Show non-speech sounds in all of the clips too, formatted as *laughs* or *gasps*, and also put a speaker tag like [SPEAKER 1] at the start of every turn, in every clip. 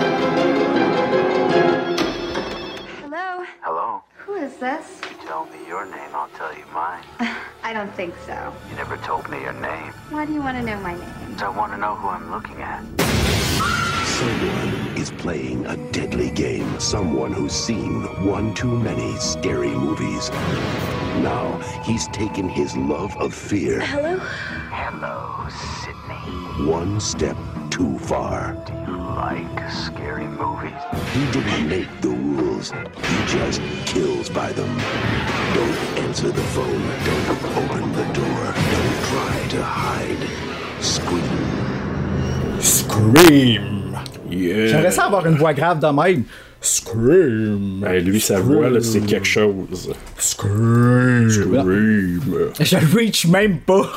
[SPEAKER 1] *sighs*
[SPEAKER 2] don't think so.
[SPEAKER 3] You never told me your name.
[SPEAKER 2] Why do you want to know my name?
[SPEAKER 3] I want to know who I'm looking at.
[SPEAKER 4] Someone is playing a deadly game. Someone who's seen one too many scary movies. Now he's taken his love of fear
[SPEAKER 5] Hello?
[SPEAKER 3] Hello, Sydney.
[SPEAKER 4] one step too far.
[SPEAKER 3] Do you like scary movies?
[SPEAKER 4] He didn't make the rules. He just kills by them. Don't answer the phone. Don't open the door. Don't try to hide. Scream.
[SPEAKER 6] Scream! J'aimerais
[SPEAKER 7] Yeah.
[SPEAKER 6] ça avoir une voix grave de même. Scream!
[SPEAKER 7] Ben, lui, sa voix, là, c'est quelque chose.
[SPEAKER 6] Scream!
[SPEAKER 7] Scream.
[SPEAKER 6] Je le reach même pas.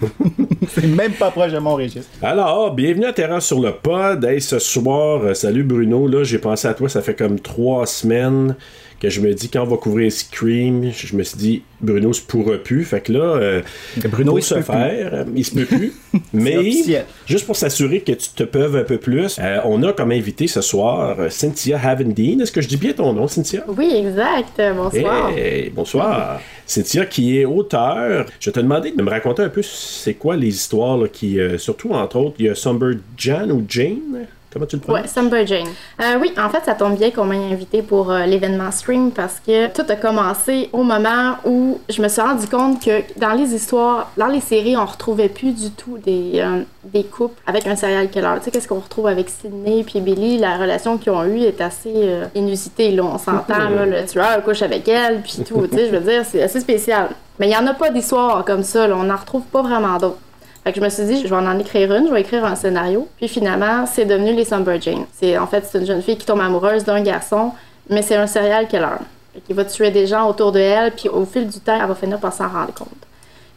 [SPEAKER 6] *laughs* c'est même pas proche de mon registre.
[SPEAKER 7] Alors, bienvenue à Terran sur le pod. Hey, ce soir, euh, salut Bruno. Là, j'ai pensé à toi, ça fait comme trois semaines que je me dis quand on va couvrir Scream, je me suis dit Bruno se pourra plus. Fait que là, euh,
[SPEAKER 6] Bruno,
[SPEAKER 7] pour
[SPEAKER 6] il se
[SPEAKER 7] se
[SPEAKER 6] peut
[SPEAKER 7] faire, euh, il se
[SPEAKER 6] *laughs*
[SPEAKER 7] peut plus. Mais
[SPEAKER 6] officiel.
[SPEAKER 7] juste pour s'assurer que tu te peuves un peu plus, euh, on a comme invité ce soir euh, Cynthia Havendine. Est-ce que je dis bien ton nom, Cynthia?
[SPEAKER 5] Oui, exact. Bonsoir.
[SPEAKER 7] Hey, bonsoir. Cynthia qui est auteur. Je te demandais de me raconter un peu c'est quoi les histoires là, qui, euh, surtout entre autres, il y a Somber Jan ou Jane. Comment tu le
[SPEAKER 5] Ouais,
[SPEAKER 7] prononces?
[SPEAKER 5] Summer Jane. Euh, oui, en fait, ça tombe bien qu'on m'ait invité pour euh, l'événement Scream parce que tout a commencé au moment où je me suis rendu compte que dans les histoires, dans les séries, on retrouvait plus du tout des, euh, des couples avec un serial killer. Tu sais, qu'est-ce qu'on retrouve avec Sydney puis Billy? La relation qu'ils ont eue est assez euh, inusitée, là. On s'entend, là, le tueur couche avec elle puis tout. Tu sais, je veux dire, c'est assez spécial. Mais il n'y en a pas d'histoire comme ça, là. On n'en retrouve pas vraiment d'autres. Fait que je me suis dit, je vais en écrire une, je vais écrire un scénario. Puis finalement, c'est devenu les Somber Jane. C'est, en fait, c'est une jeune fille qui tombe amoureuse d'un garçon, mais c'est un serial killer. Fait qu'il va tuer des gens autour de elle, puis au fil du temps, elle va finir par s'en rendre compte.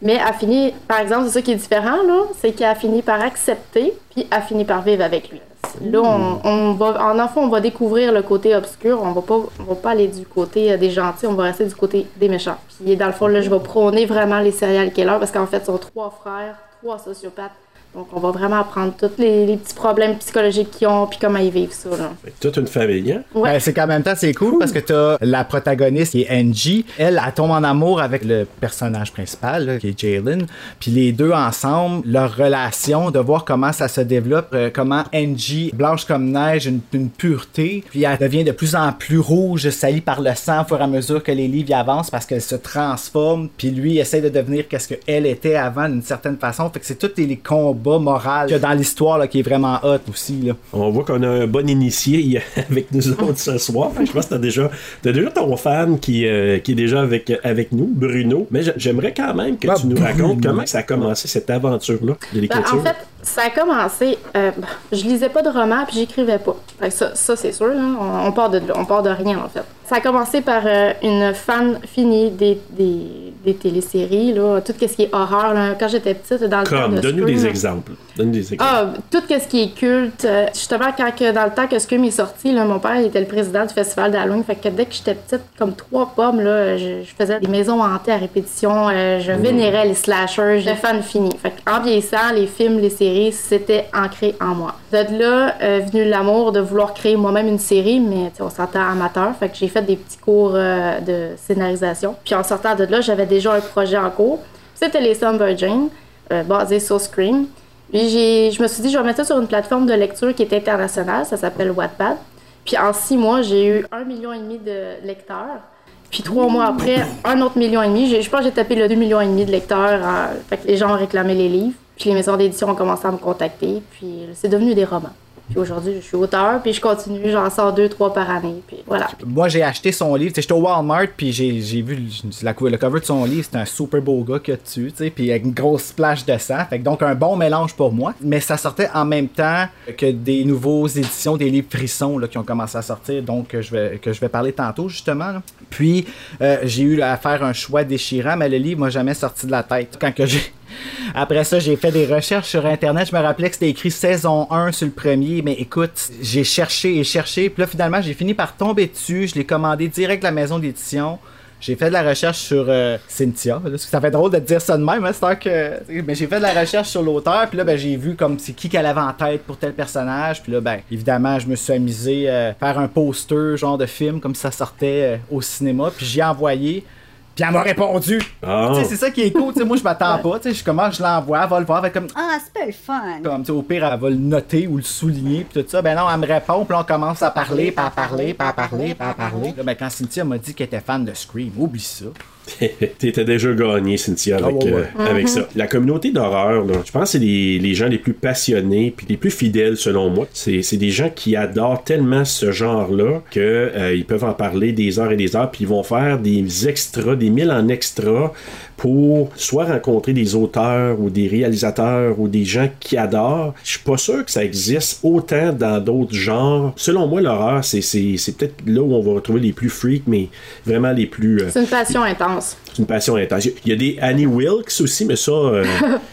[SPEAKER 5] Mais elle finit, par exemple, c'est ça qui est différent, là, c'est qu'elle a fini par accepter, puis elle finit par vivre avec lui. Là, on, on va, en enfant, on va découvrir le côté obscur, on va pas, on va pas aller du côté euh, des gentils, on va rester du côté des méchants. Puis dans le fond, là, je vais prôner vraiment les serial killers, parce qu'en fait, ils sont trois frères, trois sociopathes. Donc, on va vraiment apprendre tous les, les petits problèmes psychologiques qu'ils ont, puis comment ils vivent ça, là.
[SPEAKER 7] Fait que Toute une famille, hein?
[SPEAKER 5] Ouais.
[SPEAKER 6] Ben, c'est qu'en même temps, c'est cool parce que t'as la protagoniste qui est Angie. Elle, elle tombe en amour avec le personnage principal, là, qui est Jalen. Puis les deux ensemble, leur relation, de voir comment ça se développe, euh, comment Angie, blanche comme neige, une, une pureté, puis elle devient de plus en plus rouge, saillie par le sang au fur et à mesure que les livres y avancent parce qu'elle se transforme. Puis lui, il essaie de devenir qu'est-ce qu'elle était avant d'une certaine façon. Fait que c'est tous les, les combats moraux qu'il y a dans l'histoire là, qui est vraiment hot aussi. Là.
[SPEAKER 7] On voit qu'on a un bon initié *laughs* avec nous autres ce soir. Fait que Je pense que t'as déjà, t'as déjà ton fan qui, euh, qui est déjà avec, avec nous, Bruno. Mais j'a- j'aimerais quand même que
[SPEAKER 6] Ah,
[SPEAKER 7] tu nous
[SPEAKER 6] Bruno.
[SPEAKER 7] racontes comment ça a commencé cette aventure-là de
[SPEAKER 5] Ben,
[SPEAKER 7] l'écriture.
[SPEAKER 5] en fait, ça a commencé. euh, ben, je lisais pas de romans puis j'écrivais pas. Fait que ça, ça c'est sûr. hein, on, on part de là, on part de rien en fait. Ça a commencé par euh, une fan finie des, des, des téléséries là, tout ce qui est horreur. là. Quand j'étais petite, dans le temps
[SPEAKER 7] Comme,
[SPEAKER 5] de
[SPEAKER 7] donne-nous
[SPEAKER 5] Scream,
[SPEAKER 7] des
[SPEAKER 5] là,
[SPEAKER 7] exemples. Donne-nous des exemples.
[SPEAKER 5] ah, tout ce qui est culte. euh, Justement, quand que, dans le temps que Scream est sorti, là, mon père il était le président du festival d'Halloween. Fait que dès que j'étais petite, comme trois pommes, là, je, je faisais des maisons hantées à répétition. euh, je vénérais les slashers. J'étais fan fini. Fait que, en vieillissant, les films, les séries, c'était ancré en moi. De là, euh, venu l'amour de vouloir créer moi-même une série, mais tu sais, on s'entend amateur. Fait que j'ai fait des petits cours euh, de scénarisation. Puis en sortant de là, j'avais déjà un projet en cours. C'était les Somber Jane, euh, basé sur Scream. Puis j'ai- je me suis dit, je vais mettre ça sur une plateforme de lecture qui est internationale, ça s'appelle Wattpad. Puis en six mois, j'ai eu un million et demi de lecteurs. Puis trois mois après, un autre million et demi. J'ai- Je pense que j'ai tapé le deux millions et demi de lecteurs. hein. fait que les gens ont réclamé les livres. Puis les maisons d'édition ont commencé à me contacter. Puis c'est devenu des romans. Puis aujourd'hui, je suis auteur. Puis je continue. J'en sors deux, trois par année. Puis voilà.
[SPEAKER 6] Moi, j'ai acheté son livre. Tu sais, J'étais au Walmart, puis j'ai j'ai vu le- la cou- le cover de son livre. C'est un super beau gars qu'il y a dessus, tu sais, puis avec une grosse splash de sang. Fait que donc, un bon mélange pour moi. Mais ça sortait en même temps que des nouveaux éditions des livres frissons là, qui ont commencé à sortir, donc que je vais, que je vais parler tantôt, justement. là. Puis, euh, j'ai eu à faire un choix déchirant, mais le livre m'a jamais sorti de la tête. Quand que j'ai. *laughs* Après ça, j'ai fait des recherches sur Internet. Je me rappelais que c'était écrit saison 1 sur le premier, mais écoute, j'ai cherché et cherché. Puis là, finalement, j'ai fini par tomber dessus. Je l'ai commandé direct de la maison d'édition. J'ai fait de la recherche sur euh, Cynthia. là, parce que ça fait drôle de dire ça de même, hein, c'est tant que. Mais j'ai fait de la recherche sur l'auteur, puis là, ben, j'ai vu comme c'est qui qu'elle avait en tête pour tel personnage. Puis là, ben, évidemment, je me suis amusé euh, à faire un poster, genre de film, comme si ça sortait euh, au cinéma. Puis j'ai envoyé. Puis Puis elle m'a répondu.
[SPEAKER 7] Ah.
[SPEAKER 6] Tu sais, C'est ça qui est cool. tu sais, moi, je m'attends pas. tu sais, Je commence, je l'envoie, elle va le voir. Fait comme,
[SPEAKER 2] Ah, c'est pas le fun.
[SPEAKER 6] comme tu sais, au pire, elle va le noter ou le souligner. Puis tout ça. Ben non, elle me répond. Puis là, on commence à parler, puis à parler, puis à parler, puis à parler. Là, ben, quand Cynthia m'a dit qu'elle était fan de Scream, oublie ça.
[SPEAKER 7] *laughs* T'étais déjà gagné, Cynthia, avec,
[SPEAKER 6] Ah, ouais, ouais.
[SPEAKER 7] euh, avec ça. La communauté d'horreur, là, je pense que c'est les, les gens les plus passionnés puis les plus fidèles, selon moi. C'est c'est des gens qui adorent tellement ce genre-là que euh, ils peuvent en parler des heures et des heures, puis ils vont faire des extras, des mille en extra pour soit rencontrer des auteurs ou des réalisateurs ou des gens qui adorent. Je suis pas sûr que ça existe autant dans d'autres genres. Selon moi, l'horreur, c'est c'est- c'est peut-être là où on va retrouver les plus freaks, mais vraiment les plus... euh,
[SPEAKER 5] C'est une passion intense.
[SPEAKER 7] c'est une passion intense. Il y a des Annie Wilkes aussi, mais
[SPEAKER 6] *laughs*
[SPEAKER 7] ça, euh,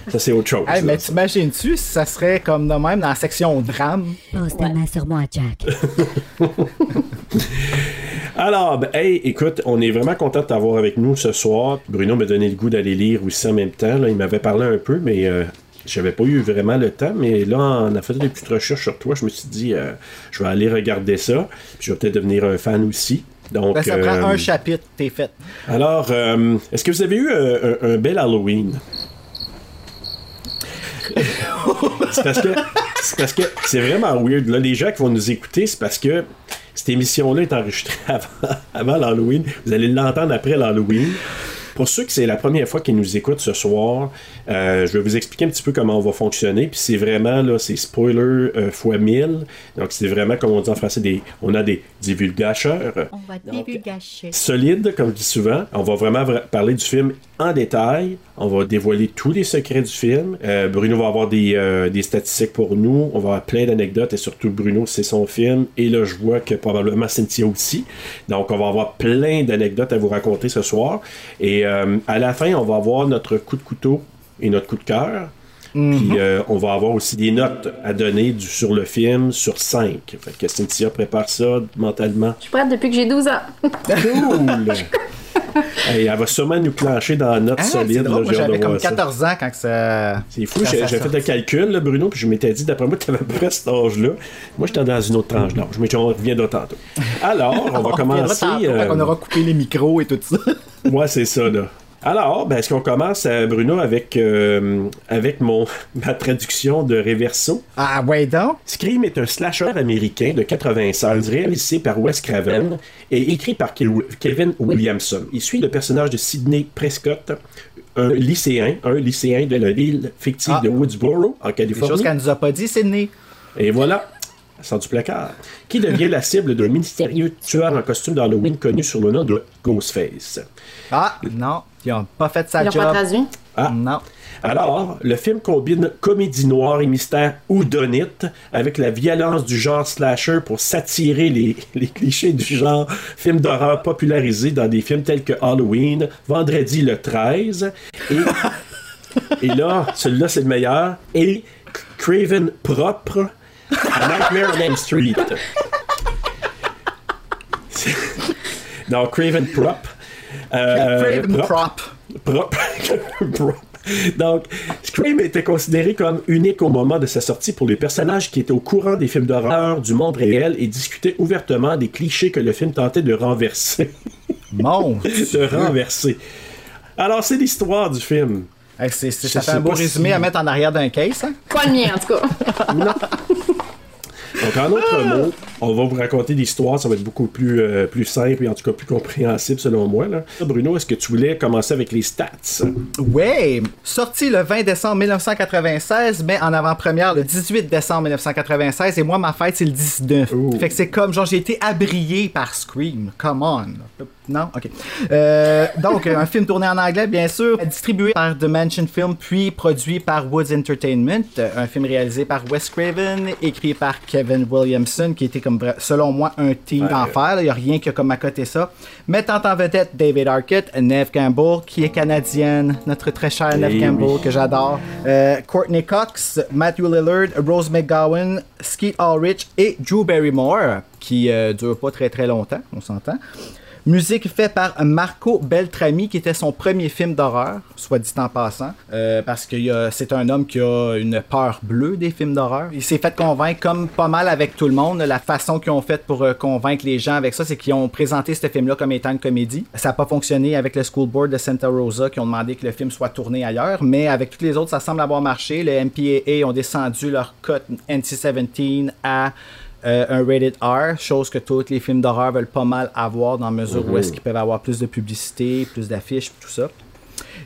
[SPEAKER 7] ça c'est autre chose.
[SPEAKER 6] Hey,
[SPEAKER 7] là.
[SPEAKER 6] mais t'imagines-tu si ça serait comme de même dans la section drame?
[SPEAKER 8] Pose ta main sur moi, Jack.
[SPEAKER 7] Alors, ben, hey, écoute, on est vraiment content de t'avoir avec nous ce soir. Bruno m'a donné le goût d'aller lire aussi en même temps. Là, il m'avait parlé un peu, mais euh, j'avais pas eu vraiment le temps. Mais là, en en faisant des petites recherches sur toi, je me suis dit, euh, je vais aller regarder ça. Puis je vais peut-être devenir un fan aussi. Donc,
[SPEAKER 6] Ben, ça
[SPEAKER 7] euh,
[SPEAKER 6] prend un chapitre, t'es fait.
[SPEAKER 7] Alors, euh, est-ce que vous avez eu euh, un, un bel Halloween? c'est parce que c'est parce que c'est vraiment weird. Là, les gens qui vont nous écouter, c'est parce que cette émission-là est enregistrée *laughs* avant, avant l'Halloween. Vous allez l'entendre après l'Halloween. Pour ceux que c'est la première fois qu'ils nous écoutent ce soir, euh, je vais vous expliquer un petit peu comment on va fonctionner. Puis c'est vraiment là, c'est spoiler euh, fois 1000. Donc c'est vraiment comme on dit en français, des, on a des divulgateurs
[SPEAKER 8] On va débugâcher.
[SPEAKER 7] solide, comme je dis souvent. On va vraiment vra- parler du film en détail. On va dévoiler tous les secrets du film. Euh, Bruno va avoir des, euh, des statistiques pour nous. On va avoir plein d'anecdotes et surtout Bruno, c'est son film. Et là, je vois que probablement Cynthia aussi. Donc, on va avoir plein d'anecdotes à vous raconter ce soir. Et euh, à la fin, on va avoir notre coup de couteau et notre coup de cœur. Puis euh, on va avoir aussi des notes à donner du- sur le film sur 5. Fait que Cynthia prépare ça mentalement.
[SPEAKER 5] Je suis prête depuis que j'ai 12 ans.
[SPEAKER 6] *laughs*
[SPEAKER 7] Cool! Hey, elle va sûrement nous plancher dans la note
[SPEAKER 6] Ah, c'est
[SPEAKER 7] solide.
[SPEAKER 6] drôle,
[SPEAKER 7] là,
[SPEAKER 6] moi,
[SPEAKER 7] j'ai hâte de
[SPEAKER 6] j'avais
[SPEAKER 7] voir
[SPEAKER 6] comme
[SPEAKER 7] ça.
[SPEAKER 6] 14 ans quand que ça.
[SPEAKER 7] C'est fou,
[SPEAKER 6] quand
[SPEAKER 7] j'ai
[SPEAKER 6] ça
[SPEAKER 7] j'ai fait
[SPEAKER 6] sort.
[SPEAKER 7] le calcul, là, Bruno, puis je m'étais dit, d'après moi, tu avais presque cet âge-là. Moi, j'étais dans une autre tranche d'âge, mais on reviendra tantôt. Alors, on va commencer. euh,
[SPEAKER 6] On aura coupé les micros et tout ça. *laughs*
[SPEAKER 7] Ouais, c'est ça, là. Alors, ben, est-ce qu'on commence, euh, Bruno, avec, euh, avec mon, *laughs* ma traduction de Reverso?
[SPEAKER 6] Ah, ouais, donc.
[SPEAKER 7] Scream est un slasher américain de 96 réalisé par Wes Craven et écrit par Kel- Kevin Williamson. Il suit le personnage de Sidney Prescott, un lycéen, un lycéen de la ville fictive
[SPEAKER 6] Ah.
[SPEAKER 7] de Woodsboro,
[SPEAKER 6] Des
[SPEAKER 7] en
[SPEAKER 6] choses
[SPEAKER 7] Californie.
[SPEAKER 6] qu'elle nous a pas dit, Sydney.
[SPEAKER 7] Et voilà, sans du placard, qui devient la cible d'un mystérieux tueur en costume d'Halloween connu sous le nom de Ghostface.
[SPEAKER 6] Ah, non. Ils ont pas fait sa
[SPEAKER 5] Ils l'ont
[SPEAKER 6] job.
[SPEAKER 5] pas traduit.
[SPEAKER 7] Ah.
[SPEAKER 6] Non.
[SPEAKER 7] Alors, le film combine comédie noire et mystère houdonite avec la violence du genre slasher pour s'attirer les, les clichés du genre film d'horreur popularisé dans des films tels que Halloween, Vendredi le 13
[SPEAKER 6] *laughs*
[SPEAKER 7] et, et là, celui-là c'est le meilleur, et Craven propre, A Nightmare on Elm Street.
[SPEAKER 6] *laughs*
[SPEAKER 7] C'est- Non, Craven prop. Euh,
[SPEAKER 6] Craven prop.
[SPEAKER 7] propre. *laughs* Propre. Donc, Scream était considéré comme unique au moment de sa sortie pour les personnages qui étaient au courant des films d'horreur du monde réel et discutaient ouvertement des clichés que le film tentait de renverser. *laughs*
[SPEAKER 6] Mon Dieu.
[SPEAKER 7] de renverser. Alors, c'est l'histoire du film.
[SPEAKER 6] Hey, c'est- c'est-
[SPEAKER 7] Je
[SPEAKER 6] ça fait
[SPEAKER 7] sais
[SPEAKER 6] un beau
[SPEAKER 7] pas si-
[SPEAKER 6] résumé à mettre en arrière d'un case, hein?
[SPEAKER 5] Pas le mien, en tout cas.
[SPEAKER 7] Donc, en d'autres
[SPEAKER 6] Ah!
[SPEAKER 7] mots, on va vous raconter l'histoire. Ça va être beaucoup plus, euh, plus simple et en tout cas plus compréhensible selon moi. là. Bruno, est-ce que tu voulais commencer avec les stats?
[SPEAKER 6] Ouais! Sorti le 20 décembre 1996, mais en avant-première le 18 décembre 1996, et moi, ma fête, c'est le 19. Fait que c'est comme, genre, j'ai été abrié par Scream. Come on! Non? OK. Euh, donc, un film tourné en anglais, bien sûr, distribué par The Mansion Film, puis produit par Woods Entertainment, un film réalisé par Wes Craven, écrit par Kevin Williamson, qui était, comme, vra- selon moi, un team d'enfer. Il n'y a rien qui a comme à côté ça. Mettant en vedette David Arquette, Neve Campbell, qui est canadienne, notre très chère Neve
[SPEAKER 7] Eh
[SPEAKER 6] Campbell,
[SPEAKER 7] oui.
[SPEAKER 6] que j'adore. Euh, Courtney Cox, Matthew Lillard, Rose McGowan, Skeet Ulrich et Drew Barrymore, qui euh, dure pas très très longtemps, on s'entend. Musique faite par Marco Beltrami, qui était son premier film d'horreur, soit dit en passant, euh, parce que y a- c'est un homme qui a une peur bleue des films d'horreur. Il s'est fait convaincre, comme pas mal avec tout le monde, la façon qu'ils ont faite pour euh, convaincre les gens avec ça, c'est qu'ils ont présenté ce film-là comme étant une comédie. Ça n'a pas fonctionné avec le School Board de Santa Rosa, qui ont demandé que le film soit tourné ailleurs, mais avec toutes les autres, ça semble avoir marché. Le MPAA ont descendu leur cote NC-17 à euh, un rated R, chose que tous les films d'horreur veulent pas mal avoir dans la mesure où est-ce qu'ils peuvent avoir plus de publicité, plus d'affiches, tout ça.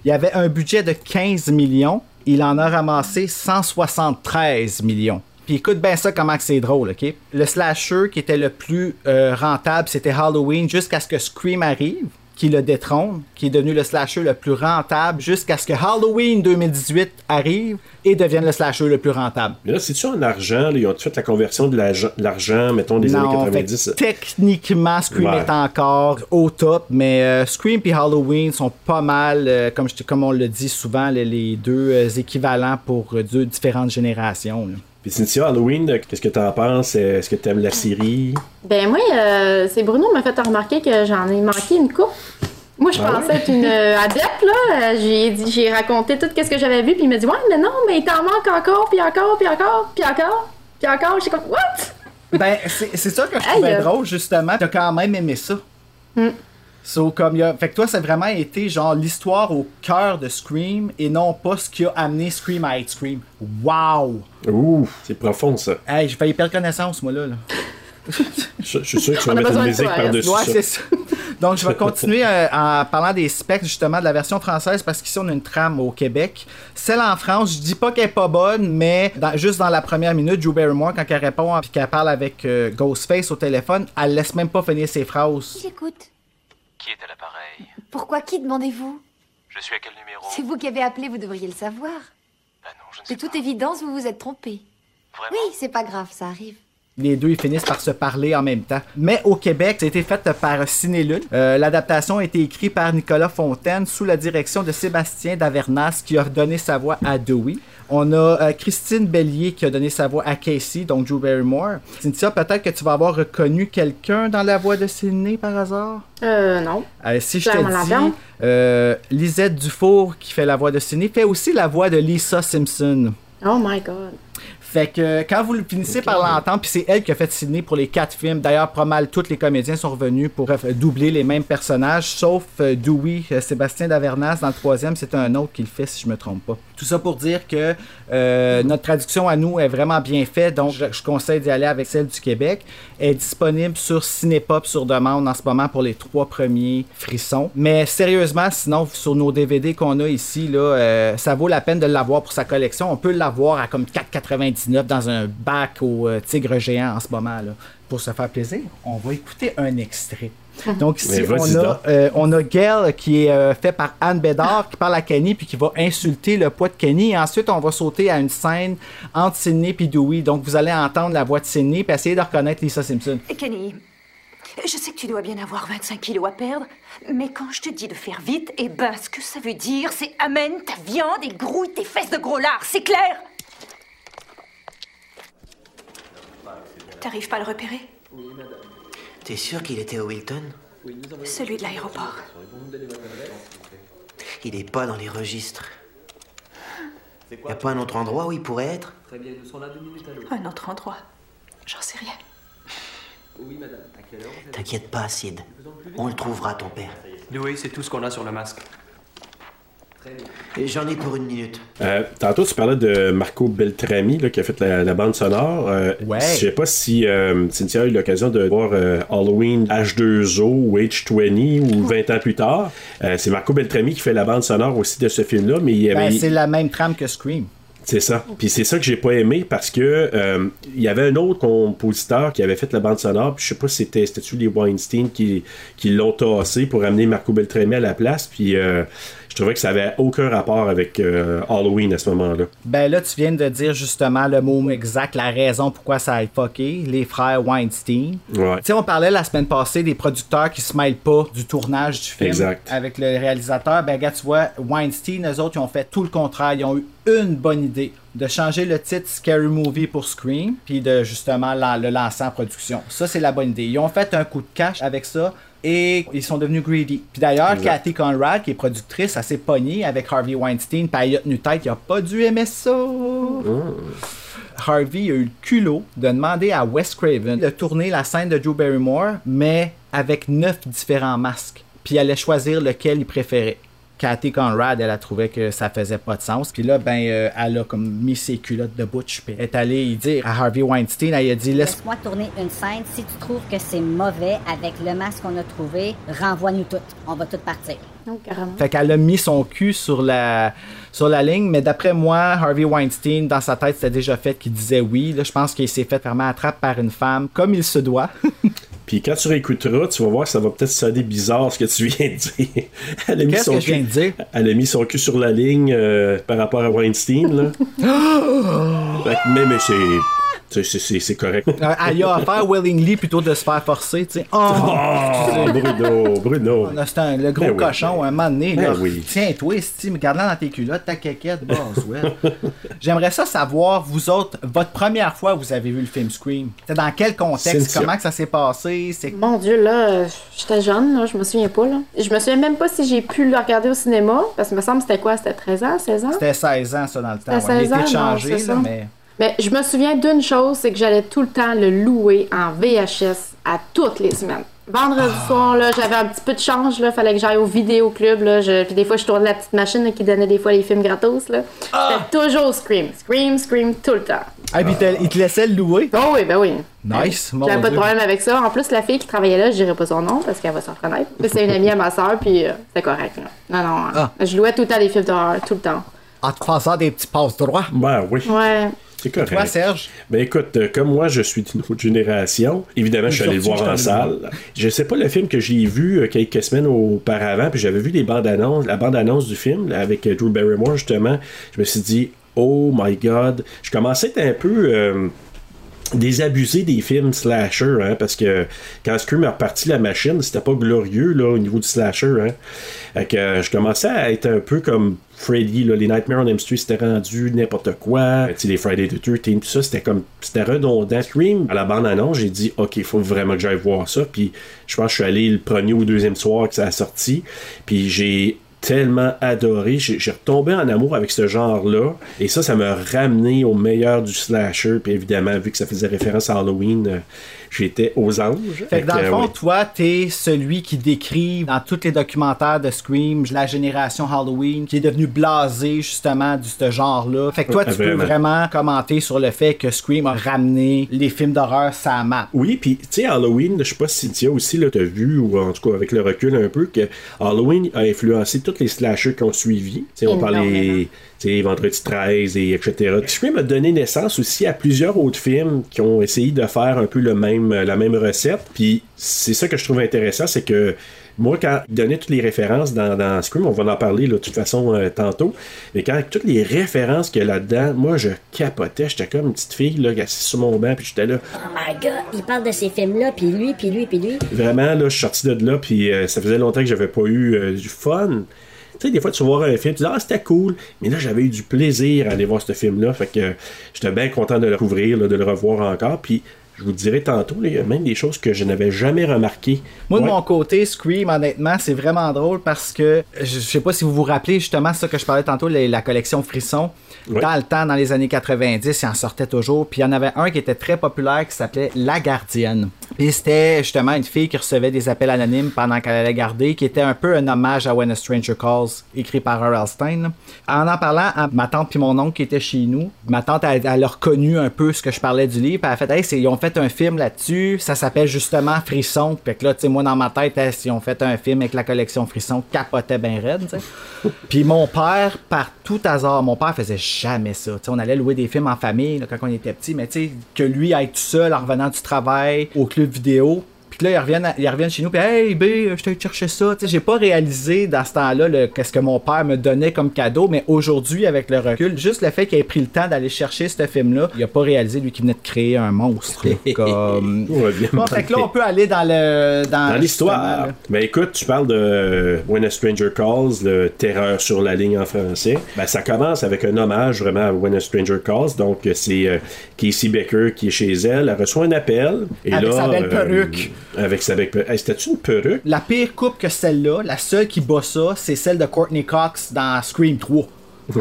[SPEAKER 6] Il y avait un budget de 15 millions, il en a ramassé 173 millions. Puis écoute bien ça comment que c'est drôle, OK? Le slasher qui était le plus euh, rentable, c'était Halloween jusqu'à ce que Scream arrive, qui le détrône, qui est devenu le slasher le plus rentable jusqu'à ce que Halloween 2018 arrive et devienne le slasher le plus rentable.
[SPEAKER 7] Mais là, c'est-tu en argent? là, ils ont fait la conversion de l'age- l'argent, mettons, des
[SPEAKER 6] Non,
[SPEAKER 7] années
[SPEAKER 6] fait que
[SPEAKER 7] 90.
[SPEAKER 6] techniquement, Scream
[SPEAKER 7] Ouais.
[SPEAKER 6] est encore au top, mais euh, Scream et Halloween sont pas mal, euh, comme, je, te- comme on le dit souvent, les, les deux euh, équivalents pour euh, deux différentes générations. là.
[SPEAKER 7] Puis Cynthia, Halloween, euh, qu'est-ce que t'en penses? Euh, Est-ce que t'aimes la série?
[SPEAKER 5] Ben moi, euh, c'est Bruno qui m'a fait remarquer que j'en ai manqué une coupe. Moi, je
[SPEAKER 7] Ah
[SPEAKER 5] pensais être une euh, adepte, là. Euh, J'ai dit- j'ai raconté tout ce que j'avais vu, puis il m'a dit Ouais, mais non, mais il t'en manque encore, puis encore, puis encore, puis encore, puis encore. J'étais comme What?
[SPEAKER 6] Ben, c'est c'est ça que je trouvais
[SPEAKER 5] Aïe.
[SPEAKER 6] drôle, justement. T'as quand même aimé ça. So, comme y a- Fait que toi, ça a vraiment été genre l'histoire au cœur de Scream et non pas ce qui a amené Scream à être Scream. Wow!
[SPEAKER 7] Ouh, c'est profond, ça.
[SPEAKER 6] Hey, j'ai failli perdre connaissance, moi, là. là.
[SPEAKER 7] Je, je suis sûr que tu vas
[SPEAKER 5] On a
[SPEAKER 7] mettre une
[SPEAKER 5] besoin de
[SPEAKER 7] musique
[SPEAKER 5] toi,
[SPEAKER 7] par-dessus
[SPEAKER 6] Ouais,
[SPEAKER 7] ça.
[SPEAKER 6] c'est ça. *laughs* Donc, je vais continuer euh, en parlant des specs, justement, de la version française, parce qu'ici, on a une trame au Québec. Celle en France, je dis pas qu'elle est pas bonne, mais dans- juste dans la première minute, Drew Barrymore, quand elle répond puis qu'elle parle avec euh, Ghostface au téléphone, elle laisse même pas finir ses phrases.
[SPEAKER 1] J'écoute.
[SPEAKER 3] Qui est à l'appareil
[SPEAKER 1] Pourquoi qui demandez-vous
[SPEAKER 3] Je suis à quel numéro
[SPEAKER 1] C'est vous qui avez appelé, vous devriez le savoir.
[SPEAKER 3] Ah non, je ne
[SPEAKER 1] De
[SPEAKER 3] sais
[SPEAKER 1] toute évidence, vous vous êtes trompé.
[SPEAKER 3] pas. Vraiment
[SPEAKER 1] Oui, c'est pas grave, ça arrive.
[SPEAKER 6] Les deux, ils finissent par se parler en même temps. Mais au Québec, ça a été fait par Cinélune. Euh, L'adaptation a été écrite par Nicolas Fontaine sous la direction de Sébastien Davernas qui a donné sa voix à Dewey. On a euh, Christine Bellier qui a donné sa voix à Casey, donc Drew Barrymore. Cynthia, peut-être que tu vas avoir reconnu quelqu'un dans la voix de Sidney par hasard?
[SPEAKER 5] Euh, non.
[SPEAKER 6] Euh, si je te
[SPEAKER 5] Clairement
[SPEAKER 6] dis,
[SPEAKER 5] Lavian.
[SPEAKER 6] euh, Lisette Dufour qui fait la voix de Sidney fait aussi la voix de Lisa Simpson.
[SPEAKER 5] Oh my god.
[SPEAKER 6] Fait que euh, quand vous le finissez par l'entendre, puis c'est elle qui a fait Sydney pour les quatre films. D'ailleurs, pas mal tous les comédiens sont revenus pour euh, doubler les mêmes personnages, sauf euh, Dewey, euh, Sébastien Davernas dans le troisième. C'est un autre qui le fait, si je me trompe pas. Tout ça pour dire que euh, notre traduction à nous est vraiment bien faite, donc je, je conseille d'y aller avec celle du Québec. Elle est disponible sur Cinépop sur demande en ce moment pour les trois premiers frissons. Mais sérieusement, sinon, sur nos DVD qu'on a ici, là, euh, ça vaut la peine de l'avoir pour sa collection. On peut l'avoir à comme 4,99 dans un bac au euh, tigre géant en ce moment. Là. Pour se faire plaisir, on va écouter un extrait. Donc ici,
[SPEAKER 7] Mais vas-y
[SPEAKER 6] on
[SPEAKER 7] donc.
[SPEAKER 6] a, euh, on a Gail qui est euh, fait par Anne Bédard, qui parle à Kenny, puis qui va insulter le poids de Kenny. Et ensuite, on va sauter à une scène entre Sidney et Dewey. Donc vous allez entendre la voix de Sidney, puis essayer de reconnaître Lisa Simpson.
[SPEAKER 9] Kenny, je sais que tu dois bien avoir 25 kilos à perdre, mais quand je te dis de faire vite, eh ben, ce que ça veut dire, c'est amène ta viande et grouille tes fesses de gros lard, c'est clair T'arrives pas à le repérer
[SPEAKER 10] T'es sûr qu'il était au Wilton
[SPEAKER 9] Celui de l'aéroport.
[SPEAKER 10] Il est pas dans les registres. Y a pas un autre endroit où il pourrait être
[SPEAKER 9] Un autre endroit. J'en sais rien.
[SPEAKER 10] T'inquiète pas, Sid. On le trouvera, ton père.
[SPEAKER 11] Louis, c'est tout ce qu'on a sur le masque.
[SPEAKER 10] Et J'en ai pour une minute.
[SPEAKER 7] Euh, tantôt, tu parlais de Marco Beltrami là, qui a fait la, la bande sonore. Euh,
[SPEAKER 6] Ouais.
[SPEAKER 7] Je sais pas si euh, Cynthia a eu l'occasion de voir euh, Halloween H2O ou H20 ou 20 ans plus tard. Euh, c'est Marco Beltrami qui fait la bande sonore aussi de ce film-là, mais Eh il y
[SPEAKER 6] Ben,
[SPEAKER 7] avait-
[SPEAKER 6] c'est la même trame que Scream.
[SPEAKER 7] C'est ça. Puis c'est ça que j'ai pas aimé parce que euh, il y avait un autre compositeur qui avait fait la bande sonore. Puis je sais pas si c'était c'était-tu les Weinstein qui, qui l'ont tassé pour amener Marco Beltrami à la place. Puis euh, je trouvais que ça avait aucun rapport avec euh, Halloween à ce moment-là.
[SPEAKER 6] Ben là, tu viens de dire justement le mot exact, la raison pourquoi ça a fucké, les frères Weinstein.
[SPEAKER 7] Ouais.
[SPEAKER 6] Tu sais, on parlait la semaine passée des producteurs qui se mêlent pas du tournage du film
[SPEAKER 7] Exact.
[SPEAKER 6] avec le réalisateur. Ben, gars, tu vois, Weinstein, eux autres, ils ont fait tout le contraire. Ils ont eu une bonne idée. de changer le titre Scary Movie pour Scream, puis de justement la- le lancer en production. Ça, c'est la bonne idée. Ils ont fait un coup de cash avec ça et ils sont devenus greedy. Puis d'ailleurs,
[SPEAKER 7] Exact.
[SPEAKER 6] Cathy Conrad, qui est productrice, elle s'est pognée avec Harvey Weinstein, puis elle y a tenu tête, il a pas dû aimer ça. Harvey a eu le culot de demander à Wes Craven de tourner la scène de Joe Barrymore, mais avec neuf différents masques. Puis il allait choisir lequel il préférait. Cathy Conrad, elle a trouvé que ça faisait pas de sens. Puis là, ben, euh, elle a comme mis ses culottes de butch. Puis elle est allée y dire à Harvey Weinstein, elle a dit laisse
[SPEAKER 12] *laughs* Laisse-moi tourner une scène. Si tu trouves que c'est mauvais avec le masque qu'on a trouvé, renvoie-nous toutes. On va toutes partir.
[SPEAKER 5] Donc, carrément.
[SPEAKER 6] Fait qu'elle a mis son cul sur la, sur la ligne, mais d'après moi, Harvey Weinstein, dans sa tête, c'était déjà fait qu'il disait oui. Là, je pense qu'il s'est fait vraiment attraper par une femme, comme il se doit. *laughs*
[SPEAKER 7] Puis quand tu réécouteras, tu vas voir que ça va peut-être sonner bizarre ce que tu viens de dire. *laughs* Elle a mis
[SPEAKER 6] Qu'est-ce
[SPEAKER 7] son
[SPEAKER 6] que je
[SPEAKER 7] cul-
[SPEAKER 6] viens de dire?
[SPEAKER 7] Elle a mis son cul sur la ligne euh, par rapport à Weinstein.
[SPEAKER 6] *gasps*
[SPEAKER 7] Là. Fait que, mais mais c'est- c'est- c'est c'est- c'est correct.
[SPEAKER 6] Euh, Elle y a affaire willingly plutôt de se faire forcer, tu sais. Oh!
[SPEAKER 7] Oh, Bruno, Bruno.
[SPEAKER 6] Là, C'est un- le gros
[SPEAKER 7] Ben oui.
[SPEAKER 6] cochon, un moment donné.
[SPEAKER 7] Ben
[SPEAKER 6] là,
[SPEAKER 7] oui.
[SPEAKER 6] Tiens-toi, Sti, mais garde-la dans tes culottes, ta caquette,
[SPEAKER 7] *laughs*
[SPEAKER 6] Boswell. J'aimerais ça savoir, vous autres, votre première fois que vous avez vu le film Scream, c'était dans quel contexte,
[SPEAKER 7] Cynthia.
[SPEAKER 6] comment que ça s'est passé, c'est
[SPEAKER 5] Mon Dieu, là, euh, j'étais jeune, là, je me souviens pas. Là. Je me souviens même pas si j'ai pu le regarder au cinéma, parce que me semble c'était quoi, c'était 13 ans, 16 ans?
[SPEAKER 6] C'était 16 ans, ça, dans le
[SPEAKER 5] C'était
[SPEAKER 6] temps.
[SPEAKER 5] 16
[SPEAKER 6] il a été
[SPEAKER 5] ans,
[SPEAKER 6] changé,
[SPEAKER 5] non, c'est
[SPEAKER 6] là,
[SPEAKER 5] ça.
[SPEAKER 6] mais...
[SPEAKER 5] Mais je me souviens d'une chose, c'est que j'allais tout le temps le louer en VHS à toutes les semaines. Vendredi
[SPEAKER 6] Ah.
[SPEAKER 5] soir, là, j'avais un petit peu de change, là, fallait que j'aille au vidéoclub, là, je- puis des fois je tournais la petite machine là, qui donnait des fois les films gratos, là. C'était toujours Scream, Scream, Scream, tout le temps.
[SPEAKER 6] Ah, puis il te- il te laissait le louer.
[SPEAKER 5] Oh oui, ben oui.
[SPEAKER 6] Nice, mon
[SPEAKER 5] J'avais pas de
[SPEAKER 6] Dieu.
[SPEAKER 5] problème avec ça. En plus, la fille qui travaillait là, je dirais pas son nom parce qu'elle va s'en reconnaître. Mais c'est une amie à ma soeur, puis euh, c'était correct. là. Non, non, hein.
[SPEAKER 6] Ah.
[SPEAKER 5] je louais tout le temps des films d'horreur, tout le temps.
[SPEAKER 6] En te faisant des petits passes droits.
[SPEAKER 7] Ben oui,
[SPEAKER 6] *laughs*
[SPEAKER 5] Ouais.
[SPEAKER 7] c'est correct.
[SPEAKER 6] Toi, Serge?
[SPEAKER 7] Ben écoute, euh, comme moi, je suis d'une autre génération. Évidemment, je suis allé le voir en
[SPEAKER 6] Sorti, je
[SPEAKER 7] salle. Je sais pas le film que j'ai vu euh, quelques semaines auparavant, puis j'avais vu les bandes annonces, la bande annonce du film là, avec euh, Drew Barrymore justement. Je me suis dit, oh my God, je commençais à être un peu euh, désabusé des films slasher, hein, parce que quand Scream a reparti la machine, c'était pas glorieux là, au niveau du slasher. Hein. Fait que euh, je commençais à être un peu comme Freddy, là, les Nightmare on Elm Street, c'était rendu n'importe quoi. Tu sais, les Friday the 13 tout ça, c'était comme c'était redondant. Scream, à la bande-annonce, j'ai dit OK, il faut vraiment que j'aille voir ça. Puis je pense que je suis allé le premier ou deuxième soir que ça a sorti. Puis j'ai tellement adoré. J'ai j'ai retombé en amour avec ce genre-là. Et ça, ça m'a ramené au meilleur du slasher. Puis évidemment, vu que ça faisait référence à Halloween, euh, j'étais aux anges.
[SPEAKER 6] Fait que dans
[SPEAKER 7] Fait que, euh,
[SPEAKER 6] le fond,
[SPEAKER 7] ouais.
[SPEAKER 6] toi, t'es celui qui décrit dans tous les documentaires de Scream la génération Halloween qui est devenue blasée justement de ce genre-là. Fait que toi,
[SPEAKER 7] Ouais,
[SPEAKER 6] tu peux
[SPEAKER 7] vraiment.
[SPEAKER 6] vraiment commenter sur le fait que Scream a ramené les films d'horreur sa map.
[SPEAKER 7] Oui, puis tu sais, Halloween, je sais pas si Tia aussi là, t'as vu, ou en tout cas avec le recul un peu, que Halloween a influencé tous les slashers qui ont suivi. Tu sais, on parlait,
[SPEAKER 5] Énormément.
[SPEAKER 7] tu sais, Vendredi 13 et etc. Scream a donné naissance aussi à plusieurs autres films qui ont essayé de faire un peu le même, la même recette. Puis c'est ça que je trouve intéressant, c'est que moi, quand il donnait toutes les références dans, dans Scream, on va en parler là, de toute façon euh, tantôt, mais quand toutes les références qu'il y a là-dedans, moi je capotais, j'étais comme une petite fille là, assise sur mon banc, puis j'étais là.
[SPEAKER 12] Oh my god, il parle de ces films-là, puis lui, puis lui, puis lui.
[SPEAKER 7] Vraiment, là, je suis sorti de là, puis euh, ça faisait longtemps que j'avais pas eu euh, du fun. Tu sais, des fois, tu vas voir un film, tu dis, ah, c'était cool, mais là, j'avais eu du plaisir à aller voir ce film-là, fait que euh, j'étais bien content de le couvrir, là, de le revoir encore, puis je vous dirai tantôt, là, il y a même des choses que je n'avais jamais remarquées.
[SPEAKER 6] Moi, de
[SPEAKER 7] Ouais.
[SPEAKER 6] mon côté, Scream, honnêtement, c'est vraiment drôle parce que je je sais pas si vous vous rappelez justement ça que je parlais tantôt, les- la collection Frisson.
[SPEAKER 7] Ouais.
[SPEAKER 6] Dans le temps, dans les années 90, il en sortait toujours. Puis il y en avait un qui était très populaire qui s'appelait La Gardienne. Puis c'était justement une fille qui recevait des appels anonymes pendant qu'elle allait garder, qui était un peu un hommage à When a Stranger Calls, écrit par R.L. Stein. En en parlant à ma tante puis mon oncle qui était chez nous, ma tante, elle, elle a reconnu un peu ce que je parlais du livre. puis Elle a fait, hey, c'est- ils ont fait un film là-dessus, ça s'appelle justement Frisson. Fait que là, tu sais, moi, dans ma tête, hey, ils ont fait un film avec la collection Frisson, capotait ben raide, tu sais. Puis mon père, par tout hasard, mon père faisait jamais ça. Tu sais, on allait louer des films en famille là, quand on était petit, mais tu sais, que lui, être tout seul en revenant du travail au club vidéo, Puis que là, ils reviennent, à- ils reviennent chez nous, puis hey, B, je t'ai cherché ça. Tu sais, j'ai pas réalisé dans ce temps-là le- qu'est-ce que mon père me donnait comme cadeau, mais aujourd'hui, avec le recul, juste le fait qu'il ait pris le temps d'aller chercher ce film-là, il a pas réalisé, lui, qui venait de créer un monstre. là, comme. Bon, fait que là, on peut aller dans le. Dans,
[SPEAKER 7] Dans
[SPEAKER 6] Ah, justement,
[SPEAKER 7] l'histoire.
[SPEAKER 6] là.
[SPEAKER 7] Ben écoute, tu parles de euh, When a Stranger Calls, le terreur sur la ligne en français. Ben ça commence avec un hommage vraiment à When a Stranger Calls. Donc euh, c'est euh, Casey Becker qui est chez elle, elle reçoit un appel. Et
[SPEAKER 6] Avec
[SPEAKER 7] là,
[SPEAKER 6] sa belle
[SPEAKER 7] euh,
[SPEAKER 6] perruque.
[SPEAKER 7] avec sa belle perruque. Hey, C'était-tu une perruque? *laughs*
[SPEAKER 6] La pire coupe que celle-là, la seule qui bat ça, c'est celle de Courtney Cox dans Scream 3. tu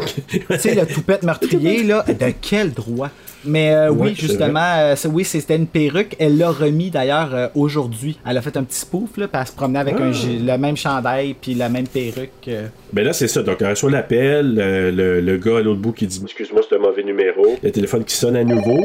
[SPEAKER 6] sais, le toupette meurtrier, là, de quel droit? Mais euh,
[SPEAKER 7] Ouais,
[SPEAKER 6] oui,
[SPEAKER 7] c'est
[SPEAKER 6] justement, euh, c'est- oui, c'était une perruque. Elle l'a remis d'ailleurs euh, aujourd'hui. Elle a fait un petit spoof, là, puis elle se promenait avec
[SPEAKER 7] Ah.
[SPEAKER 6] un gi- le même chandail, puis la même perruque. euh.
[SPEAKER 7] Ben là, c'est ça. Donc, elle reçoit l'appel, euh, le, le gars à l'autre bout qui dit Excuse-moi, c'est un mauvais numéro. Le téléphone qui sonne à nouveau.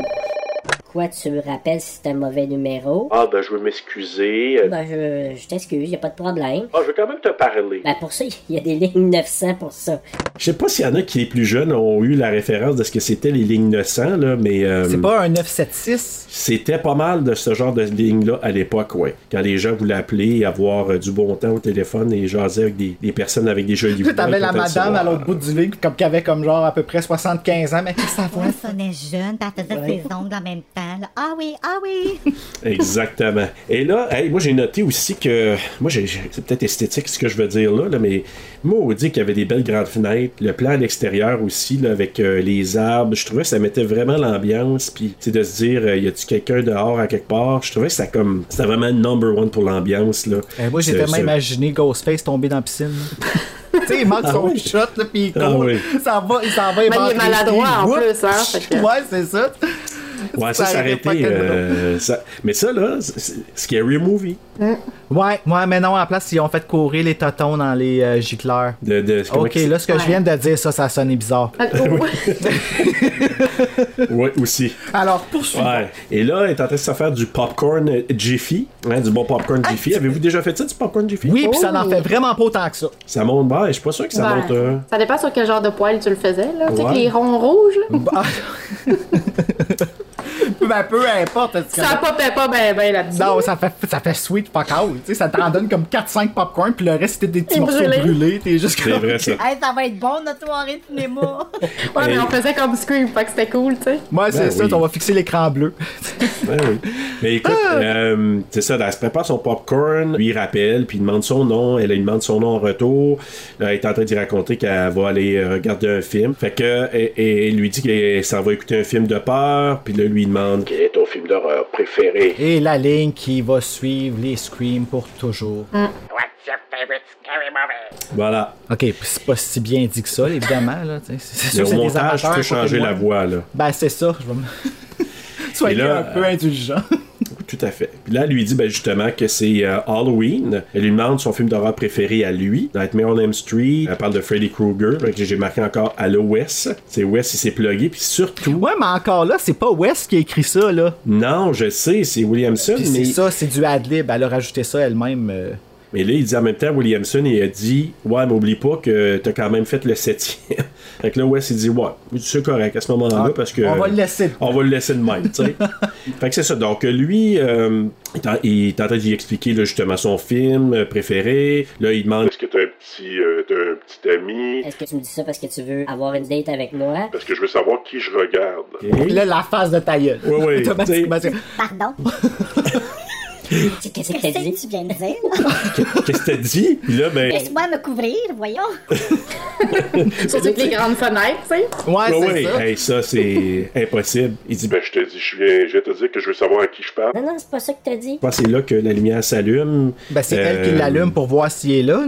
[SPEAKER 13] Quoi, tu me rappelles si c'est un mauvais numéro?
[SPEAKER 7] Ah, ben, je veux m'excuser.
[SPEAKER 13] Ben, je, je t'excuse, y a pas de problème.
[SPEAKER 7] Ah, je veux quand même te parler.
[SPEAKER 13] Ben, pour ça, il y a des lignes 900 pour ça.
[SPEAKER 7] Je sais pas s'il y en a qui, les plus jeunes, ont eu la référence de ce que c'était les lignes 900, là, mais. euh,
[SPEAKER 6] C'est pas un 976?
[SPEAKER 7] C'était pas mal de ce genre de ligne-là à l'époque, ouais. Quand les gens voulaient appeler et avoir euh, du bon temps au téléphone et jaser avec des, des personnes avec des jolies voix.
[SPEAKER 6] T'avais la
[SPEAKER 7] et tout ça.
[SPEAKER 6] madame à l'autre bout du lit, comme qui avait comme genre à peu près 75 ans, mais qu'est-ce que ça
[SPEAKER 8] On sonnait jeune, puis elle faisait ses ongles en même temps. là. Ah oui, ah oui!
[SPEAKER 7] Exactement. Et là, hey, moi j'ai noté aussi que. Moi, j'ai- j'ai- c'est peut-être esthétique ce que je veux dire là, là, mais maudit qu'il y avait des belles grandes fenêtres. Le plan à l'extérieur aussi, là, avec euh, les arbres. Je trouvais que ça mettait vraiment l'ambiance. Puis, c'est de se dire, euh, y a-tu quelqu'un dehors à quelque part Je trouvais que ça comme. C'était vraiment number one pour l'ambiance, là.
[SPEAKER 6] Eh, moi, j'ai tellement
[SPEAKER 7] Ce- ce-
[SPEAKER 6] imaginé Ghostface tomber dans la piscine.
[SPEAKER 7] *laughs*
[SPEAKER 6] tu sais, il manque
[SPEAKER 7] Ah
[SPEAKER 6] son
[SPEAKER 7] oui.
[SPEAKER 6] shot, là, puis il court.
[SPEAKER 7] Ah oui.
[SPEAKER 6] Ça va, il s'en va,
[SPEAKER 5] Mais il est maladroit, en plus, hein, fait que-
[SPEAKER 6] Ouais, c'est ça.
[SPEAKER 7] Ouais,
[SPEAKER 6] Ça
[SPEAKER 7] ça, ça aurait
[SPEAKER 6] aurait pas
[SPEAKER 7] été,
[SPEAKER 6] été
[SPEAKER 7] euh, ça- Mais ça, là, c'est- c'est- Scary Movie.
[SPEAKER 6] Ouais, ouais, mais non, à la place, ils ont fait courir les totons dans les euh, gicleurs.
[SPEAKER 7] De, de- comment
[SPEAKER 6] Ok,
[SPEAKER 7] qu'il-
[SPEAKER 6] là, ce que je viens de dire, ça, ça sonne bizarre.
[SPEAKER 5] Oh.
[SPEAKER 7] Ouais, aussi.
[SPEAKER 6] Alors, poursuivons.
[SPEAKER 7] Ouais. Et là, elle est en train de se faire du popcorn euh, Jiffy, hein, du bon popcorn Jiffy. Avez-vous déjà fait ça, du popcorn Jiffy?
[SPEAKER 6] Ah, Oui, puis ça
[SPEAKER 5] Oh.
[SPEAKER 6] n'en fait vraiment pas autant
[SPEAKER 7] *laughs*
[SPEAKER 6] que ça.
[SPEAKER 7] Ça monte, bah, je suis pas sûr que ça
[SPEAKER 5] Ouais.
[SPEAKER 7] monte. euh,
[SPEAKER 5] Ça dépend sur quel genre de poil tu le faisais, là. Tu sais,
[SPEAKER 7] Ouais.
[SPEAKER 5] avec les ronds rouges, là.
[SPEAKER 6] Mm. Ben, peu importe.
[SPEAKER 5] Ça popait pas ben ben là-dessus.
[SPEAKER 6] Non, ça fait, ça fait sweet fuck out. Tu sais, ça t'en donne comme 4-5 popcorn, puis le reste, c'était des petits
[SPEAKER 5] Et
[SPEAKER 6] morceaux
[SPEAKER 5] brûlé.
[SPEAKER 6] brûlés. T'es juste
[SPEAKER 7] C'est
[SPEAKER 6] comme- *laughs*
[SPEAKER 7] vrai, ça.
[SPEAKER 8] Hey, ça va être bon notre soirée de
[SPEAKER 13] *laughs*
[SPEAKER 8] cinéma!
[SPEAKER 5] Ouais, mais
[SPEAKER 7] Et-
[SPEAKER 5] on faisait comme Scream, fait que c'était cool, tu sais.
[SPEAKER 6] Ouais, c'est
[SPEAKER 7] Ben
[SPEAKER 6] ça,
[SPEAKER 7] oui.
[SPEAKER 6] on va fixer l'écran
[SPEAKER 7] *laughs*
[SPEAKER 6] bleu.
[SPEAKER 7] Ouais, oui. Mais écoute,
[SPEAKER 6] Ah.
[SPEAKER 7] euh, c'est ça, elle se prépare son popcorn, lui il rappelle, puis il demande son nom, elle lui demande son nom en retour. Là, elle est en train d'y raconter qu'elle va aller euh, regarder un film. Fait que, elle, elle lui dit qu'elle s'en va écouter un film de peur, puis là, lui il demande Quel est ton film d'horreur préféré
[SPEAKER 6] Et la ligne qui va suivre les screams pour toujours.
[SPEAKER 7] Mm. Voilà.
[SPEAKER 6] Ok, puis c'est pas si bien dit que ça, là, évidemment. Là, tu sais. c'est c'est sûr
[SPEAKER 7] Le
[SPEAKER 6] que c'est des
[SPEAKER 7] montage, tu
[SPEAKER 6] amateurs,
[SPEAKER 7] peux
[SPEAKER 6] faut que
[SPEAKER 7] changer
[SPEAKER 6] moi-
[SPEAKER 7] la voix, là.
[SPEAKER 6] Ben, c'est ça. Je vais me...
[SPEAKER 7] *laughs*
[SPEAKER 6] Soyez
[SPEAKER 7] Et là, euh,
[SPEAKER 6] un peu indulgent. *laughs*
[SPEAKER 7] Tout à fait. Puis là, elle lui dit ben, justement que c'est euh, Halloween. Elle lui demande son film d'horreur préféré à lui, Nightmare on Elm Street. Elle parle de Freddy Krueger. Fait que J'ai marqué encore Allo Wes. C'est Wes, il s'est plugué. Puis surtout,
[SPEAKER 6] Ouais, mais encore là, c'est pas West qui a écrit ça, là.
[SPEAKER 7] non, je sais, c'est Williamson.
[SPEAKER 6] Puis
[SPEAKER 7] Mais,
[SPEAKER 6] c'est ça, c'est du ad-lib. Elle a rajouté ça elle-même. euh.
[SPEAKER 7] mais là, il dit en même temps Williamson, il a dit Ouais, mais oublie pas que t'as quand même fait le septième. *laughs* fait que là, Wes, il dit Ouais, c'est correct à ce moment-là
[SPEAKER 6] Ah,
[SPEAKER 7] parce que.
[SPEAKER 6] On va le laisser.
[SPEAKER 7] On va le laisser de même,
[SPEAKER 6] *laughs*
[SPEAKER 7] tu sais. fait que c'est ça. Donc, lui, euh, il est en- il est en train d'y expliquer là, justement son film euh, préféré. Là, il demande Est-ce que t'as un petit, euh, t'as un petit ami
[SPEAKER 13] Est-ce que tu me dis ça parce que tu veux avoir une date avec moi?
[SPEAKER 7] Parce que je veux savoir qui je regarde.
[SPEAKER 6] Puis là, la face de ta gueule.
[SPEAKER 7] Ouais, ouais,
[SPEAKER 6] *laughs* Automatiquement, c'est-
[SPEAKER 8] Pardon?
[SPEAKER 13] *laughs* Qu'est-ce que t'as dit?
[SPEAKER 8] tu viens de dire?
[SPEAKER 7] Qu'est-ce que t'as dit Puis là, ben.
[SPEAKER 8] Laisse-moi me couvrir, voyons!
[SPEAKER 5] Surtout avec les grandes fenêtres, tu sais.
[SPEAKER 6] Ouais,
[SPEAKER 7] Ouais,
[SPEAKER 6] c'est
[SPEAKER 7] ouais,
[SPEAKER 6] ça.
[SPEAKER 7] hey, ça, c'est *laughs* impossible. Il dit Ben, je te dis, je viens, je vais te dire que je veux savoir à qui je parle.
[SPEAKER 13] Non, non, c'est pas ça que t'as dit.
[SPEAKER 7] c'est là que la lumière s'allume.
[SPEAKER 6] Ben, c'est elle qui
[SPEAKER 7] Euh, Mm-hmm.
[SPEAKER 6] l'allume pour voir s'il est là. là.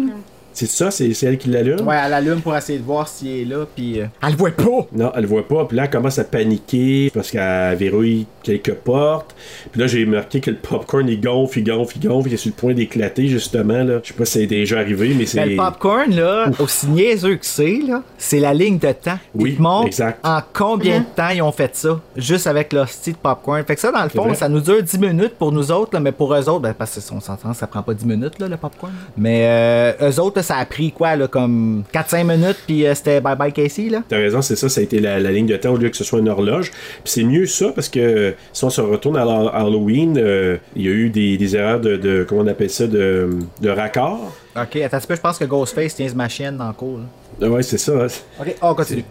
[SPEAKER 7] C'est ça, c'est c'est elle qui l'allume
[SPEAKER 6] Ouais, elle allume pour essayer de voir s'il est là, puis. euh, Elle le voit pas!
[SPEAKER 7] Non, elle le voit pas. Puis là, elle commence à paniquer parce qu'elle verrouille quelques portes. Puis là, j'ai marqué que le popcorn, il gonfle, il gonfle, il gonfle. Il est sur le point d'éclater, justement. Là. Je sais pas si c'est déjà arrivé, mais c'est.
[SPEAKER 6] Ben, le popcorn, là, aussi niaiseux que c'est, là, c'est la ligne de temps.
[SPEAKER 7] Oui,
[SPEAKER 6] Ils te montrent
[SPEAKER 7] exact.
[SPEAKER 6] en combien de temps ils ont fait ça, juste avec leur style de popcorn. Fait que ça, dans le fond,
[SPEAKER 7] vrai.
[SPEAKER 6] ça nous dure 10 minutes pour nous autres, là, mais pour eux autres, ben, parce qu'on s'entend, ça prend pas 10 minutes, là, le popcorn. Mais euh, eux autres, là, ça a pris quoi, là, comme 4-5 minutes, puis euh, c'était Bye Bye Casey, là?
[SPEAKER 7] T'as raison, c'est ça, ça a été la, la ligne de temps au lieu que ce soit une horloge. Puis c'est mieux ça parce que euh, si on se retourne à l'Ha- Halloween, euh, il y a eu des, des erreurs de, de- comment on appelle ça, de, de raccord.
[SPEAKER 6] Ok, attends un peu, je pense que Ghostface tient ma chienne dans le cours, là.
[SPEAKER 7] Ah Ouais, c'est ça. hein.
[SPEAKER 6] Ok, on continue.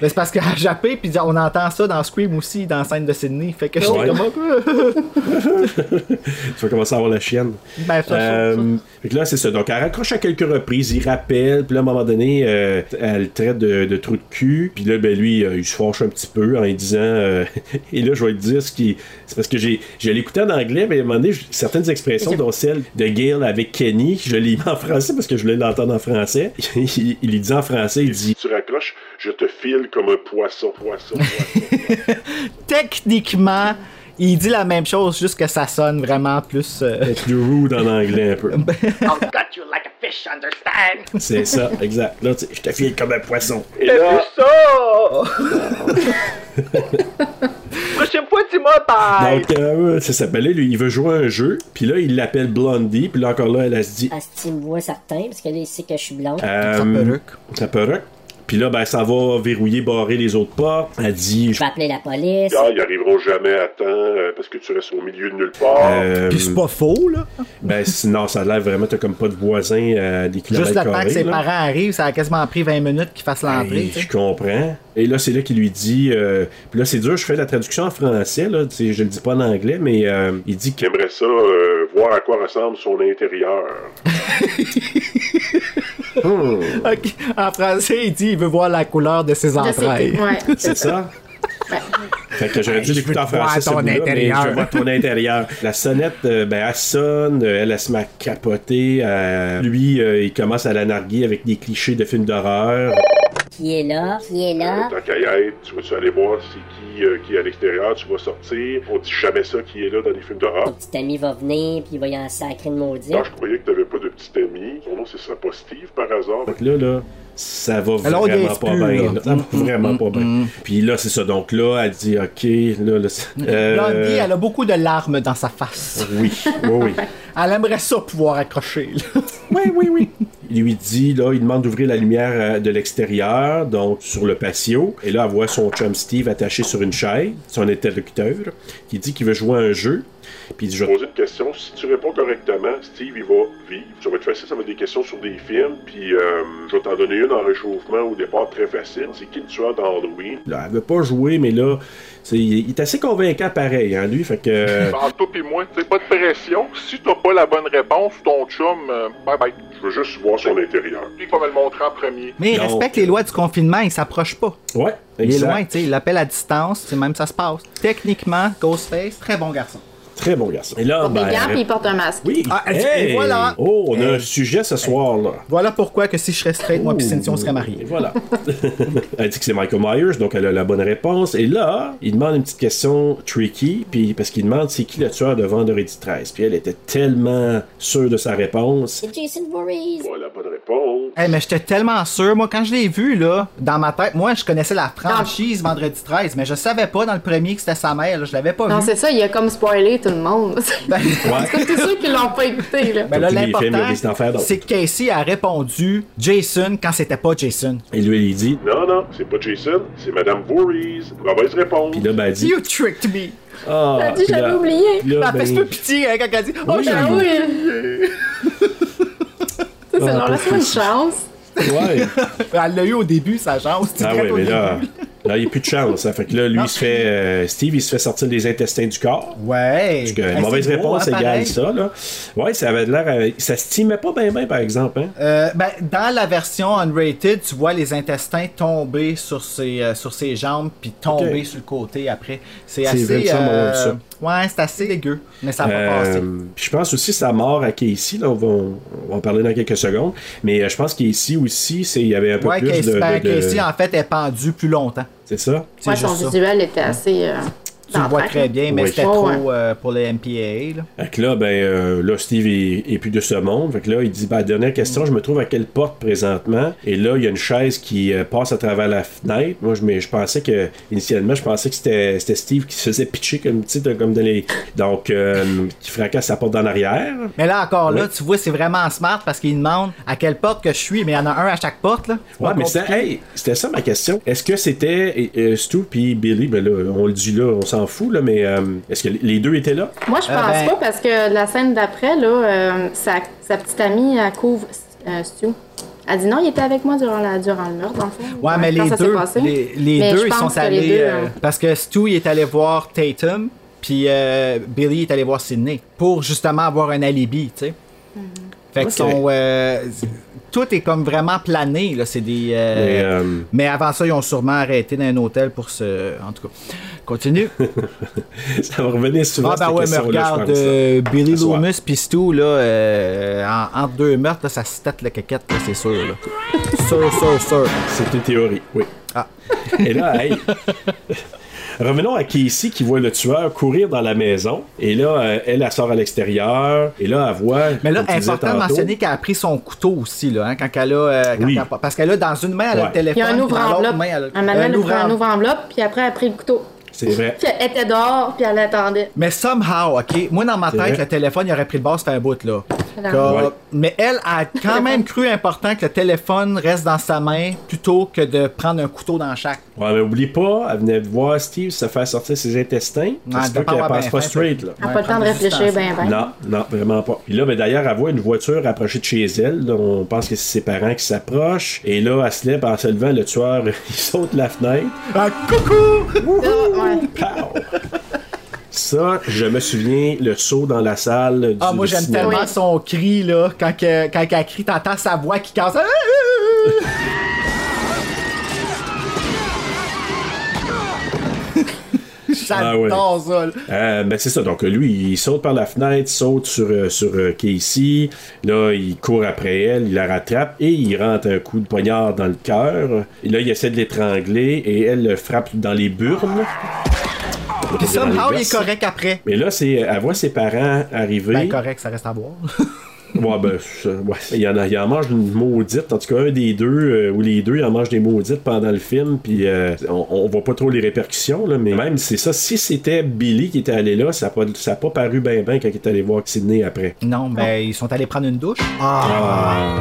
[SPEAKER 6] Mais c'est parce qu'à Jappé, puis on entend ça dans Scream aussi, dans la scène de Sydney. Fait que j'étais
[SPEAKER 7] Ouais.
[SPEAKER 6] comme un peu.
[SPEAKER 7] *laughs* Tu vas commencer à avoir la chienne.
[SPEAKER 6] Ben, ça, ça,
[SPEAKER 7] Euh, fait que là, c'est ça. Donc, elle raccroche à quelques reprises, il rappelle, puis là, à un moment donné, euh, elle traite de, de trou de cul, puis là, ben lui, euh, il se fâche un petit peu en lui disant. euh, *laughs* et là, je vais te dire ce qui. C'est parce que j'ai, je l'écoutais en anglais, mais à un moment donné, j- certaines expressions, dont celle de Gail avec Kenny, je l'ai mis en français parce que je voulais l'entendre en français. *laughs* il, il lui dit en français, il dit.
[SPEAKER 14] Tu raccroches, je te file comme un poisson, poisson, poisson.
[SPEAKER 6] Techniquement, il dit la même chose, juste que ça sonne vraiment plus. euh,
[SPEAKER 7] Plus rude en anglais un peu.
[SPEAKER 15] I'll gut you like a fish, understand?
[SPEAKER 7] C'est ça, exact. Là, tu sais, je te file comme un poisson.
[SPEAKER 15] Et là... ça! *laughs* Prochaine fois, dis-moi bye!
[SPEAKER 7] Donc, euh, ça s'appelait, lui, il veut jouer à un jeu, puis là, il l'appelle Blondie, puis là, encore là, elle, elle se dit
[SPEAKER 13] Ah, si tu me vois certain, parce que là, il sait que je suis blonde.
[SPEAKER 7] euh, Sa perruque. Puis là, ben, ça va verrouiller, barrer les autres portes. Elle dit
[SPEAKER 13] Je vais appeler la police.
[SPEAKER 14] Ah, ils arriveront jamais à temps euh, parce que tu restes au milieu de nulle part.
[SPEAKER 7] Puis c'est
[SPEAKER 6] pas faux, là.
[SPEAKER 7] euh, Ben, sinon, ça a l'air vraiment, t'as comme pas de voisin à des kilomètres
[SPEAKER 6] Juste le temps que
[SPEAKER 7] carrés,
[SPEAKER 6] ses
[SPEAKER 7] là.
[SPEAKER 6] parents arrivent, ça a quasiment pris 20 minutes qu'ils fassent l'entrée.
[SPEAKER 7] Hey,
[SPEAKER 6] tu sais.
[SPEAKER 7] je comprends. Et là, c'est là qu'il lui dit. euh, puis là, c'est dur, je fais la traduction en français, là. tu sais, Je le dis pas en anglais, mais euh, il dit
[SPEAKER 14] Qui aimerait ça, euh, voir à quoi ressemble son intérieur.
[SPEAKER 6] Ok, En français, il dit il veut voir la couleur de ses entrailles. *laughs*
[SPEAKER 7] C'est ça?
[SPEAKER 5] Ben,
[SPEAKER 7] Fait que j'aurais dû
[SPEAKER 6] Ouais, je
[SPEAKER 7] l'écouter
[SPEAKER 6] veux
[SPEAKER 7] en
[SPEAKER 6] te voir
[SPEAKER 7] français.
[SPEAKER 6] à ton
[SPEAKER 7] ce bout-là, mais
[SPEAKER 6] intérieur.
[SPEAKER 7] Je veux voir ton intérieur. La sonnette, euh, ben, elle sonne, euh, elle, elle se met à capoter. euh, lui, euh, il commence à la narguer avec des clichés de films d'horreur.
[SPEAKER 13] Qui est là? Qui est là?
[SPEAKER 14] Tant qu'à y être, tu vas-tu aller voir c'est qui euh, qui est à l'extérieur, tu vas sortir. On dit jamais ça qui est là dans les films d'horreur.
[SPEAKER 13] Petit ami va venir, puis il va y en sacrer de maudit.
[SPEAKER 14] Quand je croyais que t'avais pas de petit ami, son nom c'est ça pas Steve par hasard.
[SPEAKER 7] Fait que là, là, ça va
[SPEAKER 14] Alors, on y
[SPEAKER 7] vraiment
[SPEAKER 14] est
[SPEAKER 7] pas
[SPEAKER 14] plus,
[SPEAKER 7] bien. là.
[SPEAKER 14] là.
[SPEAKER 6] Mm,
[SPEAKER 7] Ça va vraiment pas bien. Puis là, c'est ça. Donc là, elle dit OK. Là, là, c'est- euh,
[SPEAKER 6] Blondie, elle a beaucoup de larmes dans sa face.
[SPEAKER 7] Oui, oui, oui.
[SPEAKER 6] Elle aimerait ça pouvoir accrocher. là.
[SPEAKER 7] Il lui dit, là, il demande d'ouvrir la lumière euh, de l'extérieur, donc sur le patio. Et là, elle voit son chum Steve attaché sur une chaise, son interlocuteur, qui dit qu'il veut jouer à un jeu. Puis il dit, je vais-
[SPEAKER 14] Poser une question, si tu réponds correctement, Steve, il va vivre. Ça va être facile, ça va être des questions sur des films, puis euh, je vais t'en donner une en réchauffement au départ très facile. C'est qui le tueur dans Halloween?
[SPEAKER 7] Là, elle veut pas jouer, mais là, c'est- il est assez convaincant pareil, hein, lui. Fait que.
[SPEAKER 16] Entre toi pis moi, t'sais, pas de pression. Si t'as pas la bonne réponse, ton chum, euh, bye bye.
[SPEAKER 14] Je veux juste voir son intérieur.
[SPEAKER 16] Lui qui va me le montrer en premier.
[SPEAKER 6] Mais il respecte les lois du confinement, il s'approche pas.
[SPEAKER 7] Ouais,
[SPEAKER 6] Il est
[SPEAKER 7] exact.
[SPEAKER 6] loin, tu sais, il l'appelle à distance, c'est même ça se passe. Techniquement, Ghostface, très bon garçon.
[SPEAKER 7] Très bon garçon. Et là, ben,
[SPEAKER 5] Bien, puis il porte un masque.
[SPEAKER 7] Oui.
[SPEAKER 6] Ah, et
[SPEAKER 7] hey!
[SPEAKER 6] voilà.
[SPEAKER 7] Oh, on a un sujet ce soir, là.
[SPEAKER 6] Voilà pourquoi que si je serais straight, moi puis Cynthia, on serait mariés.
[SPEAKER 7] Voilà. *laughs* Elle dit que c'est Michael Myers, donc elle a la bonne réponse. Et là, il demande une petite question tricky, puis parce qu'il demande c'est qui le tueur de Vendredi 13. Puis elle était tellement sûre de sa réponse.
[SPEAKER 6] *laughs*
[SPEAKER 13] C'est Jason Voorhees.
[SPEAKER 14] Voilà, bonne réponse.
[SPEAKER 6] Hey, mais j'étais tellement sûr, moi, quand je l'ai vu, là, dans ma tête, moi, je connaissais la franchise Vendredi 13, mais je savais pas dans le premier que c'était sa mère, là, je l'avais pas
[SPEAKER 5] Non,
[SPEAKER 6] vu.
[SPEAKER 5] c'est ça, il a comme spoilé tout le monde. *laughs* Parce que c'est sûr qu'ils l'ont pas écouté, là.
[SPEAKER 6] Ben là,
[SPEAKER 7] Comme tous les films, il y a
[SPEAKER 6] l'important,
[SPEAKER 7] des affaires d'autres.
[SPEAKER 6] c'est que Casey a répondu Jason quand c'était pas Jason.
[SPEAKER 7] Et lui, il dit
[SPEAKER 14] Non, non, c'est pas Jason, c'est Madame Voorhees. Mauvaise réponse.
[SPEAKER 7] Puis là, ben, elle
[SPEAKER 6] *laughs*
[SPEAKER 7] dit
[SPEAKER 6] You tricked me!
[SPEAKER 7] Ah,
[SPEAKER 6] Elle dit,
[SPEAKER 7] puis là-
[SPEAKER 6] j'avais oublié. Bah,
[SPEAKER 7] puis là,
[SPEAKER 6] Elle fait
[SPEAKER 7] ben,
[SPEAKER 6] un peu pitié hein, quand elle dit Oh,
[SPEAKER 7] Oui.
[SPEAKER 5] Ah
[SPEAKER 6] j'avais oublié.
[SPEAKER 5] C'est
[SPEAKER 7] Ah,
[SPEAKER 5] leur
[SPEAKER 6] *laughs*
[SPEAKER 7] pas
[SPEAKER 5] laisse une
[SPEAKER 7] possible.
[SPEAKER 5] chance.
[SPEAKER 7] Ouais.
[SPEAKER 6] elle l'a eu au début, sa chance. tu
[SPEAKER 7] Ah
[SPEAKER 6] dirais,
[SPEAKER 7] ouais,
[SPEAKER 6] au
[SPEAKER 7] mais là,
[SPEAKER 6] début.
[SPEAKER 7] là, il n'y a plus de chance. hein. Fait que là, lui, il se fait. euh, Steve, il se fait sortir les intestins du corps.
[SPEAKER 6] Ouais.
[SPEAKER 7] Parce que
[SPEAKER 6] Ah,
[SPEAKER 7] mauvaise
[SPEAKER 6] c'est beau,
[SPEAKER 7] réponse
[SPEAKER 6] hein,
[SPEAKER 7] égale
[SPEAKER 6] pareil.
[SPEAKER 7] ça, là. Ouais, ça avait l'air. euh, Ça se timait pas bien, bien, par exemple, hein.
[SPEAKER 6] Euh, ben, dans la version unrated, tu vois les intestins tomber sur ses, euh, sur ses jambes puis tomber
[SPEAKER 7] Ok.
[SPEAKER 6] sur le côté après. C'est
[SPEAKER 7] C'est
[SPEAKER 6] assez.
[SPEAKER 7] Vincent
[SPEAKER 6] euh,
[SPEAKER 7] Morrison.
[SPEAKER 6] Ouais, c'est assez dégueu, mais ça va passer.
[SPEAKER 7] Euh, puis je pense aussi sa mort à Casey, là, on va, on va en parler dans quelques secondes, mais euh, je pense Casey aussi, c'est- il y avait un peu
[SPEAKER 6] Ouais,
[SPEAKER 7] plus
[SPEAKER 6] Casey,
[SPEAKER 7] de...
[SPEAKER 6] ben,
[SPEAKER 7] de- de-
[SPEAKER 6] Casey, en fait, est pendu plus longtemps.
[SPEAKER 7] C'est ça?
[SPEAKER 6] C'est
[SPEAKER 5] Ouais, son
[SPEAKER 6] juste ça.
[SPEAKER 5] visuel était assez. euh,
[SPEAKER 6] Tu le vois très bien, mais
[SPEAKER 7] Oui.
[SPEAKER 6] c'était
[SPEAKER 7] Oh,
[SPEAKER 6] trop
[SPEAKER 7] ouais.
[SPEAKER 6] euh, pour le MPAA. là.
[SPEAKER 7] Fait que là, ben, euh, là, Steve est, est plus de ce monde. Fait que là, il dit, ben, dernière question, je me trouve à quelle porte présentement? Et là, il y a une chaise qui euh, passe à travers la fenêtre. Moi, je, mais je pensais que, initialement, je pensais que c'était c'était Steve qui se faisait pitcher comme, tu sais, comme dans les. Donc, euh, qui fracasse sa porte d'en arrière.
[SPEAKER 6] Mais là encore, là,
[SPEAKER 7] Oui.
[SPEAKER 6] tu vois, c'est vraiment smart parce qu'il demande à quelle porte que je suis, mais il y en a un à chaque porte. Là. C'est
[SPEAKER 7] Ouais,
[SPEAKER 6] pas
[SPEAKER 7] mais
[SPEAKER 6] compliqué.
[SPEAKER 7] c'était hey, c'était ça ma question. Est-ce que c'était euh, euh, Stu puis Billy? Ben là, on le dit là, on s'en fout, là, mais euh, est-ce que les deux étaient là? *laughs*
[SPEAKER 5] Moi,
[SPEAKER 6] Euh,
[SPEAKER 5] je pense
[SPEAKER 6] ben,
[SPEAKER 5] pas parce que la scène d'après, là, euh, sa, sa petite amie, elle couvre euh, Stu. Elle dit non, il était avec moi durant, la, durant le meurtre, en fait.
[SPEAKER 6] Ouais, mais
[SPEAKER 5] quand
[SPEAKER 6] les
[SPEAKER 5] ça s'est
[SPEAKER 6] deux,
[SPEAKER 5] passé.
[SPEAKER 6] les, les
[SPEAKER 5] Mais
[SPEAKER 6] deux,
[SPEAKER 5] je
[SPEAKER 6] ils
[SPEAKER 5] pense
[SPEAKER 6] sont
[SPEAKER 5] que les
[SPEAKER 6] allés.
[SPEAKER 5] deux,
[SPEAKER 6] euh,
[SPEAKER 5] euh,
[SPEAKER 6] parce que Stu il est allé voir Tatum, puis euh, Billy est allé voir Sidney pour justement avoir un alibi, tu sais.
[SPEAKER 5] Mhm.
[SPEAKER 6] Fait que
[SPEAKER 7] Ok.
[SPEAKER 6] sont, euh, tout est comme vraiment plané, là. C'est des. euh,
[SPEAKER 7] Mais, euh,
[SPEAKER 6] mais avant ça, ils ont sûrement arrêté dans un hôtel pour se. En tout cas,
[SPEAKER 7] *laughs*
[SPEAKER 6] continue.
[SPEAKER 7] ça va revenir souvent.
[SPEAKER 6] Ah, ben
[SPEAKER 7] cette
[SPEAKER 6] ouais, mais
[SPEAKER 7] question-là, je
[SPEAKER 6] regarde,
[SPEAKER 7] pense, là.
[SPEAKER 6] euh, Billy
[SPEAKER 7] Ce soir.
[SPEAKER 6] Loomis pis Stu, là, euh, en- entre deux meurtres, là, ça se tête la caquette, là, c'est sûr, là. sûr, sûr, sûr.
[SPEAKER 7] C'est une théorie, oui.
[SPEAKER 6] Ah.
[SPEAKER 7] *laughs* Et là,
[SPEAKER 6] *laughs*
[SPEAKER 7] hey. Revenons à Casey qui voit le tueur courir dans la maison. Et là, euh, elle, elle sort à l'extérieur. Et là, elle voit.
[SPEAKER 6] Mais là,
[SPEAKER 7] comme tu disais
[SPEAKER 6] important de
[SPEAKER 7] tantôt,
[SPEAKER 6] mentionner qu'elle a pris son couteau aussi, là, hein, quand elle a. euh, quand
[SPEAKER 7] Oui.
[SPEAKER 6] elle a- parce qu'elle a dans une main, elle a
[SPEAKER 7] Ouais.
[SPEAKER 6] le téléphone.
[SPEAKER 5] Il y a un
[SPEAKER 6] puis dans l'autre
[SPEAKER 5] ouvre-enveloppe.
[SPEAKER 6] main, elle a-
[SPEAKER 5] Un manuel
[SPEAKER 6] un
[SPEAKER 5] ouvre un
[SPEAKER 6] ouvre-enveloppe.
[SPEAKER 5] ouvre-enveloppe, puis après, elle a pris le couteau.
[SPEAKER 7] C'est vrai.
[SPEAKER 5] Puis elle était dehors, puis elle attendait.
[SPEAKER 6] Mais somehow, OK, moi dans ma
[SPEAKER 7] C'est
[SPEAKER 6] tête,
[SPEAKER 7] vrai.
[SPEAKER 6] le téléphone, il aurait pris le bas, c'était un bout, là.
[SPEAKER 5] Voilà.
[SPEAKER 6] Comme-
[SPEAKER 7] Ouais.
[SPEAKER 6] Mais elle a quand même cru important que le téléphone reste dans sa main plutôt que de prendre un couteau dans chaque.
[SPEAKER 7] Ouais, mais oublie pas, elle venait de voir Steve se faire sortir ses intestins.
[SPEAKER 6] elle
[SPEAKER 7] C'est
[SPEAKER 6] doit
[SPEAKER 7] pas
[SPEAKER 6] pas
[SPEAKER 7] qu'elle
[SPEAKER 6] avoir
[SPEAKER 7] passe
[SPEAKER 6] bien
[SPEAKER 7] pas
[SPEAKER 6] faim,
[SPEAKER 7] straight,
[SPEAKER 6] ça.
[SPEAKER 7] là.
[SPEAKER 5] Elle n'a pas le temps de réfléchir, ben, ben.
[SPEAKER 7] Non, non, vraiment pas. Puis là, ben, d'ailleurs, elle voit une voiture approcher de chez elle. Là, on pense que c'est ses parents qui s'approchent. Et là, elle se lève en se levant. Le tueur, *laughs* il saute la fenêtre.
[SPEAKER 6] Ah, coucou!
[SPEAKER 7] Ça, je me souviens, le saut dans la salle du
[SPEAKER 6] Ah, moi, j'aime
[SPEAKER 7] cinéma.
[SPEAKER 6] tellement son cri, là. Quand, que- quand elle crie, t'entends sa voix qui casse. Ah,
[SPEAKER 7] Ah,
[SPEAKER 6] J'adore ça, là.
[SPEAKER 7] Euh, ben c'est ça, donc lui, il saute par la fenêtre, saute sur, euh, sur euh, Casey, là, il court après elle, il la rattrape et il rentre un coup de poignard dans le cœur. Et là, il essaie de l'étrangler et elle le frappe dans les burnes.
[SPEAKER 6] Puis
[SPEAKER 7] Dans les
[SPEAKER 6] somehow, il est
[SPEAKER 7] vestes.
[SPEAKER 6] correct après.
[SPEAKER 7] Mais là, c'est, elle voit ses parents arriver.
[SPEAKER 6] Ben, correct, ça reste à voir.
[SPEAKER 7] Ouais, ben, ça, ouais. Il, en a- il en mange une maudite. En tout cas, un des deux, euh, ou les deux, ils en mangent des maudites pendant le film. Puis euh, on, on voit pas trop les répercussions, là, mais même, c'est ça. Si c'était Billy qui était allé là, ça a pas, ça a pas paru ben ben quand il est allé voir Sidney après.
[SPEAKER 6] Non, mais ils sont allés prendre une douche.
[SPEAKER 7] Ah.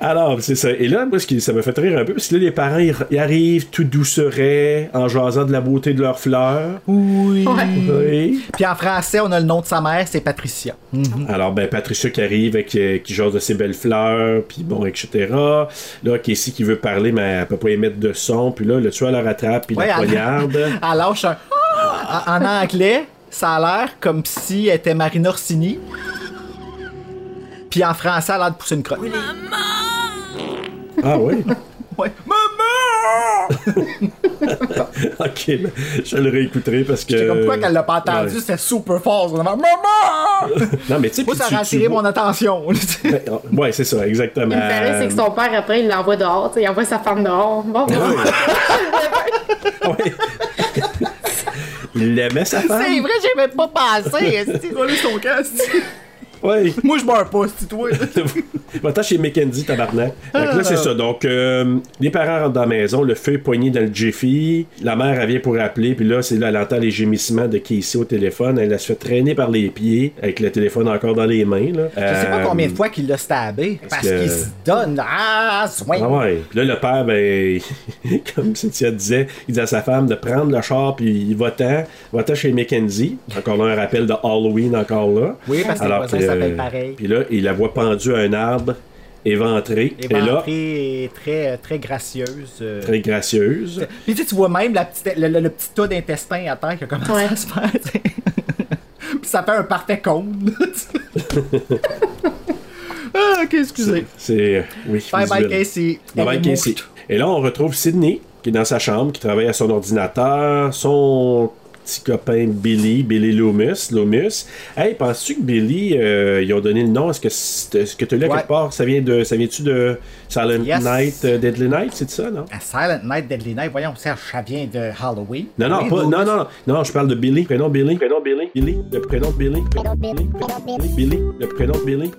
[SPEAKER 7] Alors, c'est ça. Et là, moi, ce qui- ça me fait rire un peu, parce que là, les parents, ils, ils arrivent tout doucerets, en jasant de la beauté de leurs fleurs.
[SPEAKER 6] Oui.
[SPEAKER 7] Oui.
[SPEAKER 6] Puis en français, on a le nom de sa mère, c'est Patricia. Mhm.
[SPEAKER 7] Alors, ben, Patricia qui arrive, avec, euh, qui jase de ses belles fleurs, puis bon, etc. Là, Casey qui veut parler, mais elle peut pas émettre de son. Puis là, le tueur la rattrape, puis
[SPEAKER 6] Ouais,
[SPEAKER 7] la
[SPEAKER 6] elle-
[SPEAKER 7] poignarde.
[SPEAKER 6] *laughs* Elle lâche un. En- En anglais, ça a l'air comme si elle était Marina Orsini. Puis en français, elle a l'air de pousser une crotte.
[SPEAKER 7] ah oui?
[SPEAKER 6] Ouais.
[SPEAKER 7] Euh,
[SPEAKER 6] Maman!
[SPEAKER 7] *laughs* ok, ben, je le réécouterai parce que...
[SPEAKER 6] C'est comme quoi qu'elle l'a pas entendu,
[SPEAKER 7] Ouais.
[SPEAKER 6] c'était super fort. son enfant. Maman!
[SPEAKER 7] Non, mais tu sais,
[SPEAKER 6] Moi,
[SPEAKER 7] puis
[SPEAKER 6] ça
[SPEAKER 7] tu-
[SPEAKER 6] a
[SPEAKER 7] tu
[SPEAKER 6] attiré
[SPEAKER 7] vois-
[SPEAKER 6] mon attention. *laughs*
[SPEAKER 7] Ben, ouais, c'est ça, exactement.
[SPEAKER 5] Il
[SPEAKER 6] Euh,
[SPEAKER 5] me paraît, c'est que son père, après, il l'envoie dehors, tu sais, il envoie sa femme dehors. Bon, bon.
[SPEAKER 7] Euh,
[SPEAKER 5] *laughs*
[SPEAKER 7] Il l'aimait, sa femme?
[SPEAKER 6] C'est vrai, j'ai même pas
[SPEAKER 7] *laughs*
[SPEAKER 6] pensé. Voler son casque.
[SPEAKER 7] Ouais.
[SPEAKER 6] Moi, je meurs pas, c'est toi.
[SPEAKER 7] Va-t'en chez McKenzie, tabarnak. Fait que
[SPEAKER 6] Ah.
[SPEAKER 7] là, c'est ça. Donc, euh, les parents rentrent dans la maison, le feu est poigné dans le Jiffy. La mère, elle vient pour appeler, puis là, c'est là, elle entend les gémissements de Casey au téléphone. Elle, elle se fait traîner par les pieds, avec le téléphone encore dans les mains. Là.
[SPEAKER 6] Je sais pas
[SPEAKER 7] Euh,
[SPEAKER 6] combien de fois qu'il l'a stabé. Parce
[SPEAKER 7] que-
[SPEAKER 6] qu'il se donne. Ah, soin.
[SPEAKER 7] Ah ouais. Puis là, le père, ben, *laughs* comme Cynthia disait, il dit à sa femme de prendre le char, puis il va-t'en, va-t'en chez Mackenzie. Encore là, un rappel de Halloween, encore là.
[SPEAKER 6] Oui, parce que les voisins
[SPEAKER 7] que,
[SPEAKER 6] s'appellent
[SPEAKER 7] euh,
[SPEAKER 6] pareil.
[SPEAKER 7] Puis là, il la voit pendue à un arbre, éventrée.
[SPEAKER 6] Et
[SPEAKER 7] Et là,
[SPEAKER 6] est très, très gracieuse. euh.
[SPEAKER 7] très gracieuse.
[SPEAKER 6] Puis tu sais, tu vois même la petite, le, le- le petit tas d'intestin à terre qui a commencé à se faire. tu sais. *laughs* Puis ça fait un parfait cône. là, tu
[SPEAKER 7] *laughs*
[SPEAKER 6] sais. ah, ok, excusez.
[SPEAKER 7] C'est. Oui,
[SPEAKER 6] Bye bye,
[SPEAKER 7] visuel.
[SPEAKER 6] Casey.
[SPEAKER 7] Bye bye,
[SPEAKER 6] Elle est
[SPEAKER 7] Casey.
[SPEAKER 6] morte.
[SPEAKER 7] Et là, on retrouve Sydney, qui est dans sa chambre, qui travaille à son ordinateur, son petit copain Billy, Billy Loomis. Loomis. Hey, penses-tu que Billy, euh, ils ont donné le nom Est-ce que c'est- ce que tu as lu à
[SPEAKER 6] Ouais.
[SPEAKER 7] quelque part Ça vient de, ça vient-tu de Silent
[SPEAKER 6] Yes. Ah,
[SPEAKER 7] Night, euh, Deadly Night, c'est de ça, non
[SPEAKER 6] À Silent Night, Deadly Night, voyons, Serge, ça vient de Halloween.
[SPEAKER 7] non non,
[SPEAKER 6] Oui,
[SPEAKER 7] pas-
[SPEAKER 6] donc-
[SPEAKER 7] non, non, non, non, je parle de Billy. Prénom Billy. Prénom Billy. Billy. Le prénom Billy. Prénom Billy. Billy. Billy. Le prénom Billy.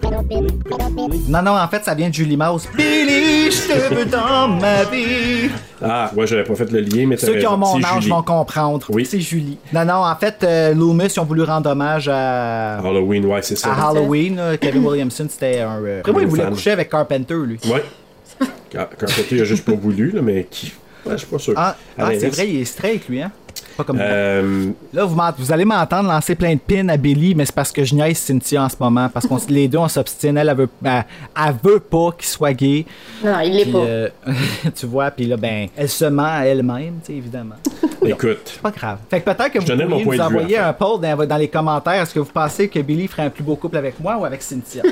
[SPEAKER 6] Non, non, en fait, ça vient de Julie Mouse. Billy, je te veux dans ma vie.
[SPEAKER 7] Ah, ouais, j'avais pas fait le lien, mais
[SPEAKER 6] Ceux
[SPEAKER 7] t'as
[SPEAKER 6] qui ont
[SPEAKER 7] raison,
[SPEAKER 6] mon
[SPEAKER 7] c'est
[SPEAKER 6] âge
[SPEAKER 7] Julie.
[SPEAKER 6] vont comprendre.
[SPEAKER 7] Oui.
[SPEAKER 6] C'est Julie. Non, non, en fait, euh, Loomis, ils ont voulu rendre hommage à,
[SPEAKER 7] Halloween, ouais, c'est ça.
[SPEAKER 6] à Halloween. là.
[SPEAKER 7] *clears throat*
[SPEAKER 6] Kevin Williamson, c'était un. euh, Après, moi, il
[SPEAKER 7] Gros
[SPEAKER 6] voulait
[SPEAKER 7] fan.
[SPEAKER 6] coucher avec Carpenter, lui.
[SPEAKER 7] Ouais. Car- Carpenter, il a juste pas voulu, là, mais qui. Ouais, je suis pas sûr.
[SPEAKER 6] Ah, ah,
[SPEAKER 7] À
[SPEAKER 6] c'est
[SPEAKER 7] l'inverse.
[SPEAKER 6] vrai, il est straight, lui, hein. Pas comme
[SPEAKER 7] Euh,
[SPEAKER 6] Là, vous, m'ent- vous allez m'entendre lancer plein de pins à Billy, mais c'est parce que je niaise Cynthia en ce moment. Parce
[SPEAKER 7] *laughs*
[SPEAKER 6] que les deux, on s'obstine. Elle, elle veut, elle, elle veut pas qu'il soit gay.
[SPEAKER 5] Non, non, il l'est
[SPEAKER 6] Puis,
[SPEAKER 5] pas.
[SPEAKER 6] euh, *laughs* tu vois, puis là, ben, elle se ment à elle-même, tu sais, évidemment.
[SPEAKER 7] Écoute.
[SPEAKER 6] Pas grave. Fait que peut-être que vous
[SPEAKER 7] donnais mon
[SPEAKER 6] pourriez
[SPEAKER 7] point
[SPEAKER 6] nous
[SPEAKER 7] de vue,
[SPEAKER 6] envoyer
[SPEAKER 7] en fait.
[SPEAKER 6] un poll dans, dans les commentaires. Est-ce que vous pensez que Billy ferait un plus beau couple avec moi ou avec
[SPEAKER 7] *laughs*
[SPEAKER 6] Cynthia?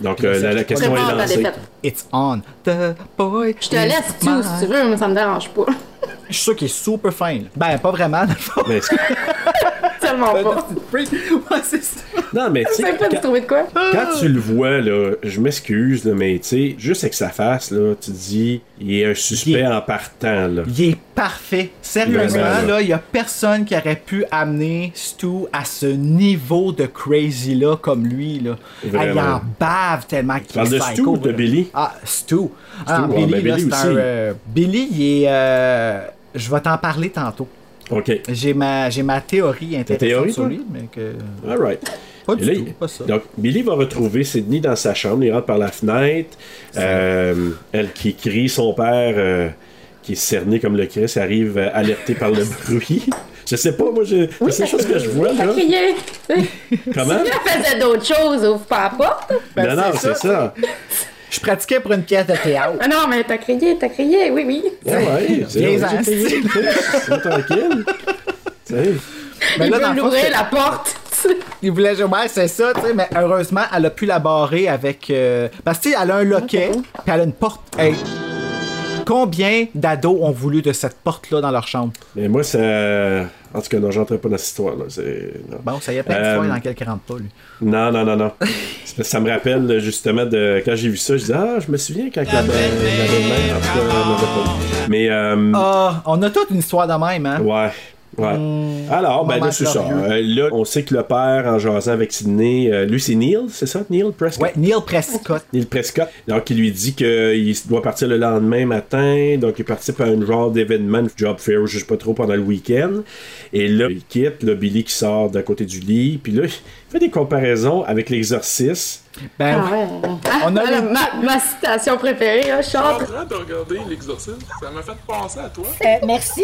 [SPEAKER 7] Donc, euh, la, la question est
[SPEAKER 5] Prépare ta
[SPEAKER 7] lancée.
[SPEAKER 5] défaite.
[SPEAKER 6] It's on. The boy.
[SPEAKER 5] Je te laisse, tu, si tu veux, mais ça me dérange pas. *laughs*
[SPEAKER 6] Je suis sûr qu'il est super fin. là. Ben, pas vraiment, dans le fond. *laughs*
[SPEAKER 7] Mais c'est-
[SPEAKER 5] Tellement
[SPEAKER 6] Ben,
[SPEAKER 5] pas.
[SPEAKER 6] ouais, c'est ça.
[SPEAKER 7] non, mais tu sais,
[SPEAKER 5] *laughs* C'est pas de
[SPEAKER 7] quand,
[SPEAKER 5] trouver de quoi?
[SPEAKER 7] quand tu le vois, là, je m'excuse, là, mais tu sais, juste avec sa face, là, tu te dis, il est un suspect en partant, là.
[SPEAKER 6] Il est parfait. Sérieusement,
[SPEAKER 7] Vraiment, là.
[SPEAKER 6] là, il y a personne qui aurait pu amener Stu à ce niveau de crazy-là comme lui. Là.
[SPEAKER 7] Vraiment.
[SPEAKER 6] Ah, Il en bave tellement qu'il
[SPEAKER 7] parles
[SPEAKER 6] est
[SPEAKER 7] de Stu
[SPEAKER 6] psycho,
[SPEAKER 7] ou de
[SPEAKER 6] là.
[SPEAKER 7] Billy?
[SPEAKER 6] Ah, Stu. Ah,
[SPEAKER 7] ah,
[SPEAKER 6] Billy,
[SPEAKER 7] ben,
[SPEAKER 6] là,
[SPEAKER 7] Billy
[SPEAKER 6] c'est un,
[SPEAKER 7] aussi.
[SPEAKER 6] euh, Billy, il est... euh, je vais t'en parler tantôt.
[SPEAKER 7] OK.
[SPEAKER 6] J'ai ma, j'ai ma théorie intéressante
[SPEAKER 7] théorie,
[SPEAKER 6] sur
[SPEAKER 7] toi?
[SPEAKER 6] lui, mais que...
[SPEAKER 7] All right.
[SPEAKER 6] Pas du
[SPEAKER 7] Et là,
[SPEAKER 6] tout,
[SPEAKER 7] il-
[SPEAKER 6] pas ça.
[SPEAKER 7] Donc, Billy va retrouver Sydney dans sa chambre. Il rentre par la fenêtre. Euh, elle qui crie, son père euh, qui est cerné comme le Christ arrive euh, alerté
[SPEAKER 6] *laughs*
[SPEAKER 7] par le bruit. Je sais pas, moi, je, la seule chose que je vois,
[SPEAKER 5] T'as
[SPEAKER 7] là.
[SPEAKER 5] crié. *laughs*
[SPEAKER 7] Comment?
[SPEAKER 5] Si elle faisait d'autres choses, ouvre pas la porte.
[SPEAKER 6] Ben,
[SPEAKER 7] non, non,
[SPEAKER 6] c'est
[SPEAKER 7] c'est ça.
[SPEAKER 6] Je pratiquais pour une pièce de théâtre.
[SPEAKER 5] Ah non, mais t'as crié, t'as crié, oui, oui.
[SPEAKER 7] Ah ouais, c'est
[SPEAKER 6] Viens-en,
[SPEAKER 7] ouais, j'ai payé le prix,
[SPEAKER 6] *laughs*
[SPEAKER 7] c'est tranquille. Tu sais,
[SPEAKER 6] Mais
[SPEAKER 5] il
[SPEAKER 6] là,
[SPEAKER 5] veut
[SPEAKER 6] dans le fond,
[SPEAKER 5] l'ouvrir
[SPEAKER 6] c'est-
[SPEAKER 5] la
[SPEAKER 6] *laughs*
[SPEAKER 5] porte.
[SPEAKER 6] Il voulait jouer, ouais, c'est ça, tu sais, mais heureusement, elle a pu la barrer avec. euh, parce que, tu sais, elle a un loquet, puis elle a une porte. Hey, Combien d'ados ont voulu de cette porte-là dans leur chambre?
[SPEAKER 7] Mais moi, ça. En tout cas, non, j'entrais pas dans cette histoire-là. c'est- non.
[SPEAKER 6] Bon, ça y est, plein
[SPEAKER 7] Euh,
[SPEAKER 6] d'histoires dans lesquelles il rentre pas, lui.
[SPEAKER 7] Non, non, non, non. C'est parce que ça me rappelle là, justement de quand j'ai vu ça, je disais ah, je me souviens quand la, la, la belle-mère, en tout cas, elle m'avait pas dit. Mais euh,
[SPEAKER 6] Ah, on a toute une histoire de même, hein?
[SPEAKER 7] ouais. Ouais. Alors, ben
[SPEAKER 6] moment
[SPEAKER 7] là, c'est ça.
[SPEAKER 6] glorieux.
[SPEAKER 7] Euh, là, on sait que le père, en jasant avec Sidney, euh, lui, c'est Neil, c'est ça? Neil Prescott?
[SPEAKER 6] Ouais, Neil Prescott.
[SPEAKER 7] Neil Prescott. Donc, il lui dit qu'il doit partir le lendemain matin. Donc, il participe à un genre d'événement, une job fair, ou je sais pas trop, pendant le week-end. Et là, il quitte. Là, Billy qui sort d'à côté du lit. Puis là, il fait des comparaisons avec l'exorciste.
[SPEAKER 6] Ben,
[SPEAKER 5] Ah ouais.
[SPEAKER 6] on a
[SPEAKER 5] Ah,
[SPEAKER 6] le-
[SPEAKER 5] ma, ma citation préférée, là, chante.
[SPEAKER 16] marrant de regarder l'exorciste. Ça m'a fait penser à toi.
[SPEAKER 12] Euh, merci.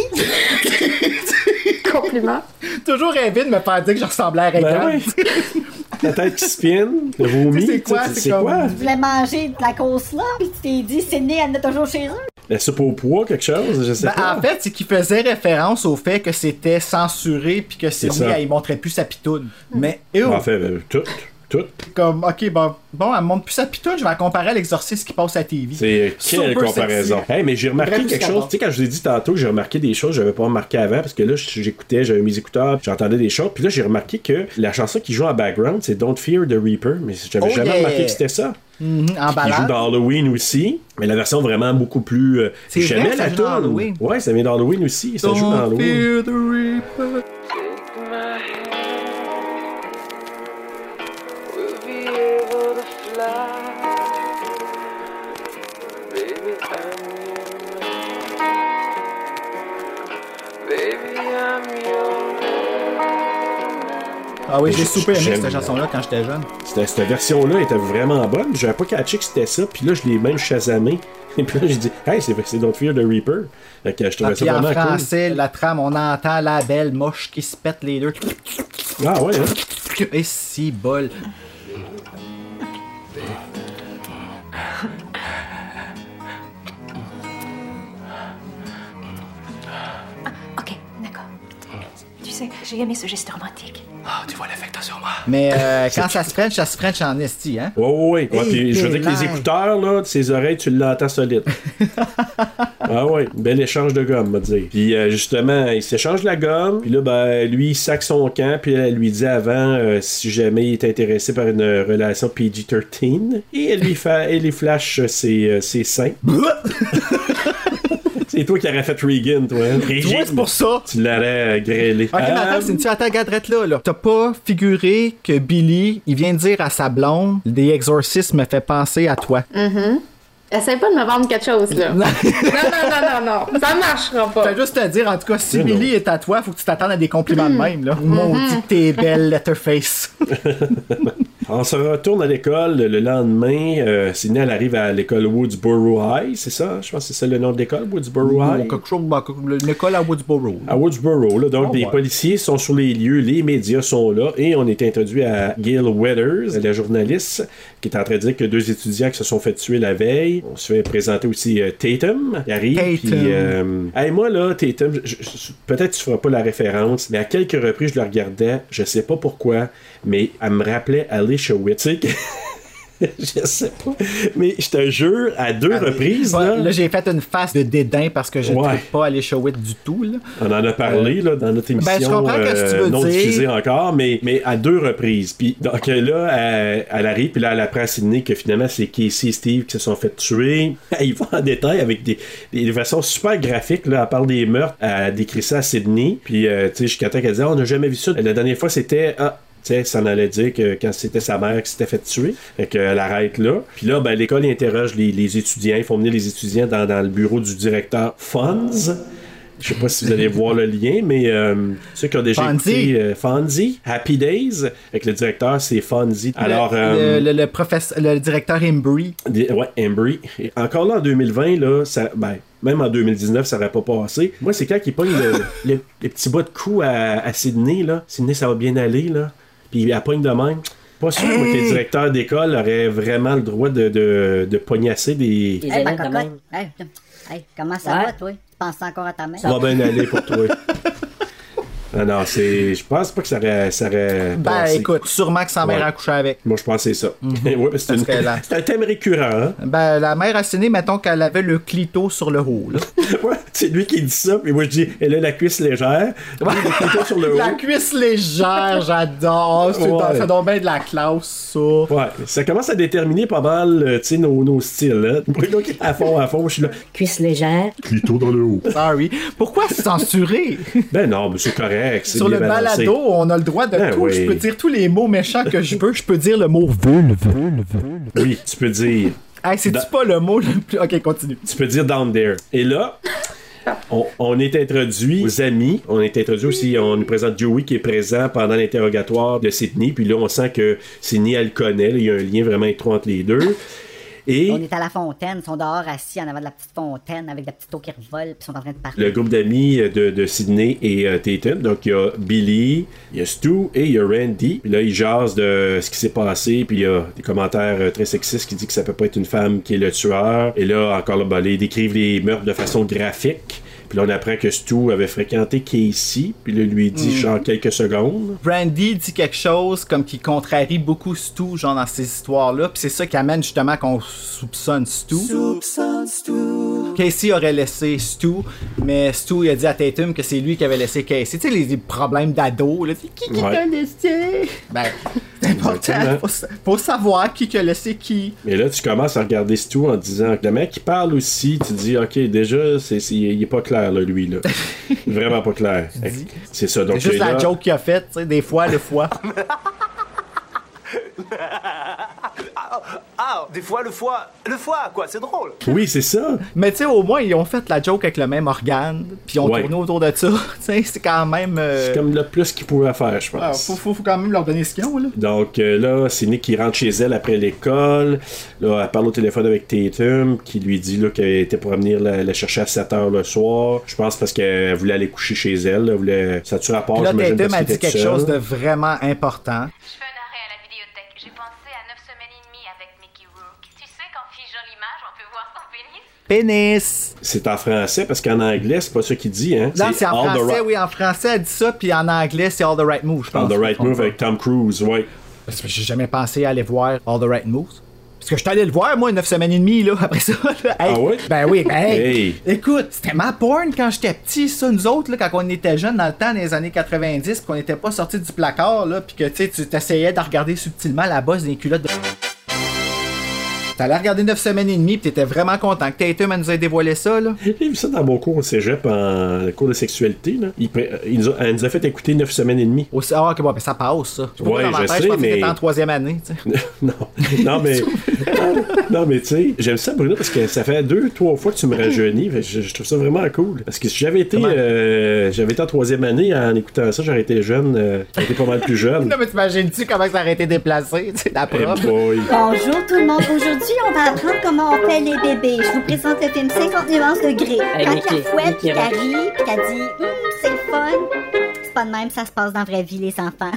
[SPEAKER 5] Compliment.
[SPEAKER 6] toujours rêvé de me faire dire que je ressemblais à Reagan.
[SPEAKER 7] Ben oui. *laughs* La tête qui spin, le vomi.
[SPEAKER 6] C'est quoi,
[SPEAKER 7] tu sais,
[SPEAKER 6] c'est
[SPEAKER 7] C'est
[SPEAKER 6] comme-
[SPEAKER 7] quoi?
[SPEAKER 12] Tu voulais manger de la grosse là, puis tu t'es dit, Sydney, elle en a toujours chez eux.
[SPEAKER 7] La soupe au poids, quelque chose? Je sais
[SPEAKER 6] Ben,
[SPEAKER 7] pas.
[SPEAKER 6] en fait, c'est qu'il faisait référence au fait que c'était censuré puis que c'est
[SPEAKER 7] ça.
[SPEAKER 6] lui, il montrait plus sa pitoune.
[SPEAKER 5] Hmm.
[SPEAKER 6] Mais, eh oh,
[SPEAKER 7] En fait, euh, tout. Tout.
[SPEAKER 6] comme, ok, bon, bon, elle me montre plus sa pitoune, je vais la comparer à l'exorciste qui passe à la TV.
[SPEAKER 7] C'est quelle
[SPEAKER 6] Super
[SPEAKER 7] comparaison. hein?
[SPEAKER 6] sexy.
[SPEAKER 7] Hey, mais j'ai remarqué
[SPEAKER 6] Bref,
[SPEAKER 7] quelque
[SPEAKER 6] jusqu'à
[SPEAKER 7] chose.
[SPEAKER 6] mort.
[SPEAKER 7] Tu sais, quand je vous ai dit tantôt que j'ai remarqué des choses, j'avais pas remarqué avant parce que là, j'écoutais, j'avais mes écouteurs, j'entendais des choses. Puis là, j'ai remarqué que la chanson qui joue en background, c'est Don't Fear the Reaper, mais j'avais
[SPEAKER 6] Oh
[SPEAKER 7] jamais
[SPEAKER 6] yeah.
[SPEAKER 7] remarqué que c'était ça.
[SPEAKER 6] Mhm, en
[SPEAKER 7] Il joue
[SPEAKER 6] balade.
[SPEAKER 7] dans Halloween aussi, mais la version vraiment beaucoup plus. euh,
[SPEAKER 6] C'est vrai
[SPEAKER 7] J'aimais
[SPEAKER 6] que ça
[SPEAKER 7] la
[SPEAKER 6] joue dans
[SPEAKER 7] tourne.
[SPEAKER 6] Halloween.
[SPEAKER 7] Ouais, ça vient d'Halloween aussi. Ça joue dans
[SPEAKER 6] Don't
[SPEAKER 7] Halloween.
[SPEAKER 6] fear the reaper. Ah oui, j'ai
[SPEAKER 7] J-
[SPEAKER 6] super aimé
[SPEAKER 7] j'aime.
[SPEAKER 6] cette chanson-là quand j'étais jeune.
[SPEAKER 7] C'était- Cette version-là était vraiment bonne. J'avais pas catché que c'était ça. Puis là, je l'ai même chasamé. *laughs* Et puis là, j'ai dit, hey, c'est c'est Don't Fear the Reaper. Fait que je
[SPEAKER 6] Ah,
[SPEAKER 7] trouvais ça
[SPEAKER 6] puis en
[SPEAKER 7] vraiment cool.
[SPEAKER 6] français, la trame, on entend la belle moche qui se pète les deux.
[SPEAKER 7] Ah ouais, hein?
[SPEAKER 6] Et si bol.
[SPEAKER 9] Ok, d'accord. Tu sais, J'ai aimé ce geste romantique.
[SPEAKER 3] Ah, tu vois l'effet que t'as sur moi.
[SPEAKER 6] Mais
[SPEAKER 7] *laughs*
[SPEAKER 6] euh, quand ça se French, ça se French en esti, hein?
[SPEAKER 7] Ouais, ouais, ouais. Ouais,
[SPEAKER 6] Hey,
[SPEAKER 7] puis je veux
[SPEAKER 6] t'es
[SPEAKER 7] dire que les
[SPEAKER 6] laid.
[SPEAKER 7] écouteurs, là, de ses oreilles, tu
[SPEAKER 6] *laughs*
[SPEAKER 7] l'entends solide. ah ouais, bel échange de gomme, on va dire. Puis euh, justement, il s'échange la gomme, puis là, ben, lui, il sac son camp, puis elle lui dit avant euh, si jamais il est intéressé par une relation PG-13. Et elle lui, fa- *laughs* elle lui flash euh, ses, euh, ses seins. c'est toi qui aurais fait Regan, toi. Hein?
[SPEAKER 6] vois, c'est pour ça.
[SPEAKER 7] Tu l'aurais euh, grêlé.
[SPEAKER 6] Ok, mais
[SPEAKER 7] Ah,
[SPEAKER 6] attends, c'est une attends, regarde, reste là, là. T'as pas figuré que Billy, il vient de dire à sa blonde, des exorcismes me fait penser à toi.
[SPEAKER 5] Mhm. Essaye pas de me vendre quelque chose,
[SPEAKER 6] *laughs*
[SPEAKER 5] là. non, non, non, non, non. Ça marchera pas.
[SPEAKER 6] T'as juste à dire, en tout cas, si
[SPEAKER 7] Non, Oh, non.
[SPEAKER 6] Billy est à toi, faut que tu t'attendes à des compliments de même, là. Maudit que t'es belle,
[SPEAKER 7] *laughs*
[SPEAKER 6] Letterface.
[SPEAKER 7] On se retourne à l'école le lendemain. Euh, Sydney, elle arrive à l'école Woodsboro High, c'est ça? Je pense que c'est ça le nom de l'école, Woodsboro High.
[SPEAKER 6] quelque chose, bah, l'école à Woodsboro.
[SPEAKER 7] À Woodsboro, là, donc
[SPEAKER 6] Ah,
[SPEAKER 7] les
[SPEAKER 6] ouais.
[SPEAKER 7] policiers sont sur les lieux, les médias sont là, et on est introduit à Gail Weathers, la journaliste, qui est en train de dire que deux étudiants qui se sont fait tuer la veille. On se fait présenter aussi euh, Tatum, qui arrive.
[SPEAKER 6] Tatum.
[SPEAKER 7] puis, euh, hey, moi, là, Tatum, je- je- peut-être tu feras pas la référence, mais à quelques reprises, je le regardais, je sais pas pourquoi, mais elle me rappelait Alicia Witt. Tu sais que- *laughs* Je sais pas. Mais je te jure, à
[SPEAKER 6] Ah,
[SPEAKER 7] deux reprises, là,
[SPEAKER 6] Là, j'ai fait une face de dédain parce que je ne
[SPEAKER 7] Ouais.
[SPEAKER 6] trouve pas aller Witt du tout, là.
[SPEAKER 7] On en a parlé là, dans notre émission
[SPEAKER 6] Ben, je comprends que ce que tu
[SPEAKER 7] euh,
[SPEAKER 6] veux
[SPEAKER 7] non
[SPEAKER 6] dire.
[SPEAKER 7] diffusée encore, mais, mais à deux reprises. Puis donc là, elle, elle arrive, puis là, elle apprend à Sydney que finalement, c'est Casey et Steve qui se sont fait tuer. *laughs* Elle va en détail avec des, des façons super graphiques. Là, elle parle des meurtres, elle décrit ça à Sydney. Puis euh, tu sais, jusqu'à temps qu'elle dise Ah, On n'a jamais vu ça. La dernière fois, c'était Ah, tu sais, ça en allait dire que quand c'était sa mère qui s'était fait tuer. Fait qu'elle arrête là. Puis là, ben, l'école interroge les, les étudiants. Ils font venir les étudiants dans, dans le bureau du directeur Fonz. Je sais pas si vous allez voir le lien, mais euh, ceux qui ont déjà
[SPEAKER 6] Fonzie.
[SPEAKER 7] écouté euh, Fonzie, Happy Days, avec le directeur, c'est Fonzie. Alors,
[SPEAKER 6] le,
[SPEAKER 7] euh,
[SPEAKER 6] le, le- le professeur, le directeur Embry.
[SPEAKER 7] des- ouais, Embry. Et encore là, en 2020, là, ça, ben, même en 2019, ça aurait pas passé. Moi, c'est quand il pogne
[SPEAKER 6] *laughs*
[SPEAKER 7] le, le- les petits bas de cou à, à Sydney, là. Sydney, ça va bien aller, là. Puis elle pogne de même. Pas sûr moi, que les directeurs d'école auraient vraiment le droit de, de, de poignasser des...
[SPEAKER 12] Hey, ma cocotte. Hey, hey, comment ça va, toi? Tu penses encore à ta mère?
[SPEAKER 7] Ça
[SPEAKER 6] *laughs*
[SPEAKER 7] va bien aller pour toi. Non, non, c'est. Je pense pas que ça aurait. Ça aurait
[SPEAKER 6] Ben,
[SPEAKER 7] passé.
[SPEAKER 6] écoute, sûrement que sa mère
[SPEAKER 7] Ouais.
[SPEAKER 6] a couché avec.
[SPEAKER 7] Moi, je pense que c'est ça. Ouais, parce que
[SPEAKER 6] Mhm. Ça
[SPEAKER 7] c'est
[SPEAKER 6] serait
[SPEAKER 7] une-
[SPEAKER 6] là.
[SPEAKER 7] c'est un thème récurrent.
[SPEAKER 6] *laughs*
[SPEAKER 7] hein.
[SPEAKER 6] Ben, la mère assinée, mettons qu'elle avait le clito sur le haut,
[SPEAKER 7] *laughs*
[SPEAKER 6] là.
[SPEAKER 7] Ouais, c'est lui qui dit ça, puis moi, je dis, elle a la cuisse légère. Ouais. Il est plutôt sur le haut.
[SPEAKER 6] *laughs* La cuisse légère, j'adore. C'est
[SPEAKER 7] Ouais.
[SPEAKER 6] ça donne bien de la classe, ça.
[SPEAKER 7] Ouais, ça commence à déterminer pas mal euh, tu sais, nos, nos styles. Hein. Bruno qui est à fond, à fond, je suis là.
[SPEAKER 13] Cuisse légère.
[SPEAKER 16] Clito dans le haut.
[SPEAKER 6] Sorry. Ah Pourquoi se censurer?
[SPEAKER 7] Ben non, mais c'est correct. c'est
[SPEAKER 6] Sur le
[SPEAKER 7] bien balancé.
[SPEAKER 6] balado, on a le droit de
[SPEAKER 7] Ben
[SPEAKER 6] tout.
[SPEAKER 7] oui.
[SPEAKER 6] Je peux dire tous les mots méchants que je veux. Je peux dire le mot vulve.
[SPEAKER 7] Oui, tu peux dire.
[SPEAKER 6] Hey, c'est-tu
[SPEAKER 7] Dans-
[SPEAKER 6] pas le mot le plus. Ok, continue.
[SPEAKER 7] Tu peux dire down there. Et là, on, on est introduit aux amis. On est introduit aussi, on nous présente Joey qui est présent pendant l'interrogatoire de Sydney. Puis là, on sent que Sydney, elle le connaît. là. Il y a un lien vraiment étroit entre les deux. Et
[SPEAKER 12] On est à la fontaine, ils sont dehors assis en avant de la petite fontaine avec de la petite eau qui revole, puis ils sont en train de parler.
[SPEAKER 7] le groupe d'amis euh, de, de Sydney et euh, Tatum. Donc, il y a Billy, il y a Stu et il y a Randy. Puis là, ils jasent de ce qui s'est passé. Puis il y a des commentaires euh, très sexistes qui disent que ça peut pas être une femme qui est le tueur. Et là, encore là, ben, là, ils décrivent les meurtres de façon graphique. Puis là, on apprend que Stu avait fréquenté Casey. Puis là, lui il
[SPEAKER 6] Hmm.
[SPEAKER 7] dit, genre, quelques secondes.
[SPEAKER 6] Brandy dit quelque chose comme qui contrarie beaucoup Stu, genre dans ces histoires-là. Puis c'est ça qui amène justement qu'on soupçonne Stu. Casey aurait laissé Stu, mais Stu il a dit à Tatum que c'est lui qui avait laissé Casey. Tu sais, les les problèmes d'ado, là. C'est qui qui
[SPEAKER 7] Ouais.
[SPEAKER 6] t'a laissé? Ben, c'est important.
[SPEAKER 7] Exactement.
[SPEAKER 6] Faut, sa- faut savoir qui qui a laissé qui.
[SPEAKER 7] Et là, tu commences à regarder Stu en disant que le mec qui parle aussi, tu dis, OK, déjà, c'est, c'est- il est pas clair, là, lui,
[SPEAKER 6] *laughs*
[SPEAKER 7] là. Vraiment pas clair. C'est ça. Donc,
[SPEAKER 6] C'est juste
[SPEAKER 7] et
[SPEAKER 6] la
[SPEAKER 7] là-
[SPEAKER 6] joke qu'il a faite, tu sais, des fois, le
[SPEAKER 7] *laughs*
[SPEAKER 6] foie.
[SPEAKER 11] Ah, des fois le foie. Le foie, quoi, c'est drôle.
[SPEAKER 7] Oui, c'est ça.
[SPEAKER 6] Mais tu sais, au moins, ils ont fait la joke avec le même organe, puis ils ont
[SPEAKER 7] Ouais.
[SPEAKER 6] tourné autour de ça. *laughs* Tu sais, c'est quand même. euh,
[SPEAKER 7] C'est comme le plus qu'ils pouvaient faire, je
[SPEAKER 6] ah,
[SPEAKER 7] pense.
[SPEAKER 6] faut, faut- faut quand même leur donner ce qu'ils ont, là.
[SPEAKER 7] Donc euh, là, c'est Nick qui rentre chez elle après l'école. Là, elle parle au téléphone avec Tatum, qui lui dit là, qu'elle était pour venir la, la chercher à 7h le soir. Je pense parce qu'elle voulait aller coucher chez elle. là, voulait... Ça tue rapport,
[SPEAKER 6] Puis là,
[SPEAKER 7] j'imagine,
[SPEAKER 6] Tatum
[SPEAKER 7] parce
[SPEAKER 6] a
[SPEAKER 7] qu'elle
[SPEAKER 6] dit
[SPEAKER 7] était
[SPEAKER 6] quelque
[SPEAKER 7] seule.
[SPEAKER 6] chose de vraiment important.
[SPEAKER 17] Je fais un arrêt à la bibliothèque. J'ai pensé à 9 semaines et demie avec Mickey Rourke. Tu sais qu'en figeant l'image, on peut voir son pénis?
[SPEAKER 6] pénis.
[SPEAKER 7] C'est en français parce qu'en anglais, c'est pas ça qu'il dit, hein?
[SPEAKER 6] Non, c'est en
[SPEAKER 7] all the
[SPEAKER 6] français,
[SPEAKER 7] right-
[SPEAKER 6] oui, en français, elle dit ça, puis en anglais, c'est All the Right Move, je pense.
[SPEAKER 7] All the right move avec Tom Cruise, ouais.
[SPEAKER 6] Parce que J'ai jamais pensé aller voir All the Right Moves. Parce que je suis allé le voir, moi, 9 semaines et demie, là, *laughs* après ça. là. Hey,
[SPEAKER 7] Ah ouais?
[SPEAKER 6] Ben oui, ben hey.
[SPEAKER 7] Hey.
[SPEAKER 6] Écoute, c'était ma porn quand j'étais petit, ça, nous autres, là, quand on était jeunes, dans le temps des années 90, pis qu'on n'était pas sortis du placard, là, pis que, tu sais, tu t'essayais de regarder subtilement la bosse des culottes de... T'allais regarder 9 semaines et demie, pis t'étais vraiment content que Tatum elle nous ait dévoilé ça, là.
[SPEAKER 7] J'ai vu ça dans mon cours au cégep, en cours de sexualité. Là. Il, pré- il nous a, elle nous a fait écouter 9 semaines et demie.
[SPEAKER 6] Aussi, ah, ok, bon, ben ça passe, ça. Je sais pas pourquoi
[SPEAKER 7] Ouais,
[SPEAKER 6] dans ma
[SPEAKER 7] je
[SPEAKER 6] tête,
[SPEAKER 7] sais,
[SPEAKER 6] pensais que
[SPEAKER 7] mais-
[SPEAKER 6] t'étais en troisième année, tu sais. *laughs*
[SPEAKER 7] *laughs* non, non, mais, non, mais tu sais, j'aime ça, Bruno, parce que ça fait deux, trois fois que tu me rajeunis. Fait que Je, je trouve ça vraiment cool. Parce que si j'avais été, euh, j'avais été en troisième année en écoutant ça, j'aurais été jeune, euh, j'aurais été pas mal plus jeune.
[SPEAKER 6] *laughs* Non, mais t'imagines-tu comment ça aurait été déplacé, tu sais, la
[SPEAKER 7] Eh
[SPEAKER 6] prof?
[SPEAKER 7] boy.
[SPEAKER 8] Bonjour tout le monde. Aujourd'hui, on va apprendre comment on fait les bébés. Je vous présente le film 50 nuances degrés.
[SPEAKER 13] Hey,
[SPEAKER 8] Quand
[SPEAKER 13] Mickey,
[SPEAKER 8] la fouette,
[SPEAKER 13] Mickey,
[SPEAKER 8] puis qu'elle
[SPEAKER 13] arrête.
[SPEAKER 8] rit, puis qu'elle dit Hum, c'est le fun. C'est pas de même, ça se passe dans la vraie vie, les enfants.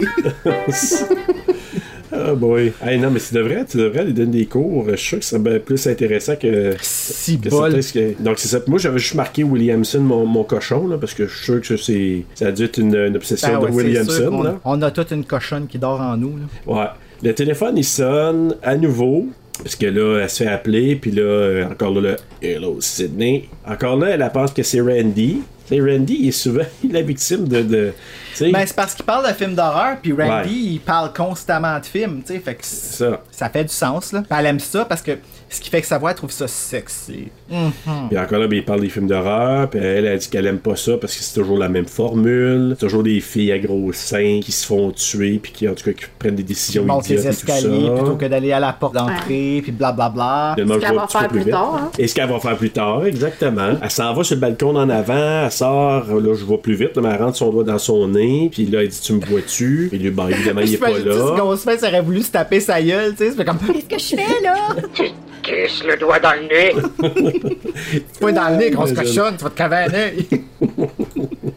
[SPEAKER 7] Ah boy. Hey, non, mais c'est de vrai, tu devrais aller donner des cours. Je suis sûr que ça serait plus intéressant que.
[SPEAKER 6] Si
[SPEAKER 7] que
[SPEAKER 6] bol.
[SPEAKER 7] certains- que- Donc, c'est ça. Moi, j'avais juste marqué Williamson, mon, mon cochon, là, parce que je suis sûr que c'est, ça a dû être une, une obsession
[SPEAKER 6] Ah ouais,
[SPEAKER 7] de
[SPEAKER 6] c'est sûr
[SPEAKER 7] Williamson.
[SPEAKER 6] qu'on-
[SPEAKER 7] Là.
[SPEAKER 6] On a toute une cochonne qui dort en nous. là.
[SPEAKER 7] Ouais. Le téléphone, il sonne à nouveau. Parce que là, elle se fait appeler, puis là, euh, encore là, le Hello Sydney. Encore là, elle pense que c'est Randy. Tu sais, Randy, il est souvent *laughs* la victime de. de tu sais,
[SPEAKER 6] Ben, c'est parce qu'il parle de films d'horreur, puis Randy,
[SPEAKER 7] Ouais.
[SPEAKER 6] il parle constamment de films, tu sais, fait que c-
[SPEAKER 7] ça.
[SPEAKER 6] ça fait du sens, là. Puis elle aime ça parce que ce qui fait que sa voix elle trouve ça sexy.
[SPEAKER 7] Puis encore là, ben, il parle des films d'horreur. Puis elle, a dit qu'elle aime pas ça parce que c'est toujours la même formule. C'est toujours des filles à gros seins qui se font tuer. Puis qui, en tout cas, qui prennent des
[SPEAKER 6] Il
[SPEAKER 7] décisions
[SPEAKER 6] monte
[SPEAKER 7] idiotes
[SPEAKER 6] les
[SPEAKER 7] et
[SPEAKER 6] escaliers
[SPEAKER 7] tout ça.
[SPEAKER 6] plutôt que d'aller à la porte d'entrée, puis blablabla.
[SPEAKER 5] C'est
[SPEAKER 7] Finalement,
[SPEAKER 5] ce
[SPEAKER 7] je
[SPEAKER 5] qu'elle
[SPEAKER 7] vois
[SPEAKER 5] va
[SPEAKER 7] tout ça
[SPEAKER 5] faire plus
[SPEAKER 7] vite.
[SPEAKER 5] tard, hein.
[SPEAKER 7] Et ce qu'elle va faire plus tard, exactement. Elle s'en va sur le balcon en avant, elle sort, là, je vois plus vite, là, mais elle rentre son doigt dans son nez, puis là, elle dit Tu me vois-tu Puis lui, ben,
[SPEAKER 5] *laughs*
[SPEAKER 7] évidemment, il est pas
[SPEAKER 6] J'imagine-tu ce
[SPEAKER 7] là.
[SPEAKER 6] qu'on se fait, ça aurait voulu se taper sa gueule, tu sais, c'est comme...
[SPEAKER 8] Qu'est-ce que je fais là?
[SPEAKER 15] Crisse le doigt dans le nez.
[SPEAKER 6] C'est pas dans le nez, grosse
[SPEAKER 7] Imagine.
[SPEAKER 6] cochonne, tu vas te caver un
[SPEAKER 7] *laughs*
[SPEAKER 6] œil.
[SPEAKER 7] *laughs*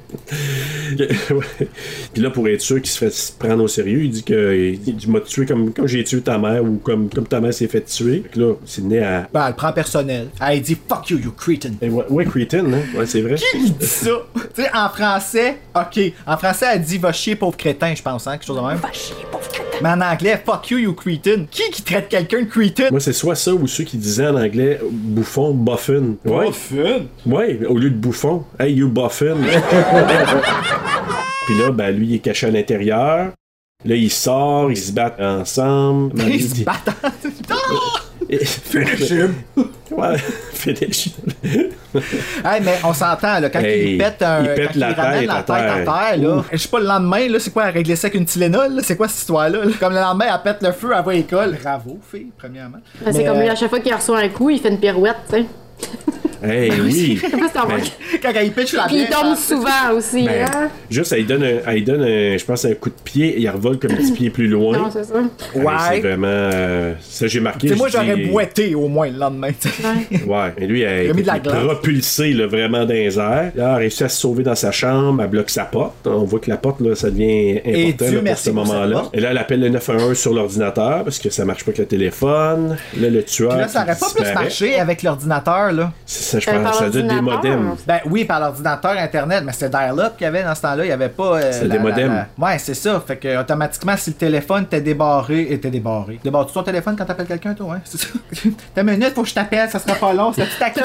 [SPEAKER 7] Ouais. puis là, pour être sûr qu'il se fait se prendre au sérieux, il dit que il dit, m'a tué comme, comme j'ai tué ta mère ou comme, comme ta mère s'est fait tuer. Fait que là, c'est né à.
[SPEAKER 6] Ben, elle prend personnel. Elle dit « Fuck you, you cretin ».
[SPEAKER 7] Eh, ouais, ouais, Cretin, hein? Ouais, c'est vrai.
[SPEAKER 6] Qui dit ça? tu sais, en français, ok. En français, elle dit va chier, pauvre crétin, je pense, hein, quelque chose de même. Va chier, pauvre crétin. Mais en anglais, fuck you, you cretin. Qui qui traite quelqu'un de cretin?
[SPEAKER 7] Moi, c'est soit ça ou ceux qui disaient en anglais bouffon, buffin. Ouais.
[SPEAKER 6] fun.
[SPEAKER 7] Ouais, au lieu de bouffon, hey
[SPEAKER 6] *laughs*
[SPEAKER 7] you buffin. Puis là, ben lui, il est caché à l'intérieur. Là, il sort, ils se battent ensemble.
[SPEAKER 6] Ils se
[SPEAKER 7] dit- *laughs*
[SPEAKER 6] battent. *laughs*
[SPEAKER 7] Finish him! Ouais, finish him.
[SPEAKER 6] Hey, mais on s'entend, là, quand
[SPEAKER 7] Hey,
[SPEAKER 6] il pète, un,
[SPEAKER 7] il pète
[SPEAKER 6] quand
[SPEAKER 7] la
[SPEAKER 6] il ramène
[SPEAKER 7] tête
[SPEAKER 6] la
[SPEAKER 7] à
[SPEAKER 6] tête à
[SPEAKER 7] terre.
[SPEAKER 6] terre, là. Je sais pas, le lendemain, là, c'est quoi, elle régler ça avec une Tylenol, là? C'est quoi cette histoire-là? là? Comme le lendemain, elle pète le feu, elle va à l'école. Bravo, fille, premièrement.
[SPEAKER 5] Ben, c'est
[SPEAKER 6] Mais,
[SPEAKER 5] comme lui,
[SPEAKER 6] euh,
[SPEAKER 5] à chaque fois qu'il reçoit un coup, il fait une pirouette, tu sais.
[SPEAKER 7] Hey,
[SPEAKER 6] Ah,
[SPEAKER 7] oui!
[SPEAKER 5] Je sais pas si t'as
[SPEAKER 7] Ben,
[SPEAKER 5] remarqué.
[SPEAKER 6] Quand elle pitch la
[SPEAKER 5] Puis il
[SPEAKER 6] tête,
[SPEAKER 5] tombe
[SPEAKER 6] ça-
[SPEAKER 5] souvent aussi,
[SPEAKER 7] ben,
[SPEAKER 5] hein.
[SPEAKER 7] juste, elle lui donne, un, elle lui donne un- je pense, un coup de pied et il revole comme un petit pied plus loin.
[SPEAKER 5] Non, c'est ça.
[SPEAKER 7] Ah, mais C'est
[SPEAKER 6] Ouais.
[SPEAKER 7] vraiment. euh, ça, j'ai marqué.
[SPEAKER 6] Tu sais, moi,
[SPEAKER 7] je dis-
[SPEAKER 6] j'aurais boité au moins le lendemain, tu sais.
[SPEAKER 7] Ouais, mais lui, elle
[SPEAKER 6] Il a mis de la
[SPEAKER 7] est
[SPEAKER 6] glace.
[SPEAKER 7] propulsée là, vraiment dans les airs. Là, elle a réussi à se sauver dans sa chambre, elle bloque sa porte. On voit que la porte, là, ça devient important
[SPEAKER 6] Dieu
[SPEAKER 7] là, pour
[SPEAKER 6] merci
[SPEAKER 7] ce
[SPEAKER 6] pour cette
[SPEAKER 7] moment-là.
[SPEAKER 6] porte.
[SPEAKER 7] Et là, elle appelle le 911 sur l'ordinateur parce que ça marche pas avec le téléphone. Là, le tueur.
[SPEAKER 6] Puis là, ça
[SPEAKER 7] qui
[SPEAKER 6] aurait pas plus
[SPEAKER 7] disparaît.
[SPEAKER 6] marché avec l'ordinateur, là.
[SPEAKER 7] Ça, je
[SPEAKER 5] Euh,
[SPEAKER 7] pense,
[SPEAKER 5] par
[SPEAKER 7] ça doit être des
[SPEAKER 5] ordinateur.
[SPEAKER 7] modems.
[SPEAKER 6] Ben oui, par l'ordinateur Internet, mais c'était dial-up qu'il y avait dans ce temps-là, il n'y avait pas. euh,
[SPEAKER 7] C'était
[SPEAKER 6] la- la-
[SPEAKER 7] des modems.
[SPEAKER 6] la- Ouais, c'est ça. Fait que automatiquement, si le téléphone t'es débarré, était débarré. Débarres-tu ton téléphone quand t'appelles quelqu'un, toi, hein? *laughs* C'est ça. T'as une minute, faut que je t'appelle, ça sera pas long, c'est la petite clé.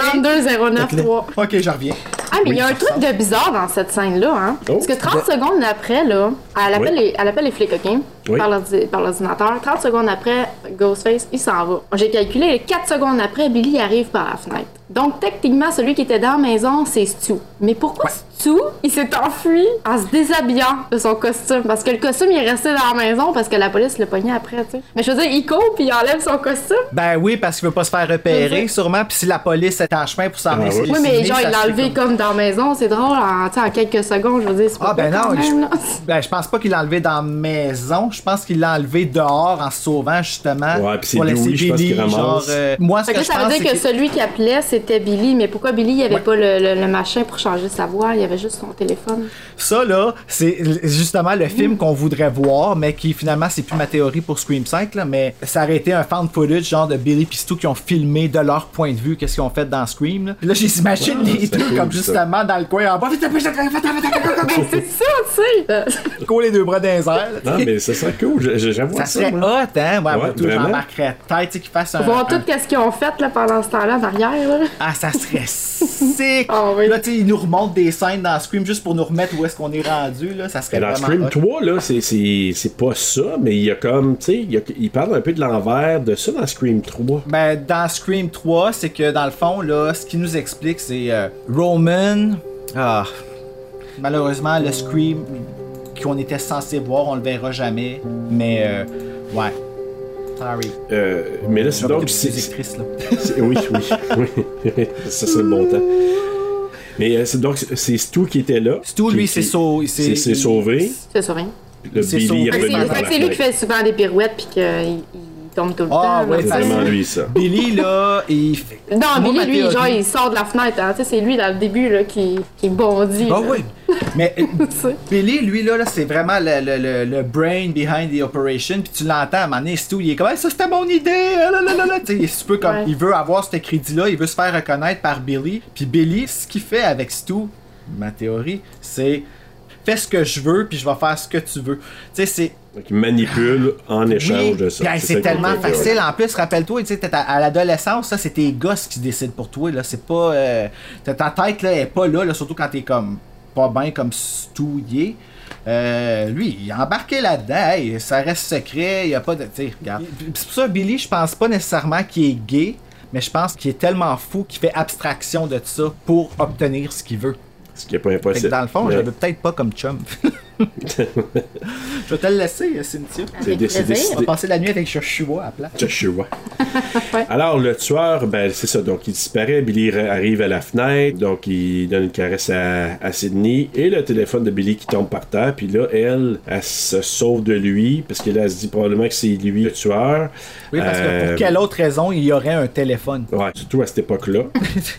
[SPEAKER 5] 32-09-3.
[SPEAKER 6] Ok, je reviens.
[SPEAKER 5] Ah, mais il y a
[SPEAKER 6] Oui,
[SPEAKER 5] un
[SPEAKER 6] ça
[SPEAKER 5] truc de bizarre dans cette scène-là, hein.
[SPEAKER 7] Oh.
[SPEAKER 5] Parce que 30 secondes après, là, elle appelle,
[SPEAKER 7] Oui.
[SPEAKER 5] les, elle appelle les flics, OK?
[SPEAKER 7] Oui.
[SPEAKER 5] Par l'ordi- par l'ordinateur. 30 secondes après, Ghostface, il s'en va. J'ai calculé, 4 secondes après, Billy arrive par la fenêtre. Donc, techniquement, celui qui était dans la maison, c'est Stu. Mais pourquoi Stu, il s'est enfui en se déshabillant de son costume? Parce que le costume, il est resté dans la maison parce que la police le pognait après, tu sais. Mais je veux dire, il court, puis il enlève son costume.
[SPEAKER 6] Ben oui, parce qu'il veut pas se faire repérer,
[SPEAKER 5] Oui.
[SPEAKER 6] sûrement. Puis si la police est en chemin pour s'en
[SPEAKER 7] Ah
[SPEAKER 6] aller,
[SPEAKER 7] oui.
[SPEAKER 6] c'est
[SPEAKER 5] Oui, mais
[SPEAKER 6] signé,
[SPEAKER 5] genre,
[SPEAKER 6] ça
[SPEAKER 5] il
[SPEAKER 6] se
[SPEAKER 5] l'a
[SPEAKER 6] fait
[SPEAKER 5] enlevé
[SPEAKER 6] comme-
[SPEAKER 5] comme dans la maison, c'est drôle, en, tu sais, en quelques secondes, je veux dire, c'est pas
[SPEAKER 6] Ah ben
[SPEAKER 5] beau quand
[SPEAKER 6] non,
[SPEAKER 5] même, là.
[SPEAKER 6] je... ben, je pense pas qu'il l'a enlevé dans la maison, je pense qu'il l'a enlevé dehors en se sauvant justement
[SPEAKER 7] Ouais, puis c'est
[SPEAKER 6] pour laisser
[SPEAKER 7] Dewey, je pense
[SPEAKER 6] Billy,
[SPEAKER 7] qu'il ramasse.
[SPEAKER 6] genre euh, moi ce
[SPEAKER 5] Fait que
[SPEAKER 6] que
[SPEAKER 5] là,
[SPEAKER 6] je
[SPEAKER 5] ça veut
[SPEAKER 6] pense
[SPEAKER 5] dire que,
[SPEAKER 6] c'est que-
[SPEAKER 5] celui qui appelait, c'est c'était Billy, mais pourquoi Billy, il n'y avait pas le, le- le machin pour changer sa voix, il y avait juste son téléphone.
[SPEAKER 6] Ça, là, c'est l- justement le film qu'on voudrait voir, mais qui finalement, c'est plus ma théorie pour Scream 5, là, mais ça aurait été un fan footage genre de Billy Pistou qui ont filmé de leur point de vue qu'est-ce qu'ils ont fait dans Scream. Là, Puis là j'imagine
[SPEAKER 7] Ouais,
[SPEAKER 6] les
[SPEAKER 7] c'est
[SPEAKER 6] deux
[SPEAKER 7] cool,
[SPEAKER 6] comme
[SPEAKER 7] ça.
[SPEAKER 6] justement dans le coin en bas. c'est
[SPEAKER 5] *laughs*
[SPEAKER 6] Euh,
[SPEAKER 5] ça, tu
[SPEAKER 6] sais! Cours les deux bras dans les airs. là,
[SPEAKER 7] Non,
[SPEAKER 6] tu sais.
[SPEAKER 7] mais ça serait cool. J- j- J'avoue
[SPEAKER 6] Ça
[SPEAKER 7] ça.
[SPEAKER 6] serait hot,
[SPEAKER 7] moi.
[SPEAKER 6] hein? Ouais, après
[SPEAKER 7] Ouais,
[SPEAKER 6] tout,
[SPEAKER 7] vraiment.
[SPEAKER 6] j'embarquerais tête, tu sais, qu'ils fassent un.
[SPEAKER 5] Voir
[SPEAKER 6] un-
[SPEAKER 5] tout ce qu'ils ont fait là, pendant ce temps-là en arrière. là.
[SPEAKER 6] Ah, ça serait sick!
[SPEAKER 5] Ah
[SPEAKER 6] Là, tu sais, ils nous remontent des scènes dans Scream juste pour nous remettre où est-ce qu'on est rendu, là. Ça serait
[SPEAKER 7] Mais Dans
[SPEAKER 6] vraiment
[SPEAKER 7] Scream
[SPEAKER 6] hot.
[SPEAKER 7] 3, là, c'est- c'est c'est pas ça, mais il y a comme, tu sais, il, y a- il parle un peu de l'envers de ça dans Scream 3.
[SPEAKER 6] Ben, dans Scream 3, c'est que dans le fond, là, ce qui nous explique, c'est euh, Roman. Ah. Malheureusement, le Scream qu'on était censé voir, on le verra jamais. Mais, euh, ouais. Sorry.
[SPEAKER 7] Euh, mais là, c'est donc.
[SPEAKER 6] c'est.
[SPEAKER 7] c'est-
[SPEAKER 6] là.
[SPEAKER 7] c'est- Oui, oui, oui. *laughs* ça, c'est le bon temps. Mais euh, c'est donc, c'est Stu qui était là.
[SPEAKER 6] Stu, lui, c'est sau- c'est-
[SPEAKER 7] c'est- c'est sauvé.
[SPEAKER 5] C'est ça, rien.
[SPEAKER 7] Le
[SPEAKER 6] c'est
[SPEAKER 7] Billy
[SPEAKER 6] sauvé.
[SPEAKER 7] est
[SPEAKER 5] Fait que
[SPEAKER 7] revenu
[SPEAKER 5] Ah, C'est
[SPEAKER 7] par
[SPEAKER 5] fait
[SPEAKER 7] la
[SPEAKER 5] que c'est lui qui
[SPEAKER 7] fenêtre.
[SPEAKER 5] fait souvent des pirouettes puis qu'il il tombe tout le
[SPEAKER 6] Ah,
[SPEAKER 5] temps.
[SPEAKER 6] ouais,
[SPEAKER 5] là.
[SPEAKER 6] ça,
[SPEAKER 7] C'est vraiment lui, ça.
[SPEAKER 6] Billy, là, il. fait-
[SPEAKER 5] Non,
[SPEAKER 6] Moi,
[SPEAKER 5] Billy,
[SPEAKER 6] ma
[SPEAKER 5] lui,
[SPEAKER 6] théorie-
[SPEAKER 5] genre, il sort de la fenêtre. hein. Tu sais, C'est lui, là, le début, là, qui, qui bondit. là.
[SPEAKER 6] Ah oui.
[SPEAKER 5] *laughs*
[SPEAKER 6] Mais euh, Billy, lui, là, là, c'est vraiment le, le- le- le brain behind the operation. Puis tu l'entends, à un moment donné, Stu, il est comme Hey, ça c'était mon idée! ah, là, là, là, là. Tu sais, Il est super comme.
[SPEAKER 5] Ouais.
[SPEAKER 6] Il veut avoir ce crédit-là, il veut se faire reconnaître par Billy. Puis Billy, ce qu'il fait avec Stu, ma théorie, c'est fais ce que je veux, puis je vais faire ce que tu veux. Tu sais, c'est.
[SPEAKER 7] Donc, il manipule en échange
[SPEAKER 6] Oui.
[SPEAKER 7] de ça.
[SPEAKER 6] Hey,
[SPEAKER 7] ça
[SPEAKER 6] c'est
[SPEAKER 7] qu'on
[SPEAKER 6] tellement
[SPEAKER 7] fait,
[SPEAKER 6] facile.
[SPEAKER 7] ouais.
[SPEAKER 6] En plus, rappelle-toi, tu sais, t'es à, à l'adolescence, ça, c'est tes gosses qui décident pour toi. Là, c'est pas, euh, t'as- ta tête là est pas là, là, surtout quand t'es comme pas bien comme stouillé. Euh, lui, il est embarqué là-dedans, Hey, ça reste secret, il y a pas de. tu sais, regarde. Puis C'est pour ça, Billy, je pense pas nécessairement qu'il est gay, mais je pense qu'il est tellement fou qu'il fait abstraction de ça pour obtenir ce qu'il veut.
[SPEAKER 7] Ce qui est pas
[SPEAKER 6] Fait que
[SPEAKER 7] impossible.
[SPEAKER 6] dans le fond,
[SPEAKER 7] Ouais.
[SPEAKER 6] je le veux peut-être pas comme
[SPEAKER 7] *laughs*
[SPEAKER 6] chum. *laughs* je vais te le laisser, Cynthia.
[SPEAKER 7] C'est dé- c'est
[SPEAKER 6] On va
[SPEAKER 7] décidé.
[SPEAKER 6] passer la nuit avec Joshua à plat.
[SPEAKER 7] Joshua. Alors, le tueur, ben, c'est ça. Donc, il disparaît. Billy ra- arrive à la fenêtre. Donc, il donne une caresse à, à Sydney. Et le téléphone de Billy qui tombe par terre. Puis là, elle, elle se sauve de lui. Parce que là, elle se dit probablement que c'est lui le tueur.
[SPEAKER 6] Oui, parce que
[SPEAKER 7] Euh,
[SPEAKER 6] pour quelle autre raison il y aurait un *laughs* téléphone?
[SPEAKER 7] Ouais, surtout à cette époque-là.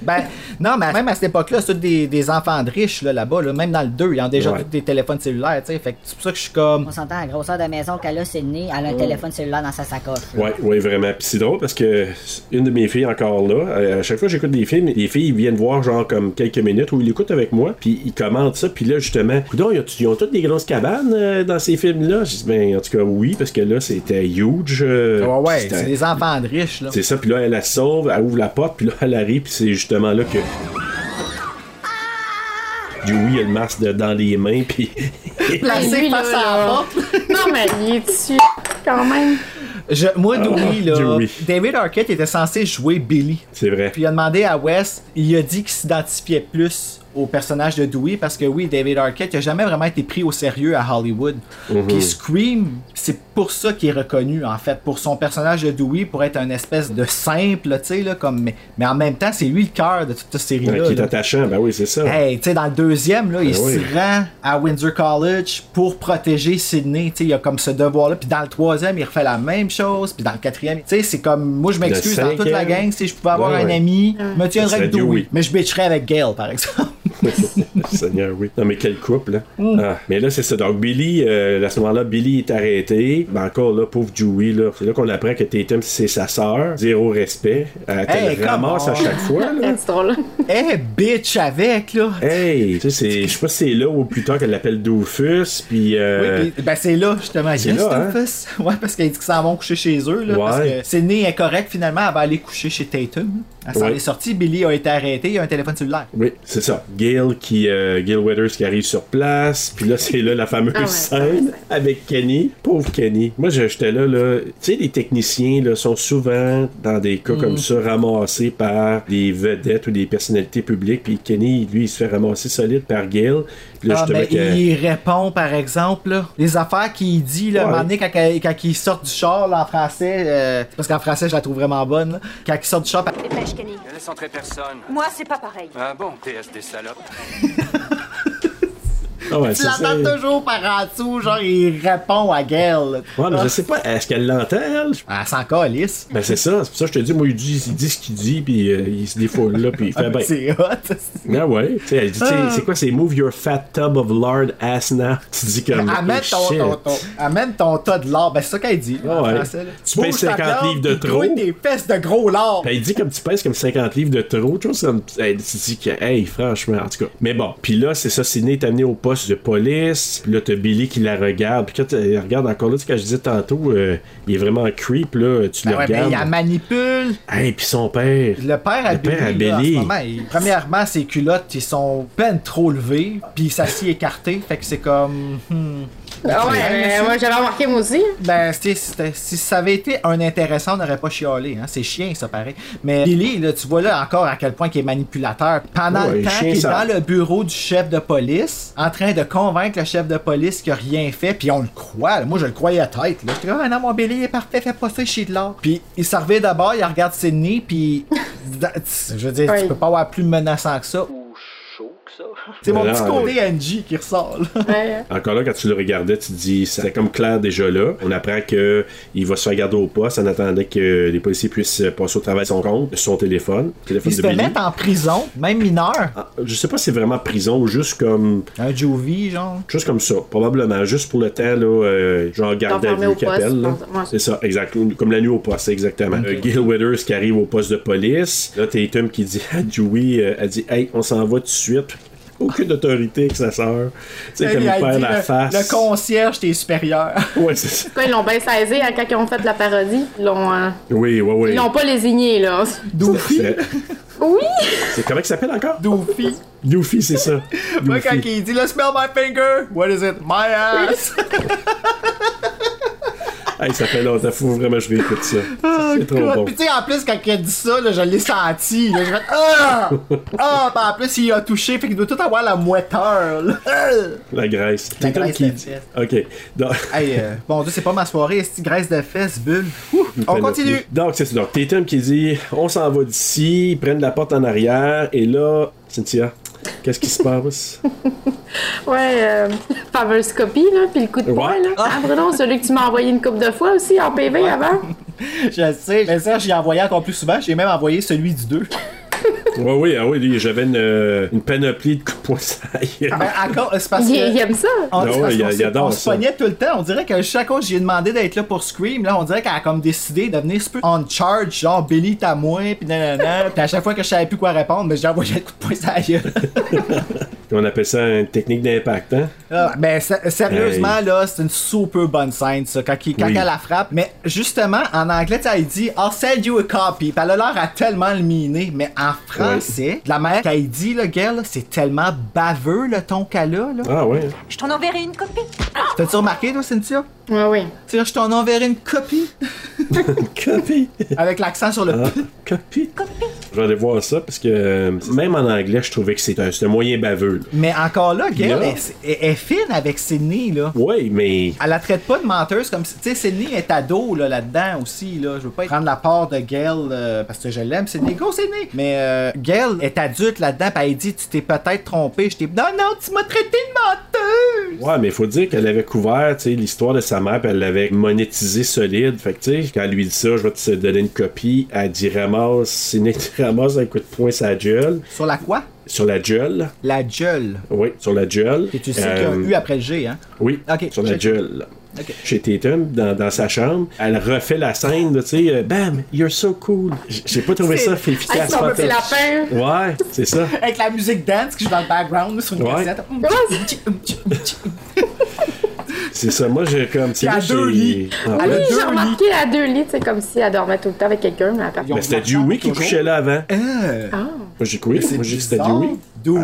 [SPEAKER 6] ben, non, mais même à cette époque-là, c'est tous des, des enfants de riches là, là-bas. là. Même dans le 2, ils ont déjà
[SPEAKER 7] Ouais.
[SPEAKER 6] tous des téléphones cellulaires. tu sais. Fait que c'est pour ça que je suis comme.
[SPEAKER 12] On s'entend, à la grosseur de maison qu'elle a, Sydney, elle a un
[SPEAKER 6] Oh.
[SPEAKER 12] téléphone cellulaire dans sa sacoche.
[SPEAKER 7] Ouais, ouais, vraiment. Puis c'est drôle parce que une de mes filles encore là, euh, à chaque fois que j'écoute des films, les filles viennent voir genre comme quelques minutes où ils l'écoutent avec moi, puis ils commentent ça, puis là justement, coudon, ils ont toutes des grosses cabanes euh, dans ces films-là. Je dis ben en tout cas oui parce que là c'était huge. euh,
[SPEAKER 6] Ah Ouais, ouais,
[SPEAKER 7] c'était-
[SPEAKER 6] c'est des enfants de riches. là.
[SPEAKER 7] c'est ça, puis là elle la sauve, elle ouvre la porte, puis là elle arrive, puis c'est justement là que Dewey a le masque de- dans les mains, puis *laughs*
[SPEAKER 8] Ben,
[SPEAKER 6] Placé
[SPEAKER 5] Lui, là,
[SPEAKER 6] face à la
[SPEAKER 5] là.
[SPEAKER 6] porte.
[SPEAKER 5] Ah Non, mais il est dessus, quand
[SPEAKER 6] *laughs*
[SPEAKER 5] même.
[SPEAKER 6] Je- moi, Dewey, là,
[SPEAKER 7] Dewey.
[SPEAKER 6] David Arquette était censé jouer Billy.
[SPEAKER 7] c'est vrai.
[SPEAKER 6] Puis il a demandé à West, il a dit qu'il s'identifiait plus au personnage de Dewey parce que oui, David Arquette il a jamais vraiment été pris au sérieux à Hollywood.
[SPEAKER 7] Mhm.
[SPEAKER 6] Puis Scream, c'est pour ça qu'il est reconnu en fait, pour son personnage de Dewey, pour être un espèce de simple, tu sais, là, comme. Mais, mais en même temps, c'est lui le cœur de toute cette
[SPEAKER 7] Ouais,
[SPEAKER 6] série-là.
[SPEAKER 7] qui est
[SPEAKER 6] là.
[SPEAKER 7] attachant, ben oui, c'est ça.
[SPEAKER 6] Hey, tu sais, dans le deuxième, là, il
[SPEAKER 7] Ben oui.
[SPEAKER 6] se rend à Windsor College pour protéger Sydney. Tu sais, il y a comme ce devoir-là. Puis dans le troisième, il refait la même chose. Puis dans le quatrième, tu sais, c'est comme. Moi, je m'excuse dans toute la
[SPEAKER 7] cinquième.
[SPEAKER 6] gang si je pouvais avoir
[SPEAKER 7] Ouais,
[SPEAKER 6] un
[SPEAKER 7] ouais.
[SPEAKER 6] ami, me
[SPEAKER 7] Ça
[SPEAKER 6] tiendrais
[SPEAKER 7] serait
[SPEAKER 6] avec Dewey.
[SPEAKER 7] Dewey.
[SPEAKER 6] Mais je bitcherais avec Gail, par
[SPEAKER 7] *laughs*
[SPEAKER 6] exemple.
[SPEAKER 7] Seigneur, oui. Non, mais quel couple, hein?
[SPEAKER 6] Mm.
[SPEAKER 7] Ah, mais là, c'est ça. Donc, Billy, euh, à ce moment-là, Billy est arrêté. Ben, encore là, pauvre Dewey, là. C'est là qu'on apprend que Tatum, c'est sa sœur. Zéro respect. Euh, Elle
[SPEAKER 6] Hey,
[SPEAKER 7] te le ramasse
[SPEAKER 6] come
[SPEAKER 7] à
[SPEAKER 6] on.
[SPEAKER 7] chaque fois, là.
[SPEAKER 6] *laughs*
[SPEAKER 5] C'est drôle.
[SPEAKER 6] hey, bitch avec, là.
[SPEAKER 7] Hey, tu sais, c'est- je sais pas si c'est là ou plus tard qu'elle l'appelle Doofus, puis... euh,
[SPEAKER 6] Oui, puis- ben c'est là justement.
[SPEAKER 7] c'est
[SPEAKER 6] Yes,
[SPEAKER 7] là, hein?
[SPEAKER 6] Doofus. Ouais, parce qu'elle dit qu'ils s'en vont coucher chez eux. Là, Parce
[SPEAKER 7] Ouais.
[SPEAKER 6] que Sydney est correcte finalement, elle va aller coucher chez Tatum. Elle s'en
[SPEAKER 7] Ouais.
[SPEAKER 6] est sortie, Billy a été arrêté, il y a un téléphone cellulaire.
[SPEAKER 7] Oui, c'est ça. Gail qui, euh, Gail Weathers qui arrive sur place, puis là c'est là la fameuse
[SPEAKER 5] Ah ouais,
[SPEAKER 7] scène avec Kenny. Pauvre Kenny. Moi je- j'étais là là, tu sais les techniciens là sont souvent dans des cas comme ça ramassés par des vedettes ou des personnalités publiques, puis Kenny lui il se fait ramasser solide par Gail. Puis là
[SPEAKER 6] Ah,
[SPEAKER 7] justement
[SPEAKER 6] mais
[SPEAKER 7] que-
[SPEAKER 6] il répond par exemple, là, les affaires qu'il dit, là, à un
[SPEAKER 7] Ouais.
[SPEAKER 6] moment donné, quand, elle- quand il sort du char là, en français, euh, parce qu'en français je la trouve vraiment bonne, là. quand il sort du char, par-
[SPEAKER 9] Dépêche, Kenny.
[SPEAKER 18] Ne laisse entrer personne.
[SPEAKER 9] Moi, c'est pas pareil.
[SPEAKER 18] Ah bon, TS des salopes.
[SPEAKER 7] Ah ouais,
[SPEAKER 6] tu
[SPEAKER 7] c'est
[SPEAKER 6] l'entends
[SPEAKER 7] ça.
[SPEAKER 6] toujours par en dessous, genre, il répond à Gail. Ah,
[SPEAKER 7] Ouais, mais je sais pas, est-ce qu'elle l'entend, elle?
[SPEAKER 6] Elle s'en calisse.
[SPEAKER 7] Ben, c'est ça, c'est pour ça que je te dis, moi, il dit, il dit ce qu'il dit, puis euh, il se défoule là, puis il
[SPEAKER 6] *laughs*
[SPEAKER 7] fait ben,
[SPEAKER 6] Ah,
[SPEAKER 7] bien.
[SPEAKER 6] C'est hot.
[SPEAKER 7] Ah ouais, tu sais, elle dit, tu sais,
[SPEAKER 6] Ah.
[SPEAKER 7] c'est quoi, c'est Move Your Fat Tub of Lard Ass Now? *laughs* Tu dis comme.
[SPEAKER 6] Amène Ah,
[SPEAKER 7] oh,
[SPEAKER 6] ton,
[SPEAKER 7] shit.
[SPEAKER 6] ton, ton- amène ton tas de lard. Ben, c'est ça qu'elle dit. là, en
[SPEAKER 7] Ouais.
[SPEAKER 6] français, là.
[SPEAKER 7] Tu payes
[SPEAKER 6] Bouge ta
[SPEAKER 7] 50
[SPEAKER 6] viande,
[SPEAKER 7] livres de
[SPEAKER 6] puis trouille
[SPEAKER 7] trop.
[SPEAKER 6] tes fesses de gros lard.
[SPEAKER 7] Ben, il dit comme tu pèses comme 50 livres de trop, tu vois, c'est comme- hey, tu dis que, hey, franchement, en tout cas. Mais bon, puis là, c'est ça, Sidney est amené au poste de police, puis là, t'as Billy qui la regarde, puis quand elle regarde encore là, tu sais, quand je disais tantôt, euh, il est vraiment creep, là, tu le
[SPEAKER 6] Ben ouais, ben,
[SPEAKER 7] regardes.
[SPEAKER 6] il la manipule.
[SPEAKER 7] Hey, puis son père.
[SPEAKER 6] Le père à
[SPEAKER 7] Le père à
[SPEAKER 6] Billy, là, en ce
[SPEAKER 7] Billy.
[SPEAKER 6] moment, il- premièrement, ses culottes, ils sont peine trop levées, puis ça s'y écarté, fait que c'est comme... hmm.
[SPEAKER 5] Ah ouais, mais moi, j'avais remarqué, moi aussi.
[SPEAKER 6] Ben, c'était- c'était- si ça avait été un intéressant, on n'aurait pas chialé. Hein? C'est chien, ça paraît. Mais Billy, là, tu vois là encore à quel point il est manipulateur. Pendant
[SPEAKER 7] Ouais,
[SPEAKER 6] le temps
[SPEAKER 7] chien,
[SPEAKER 6] qu'il est
[SPEAKER 7] ça-
[SPEAKER 6] dans le bureau du chef de police, en train de convaincre le chef de police qu'il n'a rien fait, puis on le croit. là. Moi, je le croyais à tête. Là. J'étais comme, ah non, mon Billy il est parfait, fais pas ça, chez de l'or. Puis il s'en revient d'abord, il regarde Sidney, puis. dans- Je veux dire,
[SPEAKER 5] Ouais.
[SPEAKER 6] tu peux pas avoir plus menaçant que ça. Ou Oh, chaud que ça. *laughs* C'est mon
[SPEAKER 7] Ben
[SPEAKER 6] petit
[SPEAKER 7] non,
[SPEAKER 6] côté NG qui ressort. là.
[SPEAKER 5] Ouais.
[SPEAKER 7] Encore là, quand tu le regardais, tu te dis, c'était comme clair déjà là. On apprend que il va se faire garder au poste en attendant que les policiers puissent passer au travail de son compte, de son téléphone, le téléphone
[SPEAKER 6] Ils
[SPEAKER 7] de
[SPEAKER 6] se
[SPEAKER 7] Billy.
[SPEAKER 6] mettent en prison, même mineur.
[SPEAKER 7] Ah, Je sais pas si c'est vraiment prison ou juste comme.
[SPEAKER 6] Un juvie, genre.
[SPEAKER 7] Juste comme ça, probablement, juste pour le temps, là, euh, genre garde à
[SPEAKER 5] Enfermé
[SPEAKER 7] vue
[SPEAKER 5] au poste,
[SPEAKER 7] qu'appelle. là.
[SPEAKER 5] ouais.
[SPEAKER 7] C'est ça, exact. Comme la nuit au poste, exactement.
[SPEAKER 6] Ok.
[SPEAKER 7] Euh, Gail Withers qui arrive au poste de police. Là, Tatum qui dit *laughs* à Dewey, euh, elle dit Hey, on s'en va tout de suite. Aucune autorité avec sa sœur. Tu sais,
[SPEAKER 6] Elle
[SPEAKER 7] comme il
[SPEAKER 6] lui a
[SPEAKER 7] perd
[SPEAKER 6] dit,
[SPEAKER 7] la
[SPEAKER 6] le-
[SPEAKER 7] face.
[SPEAKER 6] Le concierge, t'es
[SPEAKER 7] *laughs*
[SPEAKER 6] supérieur.
[SPEAKER 7] Ouais, c'est ça.
[SPEAKER 5] Quoi, ils l'ont bien saisi hein, quand ils ont fait la parodie. Ils l'ont, euh,
[SPEAKER 7] Oui, oui, oui.
[SPEAKER 5] ils l'ont pas lésigné, là.
[SPEAKER 6] Doofy.
[SPEAKER 7] C'est-
[SPEAKER 5] Oui!
[SPEAKER 7] C'est comment il s'appelle encore
[SPEAKER 6] Doofy.
[SPEAKER 7] Doofy, c'est ça.
[SPEAKER 6] Moi, quand
[SPEAKER 7] Doofy.
[SPEAKER 6] il dit, le smell my finger, what is it? My ass.
[SPEAKER 7] Ah, il s'appelle longtemps. Faut vraiment que je réécoute ça. C'est *laughs* trop bon.
[SPEAKER 6] Puis, tu sais, en plus, quand il a dit ça, là, je l'ai senti. là, je fais, ah! Ah! Puis en plus, il a touché, fait qu'il doit tout avoir la moiteur,
[SPEAKER 7] *laughs*
[SPEAKER 6] là.
[SPEAKER 7] La graisse.
[SPEAKER 6] La
[SPEAKER 7] Tatum
[SPEAKER 6] graisse
[SPEAKER 7] qui
[SPEAKER 6] de
[SPEAKER 7] dit-
[SPEAKER 6] fesse.
[SPEAKER 7] Ok. Donc...
[SPEAKER 6] Hey, euh, bon Dieu, c'est pas ma soirée, est graisse de fesses, bulle? Ouh,
[SPEAKER 7] *laughs*
[SPEAKER 6] on continue.
[SPEAKER 7] Donc, c'est ça. Donc, Tatum qui dit on s'en va d'ici, ils prennent la porte en arrière, et là, Cynthia, qu'est-ce qui se passe
[SPEAKER 5] *laughs* Ouais, euh, fameuse copie, là, puis le coup de poing, là. Ah, Bruno, celui que tu m'as envoyé une couple de fois aussi en PV avant.
[SPEAKER 6] Je sais, mais ça, j'ai envoyé encore plus souvent. J'ai même envoyé celui du 2.
[SPEAKER 7] Ouais, oui, ah oui, lui, j'avais une, euh, une panoplie de coups de poing sur la gueule.
[SPEAKER 6] Ben, encore, euh, c'est parce
[SPEAKER 5] Il,
[SPEAKER 6] que-
[SPEAKER 5] il aime ça.
[SPEAKER 6] On,
[SPEAKER 7] Ah
[SPEAKER 6] c'est
[SPEAKER 7] ouais,
[SPEAKER 6] parce
[SPEAKER 7] il-
[SPEAKER 6] qu'on
[SPEAKER 7] il
[SPEAKER 6] s'est-
[SPEAKER 7] adore
[SPEAKER 6] on se
[SPEAKER 7] ça.
[SPEAKER 6] pognait tout le temps. On dirait que chaque fois que j'ai demandé d'être là pour Scream, là, on dirait qu'elle a comme décidé de venir se peu on charge, genre Billy t'as moins, pis *laughs* nanana. pis à chaque fois que je savais plus quoi répondre, mais j'ai envoyé un coup de poing sur la gueule. *laughs*
[SPEAKER 7] On appelle ça une technique d'impact, hein
[SPEAKER 6] Ah, ben, sé- sérieusement,
[SPEAKER 7] Hey.
[SPEAKER 6] là, c'est une super bonne scène, ça, quand, il- quand
[SPEAKER 7] Oui.
[SPEAKER 6] elle la frappe. Mais justement, en anglais, tu sais, elle dit I'll send you a copy. Puis elle a l'air à tellement le miner. Mais en français, de la manière qu'elle dit, là, girl, c'est tellement baveux le ton qu'elle a, là.
[SPEAKER 7] Ah ouais.
[SPEAKER 9] Je t'en enverrai une copie.
[SPEAKER 6] T'as-tu remarqué, toi, Cynthia
[SPEAKER 5] Ouais, oui.
[SPEAKER 6] Tu sais, je t'en enverrai une copie.
[SPEAKER 7] Copie.
[SPEAKER 6] Avec l'accent sur le
[SPEAKER 7] Ah,
[SPEAKER 6] P.
[SPEAKER 7] copie. Je vais aller voir ça parce que euh, même en anglais, je trouvais que c'était un, c'était un moyen baveux. là.
[SPEAKER 6] Mais encore là, Gail,
[SPEAKER 7] Yeah.
[SPEAKER 6] elle, elle- elle est fine avec Sydney, là.
[SPEAKER 7] Ouais, mais
[SPEAKER 6] Elle la traite pas de menteuse comme si. Tu sais, Sydney est ado là, là-dedans aussi, là. Je veux pas prendre la part de Gail euh, parce que je l'aime, Sydney. Go, Sydney! Mais euh, Gail est adulte là-dedans, pis elle dit Tu t'es peut-être trompé. Je t'ai. Non, non, tu m'as traité de menteuse!
[SPEAKER 7] Ouais, mais faut dire qu'elle avait couvert, tu sais, l'histoire de sa mère, puis elle l'avait monétisé solide. Fait que, tu sais, quand elle lui dit ça, je vais te donner une copie, elle dit ramasse, Sidney *laughs* ramasse un coup de poing sur la gueule.
[SPEAKER 6] Sur la quoi?
[SPEAKER 7] Sur la gueule.
[SPEAKER 6] La gueule.
[SPEAKER 7] Oui, sur la gueule.
[SPEAKER 6] Et tu sais
[SPEAKER 7] Euh,
[SPEAKER 6] qu'il y a un U après le G, hein?
[SPEAKER 7] Oui,
[SPEAKER 6] Ok,
[SPEAKER 7] sur la
[SPEAKER 6] j'ai-
[SPEAKER 7] gueule.
[SPEAKER 6] Ok.
[SPEAKER 7] Chez Tatum, dans, dans sa chambre, elle refait la scène, de, tu sais, euh, bam, you're so cool. J- J'ai pas trouvé ça
[SPEAKER 5] Avec
[SPEAKER 7] efficace.
[SPEAKER 5] son
[SPEAKER 7] pas
[SPEAKER 5] petit
[SPEAKER 7] tant.
[SPEAKER 5] lapin.
[SPEAKER 7] Ouais, c'est ça.
[SPEAKER 6] Avec la musique dance qui joue dans le background là, sur une
[SPEAKER 7] Ouais.
[SPEAKER 6] cassette. Oh
[SPEAKER 7] C'est ça. Moi, j'ai comme. c'est
[SPEAKER 6] Puis à
[SPEAKER 7] là que
[SPEAKER 6] deux
[SPEAKER 7] j'ai-
[SPEAKER 6] lits.
[SPEAKER 7] Ah,
[SPEAKER 6] À
[SPEAKER 5] Oui,
[SPEAKER 6] deux
[SPEAKER 5] j'ai
[SPEAKER 6] lits.
[SPEAKER 5] remarqué à deux lits, c'est comme si elle dormait tout le temps avec quelqu'un, mais après.
[SPEAKER 7] Mais c'était Dewey qui
[SPEAKER 6] toujours.
[SPEAKER 7] couchait là avant. Moi,
[SPEAKER 6] Euh,
[SPEAKER 7] j'ai cru. Moi, j'ai dit c'était Dewey.
[SPEAKER 6] Dewey.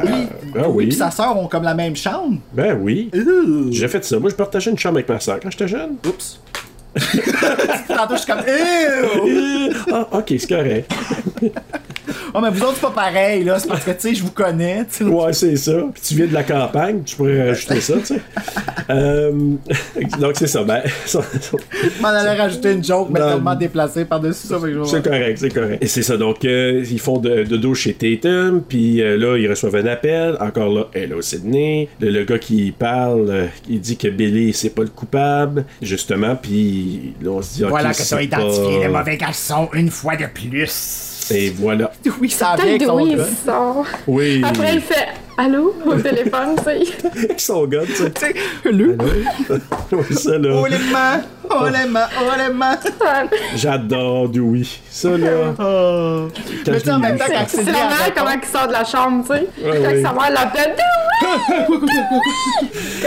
[SPEAKER 7] Ah
[SPEAKER 6] Dewey
[SPEAKER 7] oui.
[SPEAKER 6] pis sa sœur ont comme la même chambre.
[SPEAKER 7] Ben oui.
[SPEAKER 6] Ouh.
[SPEAKER 7] J'ai fait ça. Moi, je partageais une chambre avec ma soeur quand j'étais jeune.
[SPEAKER 6] Oups. Tantôt, je suis comme. Ew!
[SPEAKER 7] ah, ok, c'est correct.
[SPEAKER 6] Oh, mais vous autres, c'est pas pareil, là. C'est parce que, tu sais, je vous connais. tu sais.
[SPEAKER 7] Ouais, c'est ça. Puis tu viens de la campagne, tu pourrais rajouter ça, tu sais. Euh, *laughs* donc, c'est ça. Ben, *laughs* ça- ça-
[SPEAKER 6] Je m'en allais rajouter une joke, mais
[SPEAKER 7] Non.
[SPEAKER 6] tellement déplacée par-dessus ça. fait que je vais
[SPEAKER 7] c'est
[SPEAKER 6] voir.
[SPEAKER 7] correct, c'est correct. Et c'est ça. Donc, euh, ils font de, de dos chez Tatum, puis euh, là, ils reçoivent un appel. Encore là, Hello Sydney. Le, le gars qui parle, euh, il dit que Billy, c'est pas le coupable, justement, puis là, on se dit, ok,
[SPEAKER 18] Voilà que
[SPEAKER 7] c'est
[SPEAKER 18] t'as identifié
[SPEAKER 7] pas-
[SPEAKER 18] le mauvais garçon une fois de plus.
[SPEAKER 7] Et voilà. *laughs*
[SPEAKER 6] Oui, ça
[SPEAKER 5] Peut-être
[SPEAKER 6] vient avec
[SPEAKER 5] de
[SPEAKER 6] son
[SPEAKER 5] oui,
[SPEAKER 6] gars.
[SPEAKER 5] il sort.
[SPEAKER 7] Oui.
[SPEAKER 5] Après, il fait Allô au téléphone, tu sais.
[SPEAKER 7] Avec son gars, tu sais. *laughs*
[SPEAKER 6] Hello.
[SPEAKER 7] Ouais, ça, là.
[SPEAKER 6] Oh les mains, oh les mains, oh les mains.
[SPEAKER 5] Ah,
[SPEAKER 7] J'adore Dewey. Ça, là.
[SPEAKER 6] Oh.
[SPEAKER 7] Quand je
[SPEAKER 5] Mais tu sais, en
[SPEAKER 7] l'ai
[SPEAKER 5] même
[SPEAKER 7] vu,
[SPEAKER 5] temps,
[SPEAKER 7] je
[SPEAKER 5] quand
[SPEAKER 7] pensais-
[SPEAKER 5] c'est la mère, comment il sort de la chambre, tu sais.
[SPEAKER 7] Ouais,
[SPEAKER 5] quand
[SPEAKER 7] ouais.
[SPEAKER 5] sa mère l'appelle,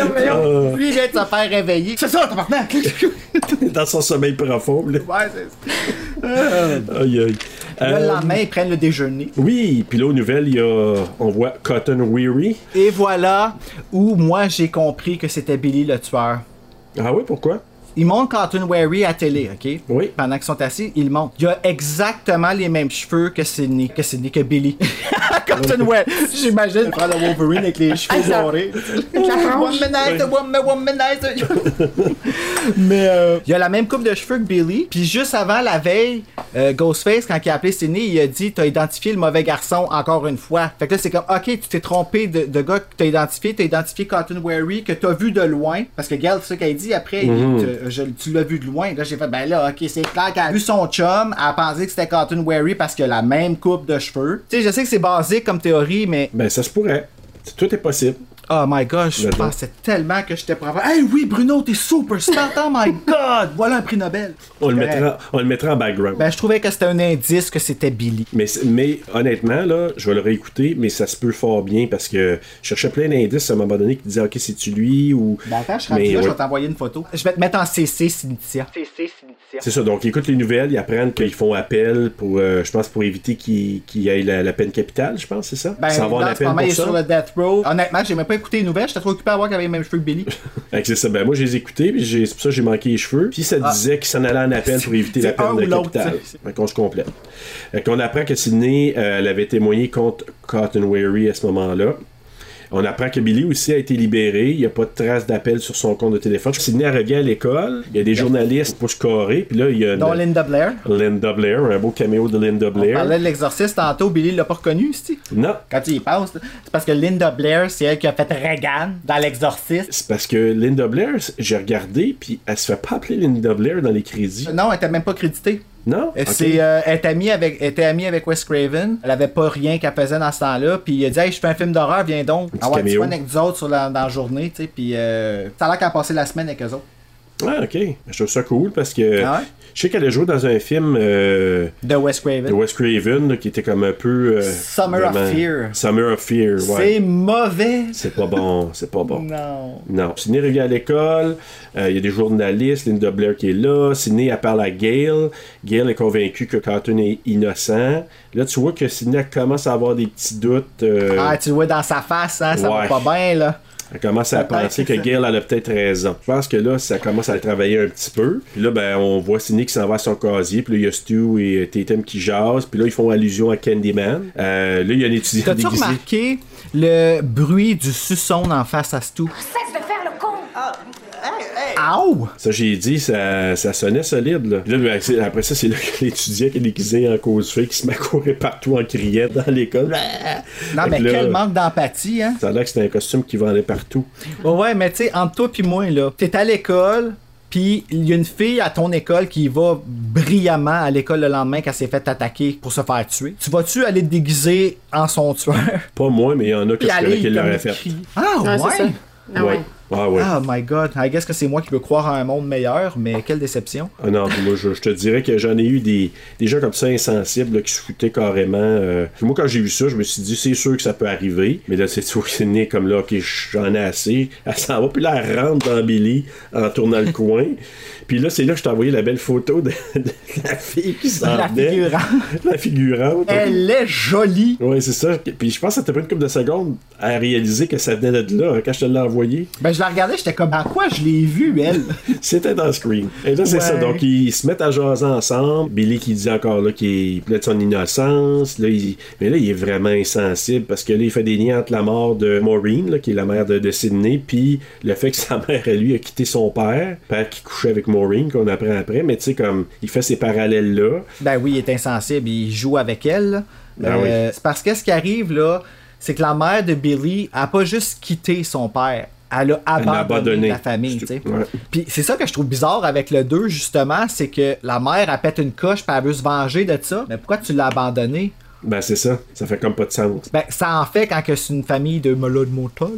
[SPEAKER 5] Comme,
[SPEAKER 7] voyons, Ah.
[SPEAKER 6] Lui, il vient de se faire réveiller. C'est ça, t'as *laughs* maintenant.
[SPEAKER 7] dans son sommeil profond. Là.
[SPEAKER 6] Ouais, c'est
[SPEAKER 7] Aïe, aïe.
[SPEAKER 6] Là, le
[SPEAKER 7] Euh,
[SPEAKER 6] lendemain, ils prennent le déjeuner.
[SPEAKER 7] Oui, puis là, aux nouvelles, il y a, on voit Cotton Weary.
[SPEAKER 6] Et voilà où moi j'ai compris que c'était Billy le tueur.
[SPEAKER 7] Ah oui, pourquoi?
[SPEAKER 6] Ils montent Cotton Wary à télé, OK?
[SPEAKER 7] Oui.
[SPEAKER 6] Pendant qu'ils sont assis, ils le montent. Il a exactement les mêmes cheveux que Sidney, que Sidney, que Billy. *laughs* Cotton *laughs* Wary, j'imagine, Ah, faire le Wolverine avec les cheveux dorés. Womanizer, woman- womanizer. *laughs* Mais euh, il a la même coupe de cheveux que Billy. Puis juste avant la veille, euh, Ghostface, quand il a appelé Sidney, il a dit T'as identifié le mauvais garçon encore une fois. Fait que là, c'est comme Ok, tu t'es trompé de, de gars que t'as identifié. T'as identifié Cotton Wary, que t'as vu de loin. Parce que Gal, c'est ça qu'elle dit après. il dit,
[SPEAKER 7] Mhm.
[SPEAKER 6] Tu- je- tu l'as vu de loin. Là, j'ai fait Ben là, ok, c'est clair qu'elle a vu son chum. Elle a pensé que c'était Cotton Wary parce qu'il a la même coupe de cheveux. Tu sais, je sais que c'est basique comme théorie, mais.
[SPEAKER 7] Ben, ça se pourrait. Tout est possible.
[SPEAKER 6] Oh my gosh, je
[SPEAKER 7] Là-dedans.
[SPEAKER 6] pensais tellement que j'étais prêt à faire, Hey oui, Bruno, t'es super smart. Oh my
[SPEAKER 7] *laughs*
[SPEAKER 6] god, voilà un prix Nobel.
[SPEAKER 7] On le,
[SPEAKER 6] C'est correct.
[SPEAKER 7] mettra, on le mettra en background.
[SPEAKER 6] Ben, je trouvais que c'était un indice que c'était Billy.
[SPEAKER 7] Mais, c'est- mais honnêtement, là, je vais le réécouter, mais ça se peut fort bien parce que je cherchais plein d'indices à un moment donné qui disaient Ok, c'est-tu lui ou.
[SPEAKER 6] Ben, attends, je suis
[SPEAKER 7] Mais
[SPEAKER 6] rendu là, je
[SPEAKER 7] ouais.
[SPEAKER 6] vais t'envoyer une photo. Je vais te mettre en CC, Cynthia. CC, Cynthia.
[SPEAKER 7] C'est ça, donc ils écoutent les nouvelles, ils apprennent qu'ils font appel pour, euh, je pense, pour éviter qu'il qu'il y ait la, la peine capitale, je pense, c'est ça?
[SPEAKER 6] Ben,
[SPEAKER 7] Sans avoir un
[SPEAKER 6] dans ce
[SPEAKER 7] appel
[SPEAKER 6] moment, il
[SPEAKER 7] pour
[SPEAKER 6] est sur
[SPEAKER 7] ça.
[SPEAKER 6] le death row. Honnêtement, j'ai même pas écouté les nouvelles, j'étais trop occupé à voir qu'il avait les mêmes cheveux que
[SPEAKER 7] *laughs*
[SPEAKER 6] Billy.
[SPEAKER 7] Fait que c'est ça, ben moi je les ai écoutés, puis j'ai- c'est pour ça que j'ai manqué les cheveux. Puis ça
[SPEAKER 6] Ah.
[SPEAKER 7] disait qu'ils s'en allaient en appel pour éviter
[SPEAKER 6] C'est
[SPEAKER 7] la
[SPEAKER 6] un
[SPEAKER 7] peine de
[SPEAKER 6] ou l'autre,
[SPEAKER 7] capitale.
[SPEAKER 6] tu sais.
[SPEAKER 7] Fait qu'on se complète. Fait qu'on apprend que Sydney, euh, elle avait témoigné contre Cotton Weary à ce moment-là. On apprend que Billy aussi a été libéré. Il n'y a pas de trace d'appel sur son compte de téléphone. Sydney elle revient à l'école. Il y a des journalistes pour se carrer. Puis là, il y a une-
[SPEAKER 6] Dont Linda Blair.
[SPEAKER 7] Linda Blair, un beau caméo de Linda
[SPEAKER 6] On
[SPEAKER 7] Blair.
[SPEAKER 6] parlait de l'exorciste tantôt, Billy l'a pas reconnu, cest
[SPEAKER 7] Non,
[SPEAKER 6] Quand il y passe, là, c'est parce que Linda Blair, c'est elle qui a fait Regan dans l'exorciste.
[SPEAKER 7] c'est parce que Linda Blair, j'ai regardé, puis elle se fait pas appeler Linda Blair dans les crédits.
[SPEAKER 6] Non, elle était même pas créditée.
[SPEAKER 7] Non?
[SPEAKER 6] Euh,
[SPEAKER 7] Ok.
[SPEAKER 6] C'est, euh, elle, était amie avec, elle était amie avec Wes Craven. Elle avait pas rien qu'elle faisait dans ce temps-là. Puis il a dit Hey, je fais un film d'horreur, viens donc.
[SPEAKER 7] petit
[SPEAKER 6] Ah ouais, tu
[SPEAKER 7] caméo.
[SPEAKER 6] fun avec nous autres sur la, dans la journée. tu sais. Puis euh, ça a l'air qu'elle a passé la semaine avec eux autres.
[SPEAKER 7] Ah, ok. Je trouve ça cool parce que
[SPEAKER 6] Ah ouais?
[SPEAKER 7] je sais qu'elle a joué dans un film euh,
[SPEAKER 6] De Wes Craven.
[SPEAKER 7] de Wes Craven là, qui était comme un peu. euh,
[SPEAKER 6] Summer of Fear.
[SPEAKER 7] Summer of Fear,
[SPEAKER 6] C'est
[SPEAKER 7] ouais.
[SPEAKER 6] mauvais.
[SPEAKER 7] C'est pas bon, c'est pas bon.
[SPEAKER 6] Non.
[SPEAKER 7] Non. Sidney revient à l'école, euh, il y a des journalistes, Linda Blair qui est là, Sidney, elle parle à Gail. Gail est convaincue que Cotton est innocent. Là, tu vois que Sidney commence à avoir des petits doutes. euh,
[SPEAKER 6] Ah, tu le vois dans sa face, hein, ça
[SPEAKER 7] Ouais.
[SPEAKER 6] va pas bien, là.
[SPEAKER 7] Elle commence à
[SPEAKER 6] Peut-être
[SPEAKER 7] penser que
[SPEAKER 6] que ça-
[SPEAKER 7] Gail elle a peut-être raison. Je pense que là, ça commence à le travailler un petit peu. Puis là, ben, on voit Sidney qui s'en va à son casier. Puis là, il y a Stu et euh, Tatum qui jasent. Puis là, ils font allusion à Candyman. Euh, là, il y a un étudiant
[SPEAKER 6] T'as-tu
[SPEAKER 7] déguisé.
[SPEAKER 6] remarqué le bruit du suçon en face à Stu?
[SPEAKER 9] Cesse de faire le con
[SPEAKER 6] Ow!
[SPEAKER 7] Ça, j'ai dit, ça, ça sonnait solide. Là. Puis là, ben, c'est- après ça, c'est là que l'étudiant qui est déguisé en cause fake qui se met à courir partout en criant dans l'école.
[SPEAKER 6] Non,
[SPEAKER 7] Fait
[SPEAKER 6] mais
[SPEAKER 7] que là,
[SPEAKER 6] quel manque d'empathie, hein?
[SPEAKER 7] Ça a l'air que c'était un costume qui vendait partout.
[SPEAKER 6] Ouais, ouais, mais tu sais, entre toi puis moi, là, t'es à l'école, puis il y a une fille à ton école qui va brillamment à l'école le lendemain qu'elle s'est fait attaquer pour se faire tuer. Tu vas-tu aller te déguiser en son tueur?
[SPEAKER 7] Pas moi, mais il y en a que
[SPEAKER 6] Puis
[SPEAKER 7] je connais
[SPEAKER 6] aller
[SPEAKER 7] qui
[SPEAKER 6] comme
[SPEAKER 7] l'auraient fait.
[SPEAKER 6] écrit. Ah,
[SPEAKER 5] Ouais,
[SPEAKER 6] ouais?
[SPEAKER 5] c'est ça. Ah ouais.
[SPEAKER 7] Ah ouais.
[SPEAKER 6] Oh my god, I guess que c'est moi qui veux croire à un monde meilleur, mais quelle déception.
[SPEAKER 7] Ah non, puis moi, je, je te dirais que j'en ai eu des, des gens comme ça insensibles là, qui se foutaient carrément. euh. Puis moi, quand j'ai vu ça, je me suis dit, c'est sûr que ça peut arriver. Mais là, c'est sûr que c'est né comme là, ok, j'en ai assez. Elle s'en va, puis là, elle rentre dans Billy en tournant le coin. Puis là, c'est là que je t'ai envoyé la belle photo de, de la fille qui s'en
[SPEAKER 6] La
[SPEAKER 7] venait.
[SPEAKER 6] figurante.
[SPEAKER 7] La figurante.
[SPEAKER 6] Elle est jolie!
[SPEAKER 7] Ouais, c'est ça. Puis je pense que ça t'a pris une couple de secondes à réaliser que ça venait de là hein, quand je te l'ai envoyé.
[SPEAKER 6] Ben, je la regardais, j'étais comme, à quoi je l'ai vue, elle?
[SPEAKER 7] C'était dans Scream. Et là, c'est
[SPEAKER 6] Ouais.
[SPEAKER 7] ça. Donc, ils se mettent à jaser ensemble. Billy qui dit encore là qu'il plaide son innocence. Là, il- Mais là, il est vraiment insensible parce que là, il fait des liens entre la mort de Maureen, là, qui est la mère de, de Sydney, puis le fait que sa *laughs* mère, à lui, a quitté son père, père qui couchait avec Maureen, qu'on apprend après. Mais tu sais, comme, il fait ces parallèles-là.
[SPEAKER 6] Ben oui, il est insensible, il joue avec elle. là.
[SPEAKER 7] Ben oui.
[SPEAKER 6] C'est parce que ce qui arrive là, c'est que la mère de Billy a pas juste quitté son père, elle a
[SPEAKER 7] Elle l'a
[SPEAKER 6] abandonné,
[SPEAKER 7] abandonné.
[SPEAKER 6] la famille. tu sais.
[SPEAKER 7] Ouais.
[SPEAKER 6] Puis c'est ça que je trouve bizarre avec le 2, justement, c'est que la mère, elle pète une coche, puis elle veut se venger de ça. Mais pourquoi tu l'as abandonné?
[SPEAKER 7] Ben, c'est ça. Ça fait comme pas de sens.
[SPEAKER 6] Ben, ça en fait quand que c'est une famille de mollo de montol.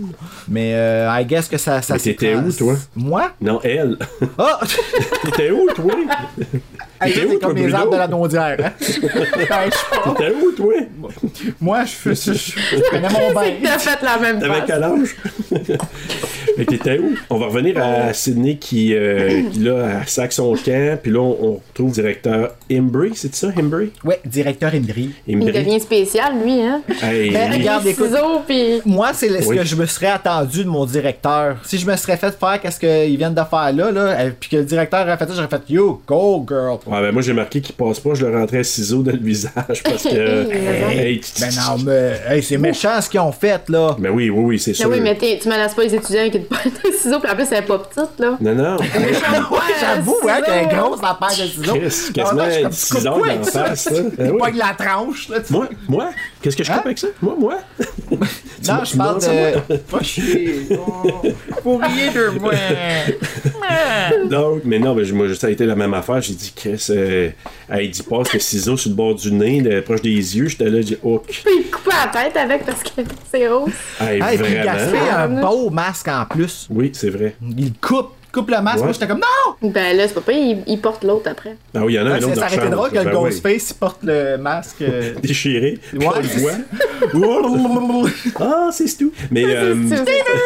[SPEAKER 6] Mais euh, I guess que ça, ça
[SPEAKER 7] Mais t'étais où,
[SPEAKER 6] s'écrase.
[SPEAKER 7] toi?
[SPEAKER 6] Moi?
[SPEAKER 7] Non, elle. *laughs*
[SPEAKER 6] Ah!
[SPEAKER 7] T'étais où, toi?
[SPEAKER 6] Hey, ça,
[SPEAKER 7] T'étais où,
[SPEAKER 6] c'est
[SPEAKER 7] toi,
[SPEAKER 6] comme les
[SPEAKER 7] Bruno?
[SPEAKER 6] arbres de la
[SPEAKER 7] *laughs*
[SPEAKER 6] dondière, hein? Ben, je sais pas.
[SPEAKER 7] T'étais où, toi?
[SPEAKER 6] Moi, je fais je, je connais
[SPEAKER 7] *laughs*
[SPEAKER 6] mon bain.
[SPEAKER 5] T'as fait la même
[SPEAKER 7] T'avais
[SPEAKER 5] passe.
[SPEAKER 7] quel âge? *laughs* Mais t'étais où? On va revenir à Sydney qui, euh, qui là, elle sac son camp. Puis là, on, on retrouve directeur Imbri, c'est ça, Imbri?
[SPEAKER 6] Ouais, directeur Imbri.
[SPEAKER 5] Il devient spécial, lui, hein?
[SPEAKER 7] Hey,
[SPEAKER 6] Ben,
[SPEAKER 7] lui-
[SPEAKER 6] regarde, écoute. Moi, c'est le- ce
[SPEAKER 7] Oui.
[SPEAKER 6] que je me serais attendu de mon directeur. Si je me serais fait faire qu'est-ce qu'ils viennent de faire là, là, et puis que le directeur aurait fait ça, j'aurais fait You, go, girl.
[SPEAKER 7] Ouais, ben moi, j'ai marqué qu'il passe pas, je le rentrais à ciseaux dans le visage
[SPEAKER 5] *laughs*
[SPEAKER 7] parce que.
[SPEAKER 6] Hey,
[SPEAKER 7] Hey, tu-
[SPEAKER 6] ben non, mais hey, c'est méchant ce qu'ils ont fait
[SPEAKER 7] *laughs*
[SPEAKER 6] là.
[SPEAKER 7] Ben oui, oui, oui, c'est
[SPEAKER 5] Ben
[SPEAKER 7] sûr.
[SPEAKER 5] oui, mais t'es- tu menaces pas les étudiants qui te *laughs* pointent des ciseaux, puis en plus, elle est pas petite, là. *laughs*
[SPEAKER 7] Non, non.
[SPEAKER 6] *laughs* Ouais, j'avoue, hein, qu'elle est
[SPEAKER 5] ciseaux.
[SPEAKER 6] grosse la paire de ciseaux.
[SPEAKER 7] Chris,
[SPEAKER 6] Non, non, je suis
[SPEAKER 7] quasiment
[SPEAKER 6] comme,
[SPEAKER 7] 6 ans
[SPEAKER 6] pourquoi
[SPEAKER 7] d'en
[SPEAKER 6] tu-
[SPEAKER 7] face. hein.
[SPEAKER 6] Il
[SPEAKER 7] Ben oui.
[SPEAKER 6] pogne la tranche, là, tu
[SPEAKER 7] Moi, moi, qu'est-ce que je
[SPEAKER 6] Hein?
[SPEAKER 7] coupe avec ça? Moi,
[SPEAKER 5] *laughs*
[SPEAKER 7] moi. Tu
[SPEAKER 6] Non,
[SPEAKER 7] me-
[SPEAKER 6] je
[SPEAKER 7] tu me
[SPEAKER 6] parle
[SPEAKER 7] demandes ça,
[SPEAKER 6] de.
[SPEAKER 7] moi?
[SPEAKER 6] *laughs* Pas chier. Pour rien de
[SPEAKER 7] *laughs*
[SPEAKER 6] moi.
[SPEAKER 7] Donc, mais non, mais je- moi, ça a été la même affaire. J'ai dit, Chris, euh, elle dit, passe le ciseau sur le bord du nez, le- proche des yeux. J'étais là, j'ai dit, oh,
[SPEAKER 5] Puis il coupe la tête avec parce que *laughs* c'est rose.
[SPEAKER 7] hey,
[SPEAKER 6] Ah, et puis il a fait un
[SPEAKER 7] vraiment.
[SPEAKER 6] beau masque en plus.
[SPEAKER 7] Oui, c'est vrai.
[SPEAKER 6] Il coupe, coupe le masque.
[SPEAKER 7] Ouais.
[SPEAKER 6] Moi, j'étais comme non!
[SPEAKER 5] Ben là, c'est pas pire, il, il porte l'autre après.
[SPEAKER 7] Ah oui, il y en a un
[SPEAKER 6] Ça
[SPEAKER 7] autre.
[SPEAKER 6] ça aurait été drôle que le Ghostface il porte le masque. euh,
[SPEAKER 7] Déchiré. puis
[SPEAKER 6] Ouais,
[SPEAKER 7] Ben
[SPEAKER 6] Oh.
[SPEAKER 7] *laughs* on le
[SPEAKER 6] c'est *laughs*
[SPEAKER 7] voit. Ah, c'est tout. Mais. euh,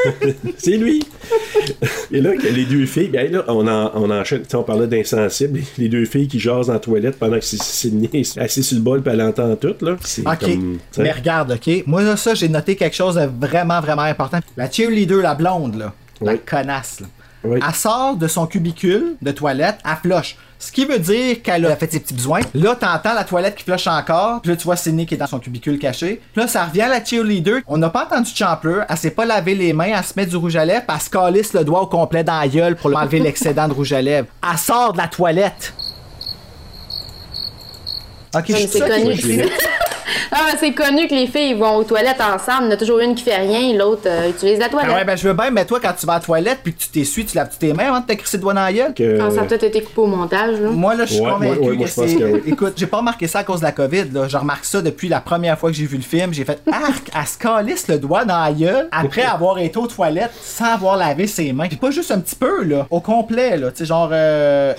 [SPEAKER 7] *laughs* C'est lui! Et là, que les deux filles, ben là, on, en- on enchaîne, tu sais, on parlait d'insensible, les deux filles qui jasent dans la toilette pendant que c'est- c'est Sidney est assise sur le bol puis elle entend tout, là. C'est
[SPEAKER 6] Ok,
[SPEAKER 7] comme, tu sais.
[SPEAKER 6] mais regarde, ok. Moi, là, ça, j'ai noté quelque chose de vraiment, vraiment important. La cheerleader, la blonde, là, la connasse, là, elle sort de son cubicule de toilette, elle flush. Ce qui veut dire qu'elle a fait ses petits besoins. Là, t'entends la toilette qui flush encore. Puis là, tu vois Sidney qui est dans son cubicule caché. Puis là, ça revient à la cheerleader. On n'a pas entendu de champleur. Elle s'est pas lavé les mains. Elle se met du rouge à lèvres. puis Elle se calisse le doigt au complet dans la gueule pour enlever l'excédent de rouge à lèvres. Elle sort de la toilette. Ok, je
[SPEAKER 5] mais
[SPEAKER 6] suis
[SPEAKER 5] c'est
[SPEAKER 6] sûr qu'il-
[SPEAKER 5] connu.
[SPEAKER 6] *laughs*
[SPEAKER 5] Ah, ben, c'est connu que les filles vont aux toilettes ensemble. Il y en a toujours une qui fait rien, l'autre euh, utilise la toilette.
[SPEAKER 6] Ah ouais, ben je veux bien, mais toi, quand tu vas à la toilette puis que tu t'essuies, tu laves tes mains avant de te crisser le doigt dans la gueule.
[SPEAKER 7] Que-
[SPEAKER 5] Ah, ça a peut-être été coupé au montage, là.
[SPEAKER 6] Moi, là, je suis
[SPEAKER 7] Ouais,
[SPEAKER 6] convaincu
[SPEAKER 7] ouais, ouais, moi,
[SPEAKER 6] que
[SPEAKER 7] je pense
[SPEAKER 6] c'est.
[SPEAKER 7] que oui.
[SPEAKER 6] Écoute, j'ai pas remarqué ça à cause de la COVID, là. Je remarque ça depuis la première fois que j'ai vu le film. J'ai fait arc, elle se calisse le doigt dans la gueule après avoir été aux toilettes sans avoir lavé ses mains. Puis pas juste un petit peu, là. Au complet, là. Tu sais, genre. euh,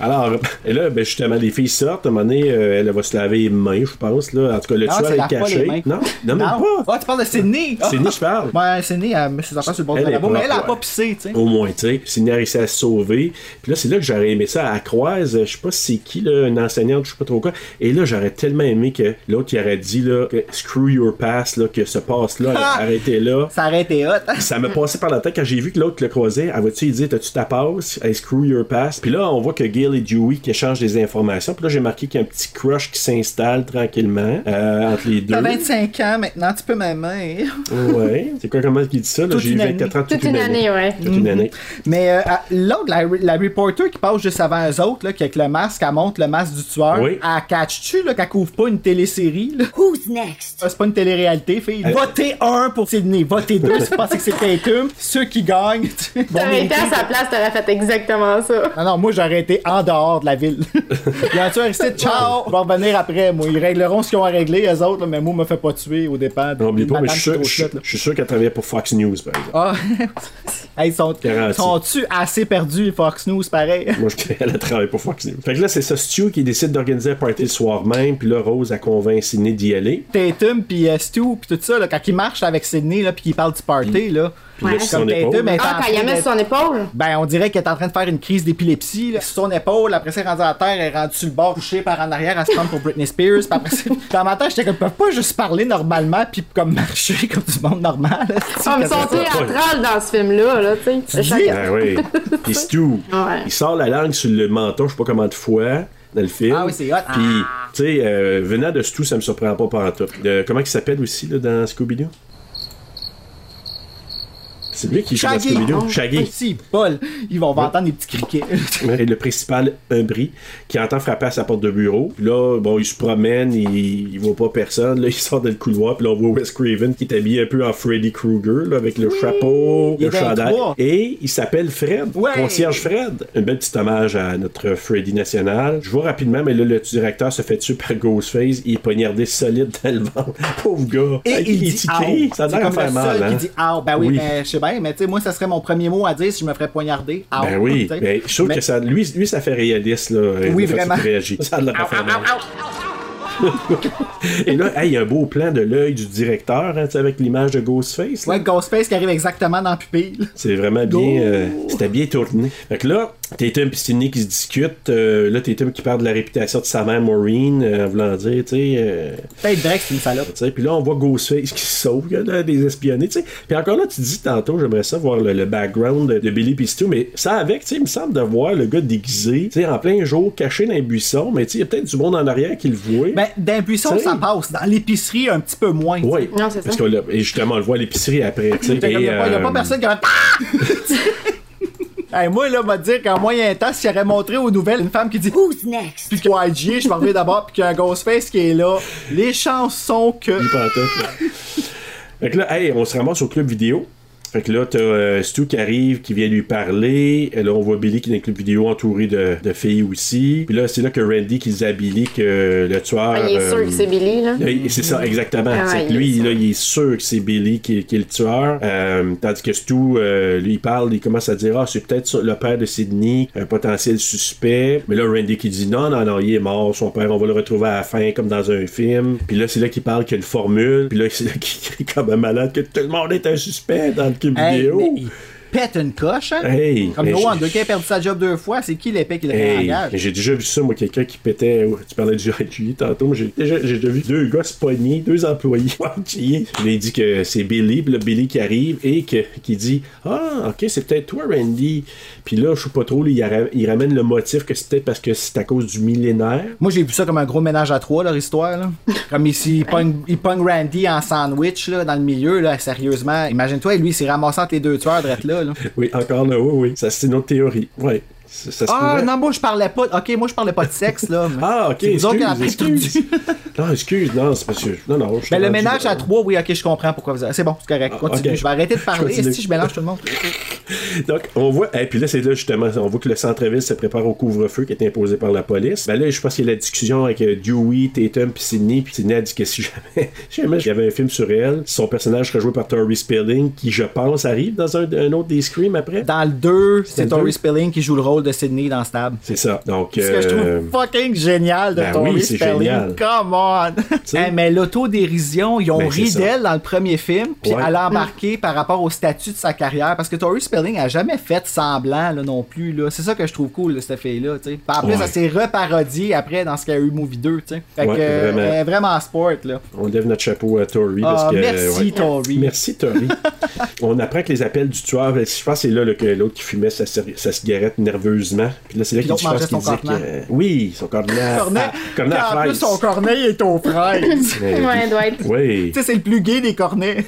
[SPEAKER 7] Alors, et là, ben justement, les filles sortent, à un moment donné, euh, elle va se laver les mains, je pense, là. En tout cas, le
[SPEAKER 6] Non,
[SPEAKER 7] tueur
[SPEAKER 6] ah, c'est la
[SPEAKER 7] est
[SPEAKER 6] pas
[SPEAKER 7] caché.
[SPEAKER 6] les mains.
[SPEAKER 7] Non, non, même pas.
[SPEAKER 6] Ah, tu parles de
[SPEAKER 7] *laughs*
[SPEAKER 6] Sydney!
[SPEAKER 7] C'est Sidney, je parle.
[SPEAKER 6] Ouais, Sydney, elle met ses enfants sur le bord de
[SPEAKER 7] Elle
[SPEAKER 6] la
[SPEAKER 7] est
[SPEAKER 6] lavabo, mais elle a
[SPEAKER 7] propre,
[SPEAKER 6] pas
[SPEAKER 7] ouais. Oh.
[SPEAKER 6] pissé, tu sais.
[SPEAKER 7] Au moins, tu sais. Sidney a réussi à se sauver. Puis là, c'est là que j'aurais aimé ça à Croise. Je sais pas c'est qui, là, une enseignante, je sais pas trop quoi. Et là, j'aurais tellement aimé que l'autre qui aurait dit, là, que screw your pass, là, que ce passe-là,
[SPEAKER 6] Ah!
[SPEAKER 7] arrêtez-là.
[SPEAKER 6] Ça aurait été hot. *laughs*
[SPEAKER 7] Ça m'a passé par la tête quand j'ai vu que l'autre le croisait. Elle va-tu lui dire T'as-tu ta passe Hey, screw your pass. Puis là, on voit que Gil et Dewey qui échangent des informations. Puis là, j'ai marqué qu'il y a un petit crush qui s'installe tranquillement euh, entre les deux.
[SPEAKER 6] T'as 25 ans maintenant, tu peux m'aimer.
[SPEAKER 7] Ouais. C'est quoi, comment il dit ça là?
[SPEAKER 6] Toute
[SPEAKER 7] J'ai eu
[SPEAKER 6] une
[SPEAKER 7] 24 ans, toute,
[SPEAKER 5] Toute une année, ouais.
[SPEAKER 7] Toute une année.
[SPEAKER 6] Mais euh, à- l'autre, la, la reporter qui passe juste avant eux autres, là, qui avec le masque, elle monte le masque du tueur,
[SPEAKER 7] Oui.
[SPEAKER 6] elle catch-tu là, qu'elle couvre pas une télésérie? Là?
[SPEAKER 12] Who's next?
[SPEAKER 6] Ah, C'est pas une télé-réalité, fille.
[SPEAKER 7] Elle-
[SPEAKER 6] Votez un pour Sydney, votez deux si vous pensez que c'est
[SPEAKER 5] *laughs*
[SPEAKER 6] Tatum. Ceux qui gagnent, tu- vont
[SPEAKER 5] T'aurais été
[SPEAKER 6] mériter.
[SPEAKER 5] à sa place, t'aurais fait exactement ça.
[SPEAKER 6] Non, non, moi j'aurais été en dehors de la
[SPEAKER 7] *laughs*
[SPEAKER 6] ville. Il y a un tueur ici, ciao! On va revenir après, moi. Ils régleront ce qu'ils ont à régler, eux autres, là, mais moi, me fait pas tuer au dépens de
[SPEAKER 7] N'oublie pas, mais
[SPEAKER 6] madame
[SPEAKER 7] je suis sûr-
[SPEAKER 6] qui est trop
[SPEAKER 7] je suis
[SPEAKER 6] chouette, là.
[SPEAKER 7] je suis sûr qu'elle travaillait pour Fox News, par exemple.
[SPEAKER 6] Ah, *laughs* Hey, sont,
[SPEAKER 7] Garanti.
[SPEAKER 6] sont-tu assez perdus, Fox News, pareil?
[SPEAKER 7] *laughs* Moi, je elle a travaillé pour Fox News. Fait que là, c'est ça, Stu qui décide d'organiser un party le soir même, puis là, Rose a convaincu Sidney d'y aller.
[SPEAKER 6] Tatum puis euh, Stu puis tout ça là, quand il marche avec Sydney là puis qu'il parle du party là
[SPEAKER 7] Puis il laisse son épaule.
[SPEAKER 6] est
[SPEAKER 5] Ah,
[SPEAKER 6] en
[SPEAKER 5] quand il
[SPEAKER 6] train
[SPEAKER 5] met
[SPEAKER 6] de-
[SPEAKER 5] son épaule?
[SPEAKER 6] ben on dirait qu'elle est en train de faire une crise d'épilepsie là. sur son épaule après c'est rendu à terre elle est rendue sur le bord couchée par en arrière à se prendre pour Britney Spears puis après c'est *laughs* dans ma tête j'étais comme peuvent pas juste parler normalement puis comme marcher comme du monde normal là.
[SPEAKER 5] Ah, mais ils
[SPEAKER 6] C'est
[SPEAKER 5] sont
[SPEAKER 6] ça.
[SPEAKER 5] théâtrales dans ce film-là, là, tu sais.
[SPEAKER 7] Ben
[SPEAKER 6] *laughs*
[SPEAKER 7] oui. Puis Stu,
[SPEAKER 5] Ouais.
[SPEAKER 7] il sort la langue sur le menton, je sais pas comment de fois, dans le film.
[SPEAKER 6] Ah oui, c'est hot.
[SPEAKER 7] Puis, tu sais, euh, venant de Stu, ça me surprend pas par tout. comment il s'appelle aussi, là, dans Scooby-Doo? C'est lui qui joue dans
[SPEAKER 6] Shaggy
[SPEAKER 7] Scooby-Doo.
[SPEAKER 6] Oh,
[SPEAKER 7] Shaggy.
[SPEAKER 6] petit Paul ils vont on va entendre des petits criquets
[SPEAKER 7] Et le principal, Umbri, qui entend frapper à sa porte de bureau. Puis là, bon, il se promène, il, il voit pas personne. Là, il sort dans le couloir, puis là, on voit Wes Craven qui est habillé un peu en Freddy Krueger, là, avec le chapeau,
[SPEAKER 6] Il est
[SPEAKER 7] le
[SPEAKER 6] dans les
[SPEAKER 7] chandail.
[SPEAKER 6] trois.
[SPEAKER 7] Et il s'appelle Fred, concierge Fred. Un bel petit hommage à notre Freddy national. Je vois rapidement, mais là, le directeur se fait tuer par Ghostface. Il est poignardé solide dans le ventre. *laughs* Pauvre gars.
[SPEAKER 6] Et
[SPEAKER 7] Hey,
[SPEAKER 6] *laughs* il, dit
[SPEAKER 7] t'y crie.
[SPEAKER 6] out.
[SPEAKER 7] Ça a
[SPEAKER 6] C'est
[SPEAKER 7] l'air à
[SPEAKER 6] comme
[SPEAKER 7] faire
[SPEAKER 6] le
[SPEAKER 7] mal.
[SPEAKER 6] seul
[SPEAKER 7] hein.
[SPEAKER 6] qui dit out. Ben oui,
[SPEAKER 7] Oui.
[SPEAKER 6] mais je sais bien, mais tu sais, moi, ça serait mon premier mot à dire si je me ferais poignarder. Out.
[SPEAKER 7] Ben oui,
[SPEAKER 6] Tu sais.
[SPEAKER 7] ben, je trouve
[SPEAKER 6] Mais-
[SPEAKER 7] que ça, lui, lui, ça fait réaliste, là. euh,
[SPEAKER 6] Oui,
[SPEAKER 7] la façon
[SPEAKER 6] vraiment.
[SPEAKER 7] qu'il réagit. Ça a de la Et là, hey, il y a un beau plan de l'œil du directeur, hein, tu sais, avec l'image de Ghostface. là.
[SPEAKER 6] Ouais, Ghostface qui arrive exactement dans la pupille.
[SPEAKER 7] C'est vraiment bien. euh, C'était bien tourné. Fait que là, Tatum et Sidney qui se discutent. euh, là, Tatum qui parle de la réputation de sa mère Maureen, euh, en voulant dire, tu sais. euh,
[SPEAKER 6] Peut-être direct, c'est une salope.
[SPEAKER 7] tu sais, Puis là, on voit Ghostface qui se sauve, il y a là, des espionnés. tu sais. Puis encore là, tu dis tantôt, j'aimerais ça voir le, le background de, de Billy Pistou, mais ça avec, tu sais, il me semble de voir le gars déguisé, tu sais, en plein jour, caché dans un buisson, mais tu sais, il y a peut-être du monde en arrière qui le voit.
[SPEAKER 6] Ben, dans buisson,
[SPEAKER 7] Tu sais.
[SPEAKER 6] ça passe. Dans l'épicerie, un petit peu moins. tu sais.
[SPEAKER 7] oui,
[SPEAKER 5] Non, c'est
[SPEAKER 7] parce
[SPEAKER 5] ça.
[SPEAKER 7] que et justement, on le voit à l'épicerie après. tu sais,
[SPEAKER 6] T'es comme,
[SPEAKER 7] et,
[SPEAKER 6] y a pas- y a
[SPEAKER 7] euh,
[SPEAKER 6] pas personne qui va. *laughs* Hey, moi, là, va dire qu'en moyen temps, s'il aurait montré aux nouvelles une femme qui dit
[SPEAKER 12] Who's next?
[SPEAKER 6] Puis toi, IGA, je m'en reviens d'abord, puis qu'il y a un Ghostface qui est là, les chances sont que.
[SPEAKER 7] Il est pas en tête, là. fait que là, hey, on se ramasse au club vidéo. Fait que là, t'as euh, Stu qui arrive, qui vient lui parler. Et là, on voit Billy qui est dans le club vidéo entouré de, de filles aussi. Puis là, c'est là que Randy qui dit à Billy que le tueur.
[SPEAKER 5] Ah, il est sûr
[SPEAKER 7] euh,
[SPEAKER 5] que c'est Billy, là.
[SPEAKER 7] Là, il- c'est ça, exactement.
[SPEAKER 5] Ah ouais,
[SPEAKER 7] C'est que
[SPEAKER 5] il est
[SPEAKER 7] lui, là, il est sûr que c'est Billy qui, est- qui est le tueur. Euh, tandis que Stu, euh, lui, il parle, il commence à dire Ah, c'est peut-être ça, le père de Sidney, un potentiel suspect. Mais là, Randy qui dit Non, non, non, il est mort, son père, on va le retrouver à la fin, comme dans un film. Puis là, c'est là qu'il parle qu'il y a une formule. Puis là, *laughs* c'est là qu'il crie comme un malade que tout le monde est un suspect dans le club
[SPEAKER 6] Hey,
[SPEAKER 7] vidéo.
[SPEAKER 6] mais il pète une coche, hein?
[SPEAKER 7] Hey,
[SPEAKER 6] Comme
[SPEAKER 7] mais
[SPEAKER 6] No
[SPEAKER 7] j'ai-
[SPEAKER 6] Wonder qui a perdu sa job deux fois, c'est qui l'épée qui le
[SPEAKER 7] Hey,
[SPEAKER 6] réengage?
[SPEAKER 7] j'ai déjà vu ça, moi, quelqu'un qui pétait. Tu parlais du IGE tantôt, mais j'ai déjà, j'ai déjà vu deux gars se pogner, deux employés *laughs* au IGE. Je lui ai dit que c'est Billy, puis là, Billy qui arrive et que- qui dit Ah, ok, c'est peut-être toi, Randy. Puis là, je sais pas trop, là, il, ra- il ramène le motif que c'est peut-être parce que c'est à cause du millénaire.
[SPEAKER 6] Moi, j'ai vu ça comme un gros ménage à trois, leur histoire. Là. comme ici, ils pognent ils pognent Randy en sandwich là, dans le milieu, là, sérieusement. Imagine-toi, lui, il s'est ramassé entre les deux tueurs, d'être là. là.
[SPEAKER 7] Oui, encore là, oui, oui. Ça, c'est une autre théorie. Oui. Ça, ça se
[SPEAKER 6] Ah,
[SPEAKER 7] pourrait.
[SPEAKER 6] non, moi, je parlais pas. Ok, moi, je parlais pas de sexe, *laughs* là. mais-
[SPEAKER 7] Ah, ok,
[SPEAKER 6] C'est vous autres qui en avez
[SPEAKER 7] excuse, excuse.
[SPEAKER 6] *laughs*
[SPEAKER 7] non, excuse, non, c'est parce que. Non, non, je
[SPEAKER 6] Mais Ben, le
[SPEAKER 7] t'ai
[SPEAKER 6] ménage
[SPEAKER 7] rendu-
[SPEAKER 6] à trois, oui, ok, je comprends pourquoi vous avez. C'est bon, c'est correct.
[SPEAKER 7] Ah,
[SPEAKER 6] Continue, *laughs*
[SPEAKER 7] ok.
[SPEAKER 6] je vais arrêter de
[SPEAKER 7] Je
[SPEAKER 6] parler.
[SPEAKER 7] continue.
[SPEAKER 6] Si je mélange tout le monde.
[SPEAKER 7] Donc, on voit, et puis là, c'est là justement, on voit que le centre-ville se prépare au couvre-feu qui est imposé par la police. Ben là, je pense qu'il y a la discussion avec euh, Dewey, Tatum, puis Sidney. Puis Sidney a dit que si jamais, *laughs* si jamais il y avait un film sur elle, son personnage serait joué par Tori Spelling, qui, je pense, arrive dans un, un autre des screams après.
[SPEAKER 6] Dans le 2,
[SPEAKER 7] Dans
[SPEAKER 6] c'est
[SPEAKER 7] le deux?
[SPEAKER 6] Tori Spelling qui joue le rôle de Sydney dans Stab.
[SPEAKER 7] C'est ça. Donc,
[SPEAKER 6] Ce que je
[SPEAKER 7] euh,
[SPEAKER 6] trouve fucking génial de
[SPEAKER 7] ben
[SPEAKER 6] Tori
[SPEAKER 7] oui, c'est
[SPEAKER 6] Spelling.
[SPEAKER 7] génial.
[SPEAKER 6] Come
[SPEAKER 7] *laughs*
[SPEAKER 6] on! Hey, mais l'autodérision, ils ont
[SPEAKER 7] Ben, c'est
[SPEAKER 6] ri
[SPEAKER 7] ça.
[SPEAKER 6] d'elle dans le premier film, puis
[SPEAKER 7] Ouais.
[SPEAKER 6] elle a embarqué par rapport au statut de sa carrière, parce que Tori Spelling a jamais fait semblant là, non plus. Là. C'est ça que je trouve cool de cette fille-là. tu sais. Puis En plus,
[SPEAKER 7] Ouais.
[SPEAKER 6] elle s'est reparodiée après dans ce qu'il y a eu Movie 2. tu sais. Fait
[SPEAKER 7] Ouais,
[SPEAKER 6] que, euh,
[SPEAKER 7] vraiment.
[SPEAKER 6] elle est vraiment sport. Là.
[SPEAKER 7] on lève notre chapeau à Tori. parce
[SPEAKER 6] Ah,
[SPEAKER 7] que,
[SPEAKER 6] merci, Tori.
[SPEAKER 7] Merci,
[SPEAKER 6] *laughs*
[SPEAKER 7] Tori. on apprend que les appels du tueur, je pense que c'est là, là, que l'autre qui fumait sa, cir- sa cigarette nerveusement. Puis là, c'est là
[SPEAKER 6] Puis
[SPEAKER 7] qu'il
[SPEAKER 6] l'autre
[SPEAKER 7] dit, je pense
[SPEAKER 6] mangeait
[SPEAKER 7] qu'il
[SPEAKER 6] son
[SPEAKER 7] disait que.
[SPEAKER 6] cornet.
[SPEAKER 7] euh, Oui, son cornet. à-
[SPEAKER 6] Cornet.
[SPEAKER 7] à- cornet à
[SPEAKER 6] en plus,
[SPEAKER 7] fraise.
[SPEAKER 6] son cornet est aux
[SPEAKER 7] *laughs*
[SPEAKER 6] fraises.
[SPEAKER 7] Mais-
[SPEAKER 5] Ouais, doit être.
[SPEAKER 7] Oui.
[SPEAKER 6] Tu sais, c'est le plus gay des cornets.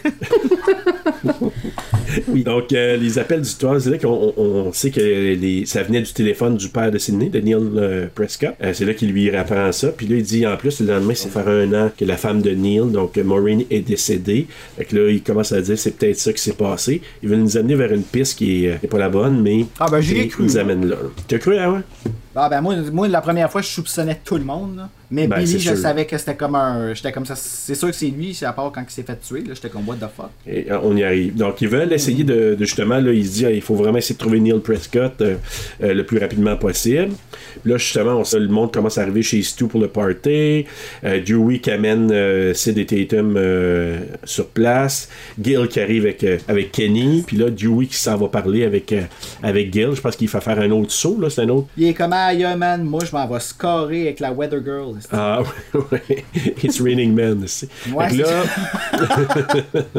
[SPEAKER 7] Oui. Donc, euh, les appels du toit, c'est là qu'on on- on sait que les, ça venait du téléphone du père de Sydney, de Neil euh, Prescott. Euh, c'est là qu'il lui apprend ça. Puis là, il dit en plus, le lendemain, ça fait un an que la femme de Neil, donc euh, Maureen, est décédée. Fait que là, il commence à dire, c'est peut-être ça qui s'est passé. Ils veulent nous amener vers une piste qui est, euh, qui est pas la bonne, mais
[SPEAKER 6] Ah, ben, j'y ai
[SPEAKER 7] ils
[SPEAKER 6] cru.
[SPEAKER 7] nous amènent là. T'as cru, hein, ouais?
[SPEAKER 6] Ah, ben, moi, moi, la première fois, je soupçonnais tout le monde. là. Mais
[SPEAKER 7] Ben, c'est
[SPEAKER 6] Billy, je
[SPEAKER 7] sûr.
[SPEAKER 6] savais que c'était comme un. J'étais comme ça. C'est sûr que c'est lui, c'est à part quand il s'est fait tuer. là, J'étais comme, what the fuck.
[SPEAKER 7] Et euh, on y arrive. Donc, ils veulent essayer de, de justement, là, ils se disent, ah, il faut vraiment essayer de trouver Neil Prescott euh, euh, le plus rapidement possible. Puis là, justement, on, se- le monde commence à arriver chez Stu pour le party. Euh, Dewey qui amène euh, Sid et Tatum euh, sur place. Gil qui arrive avec, euh, avec Kenny. Puis là, Dewey qui s'en va parler avec, euh, avec Gil. Je pense qu'il va faire un autre saut, là, c'est un autre.
[SPEAKER 6] Il est comme, ah, yeah, man, moi, je m'en vais scorer avec la Weather Girl.
[SPEAKER 7] Ah, *laughs* ouais, ouais. It's Raining Men. c'est-
[SPEAKER 6] Ouais,
[SPEAKER 7] Fait que là, *laughs*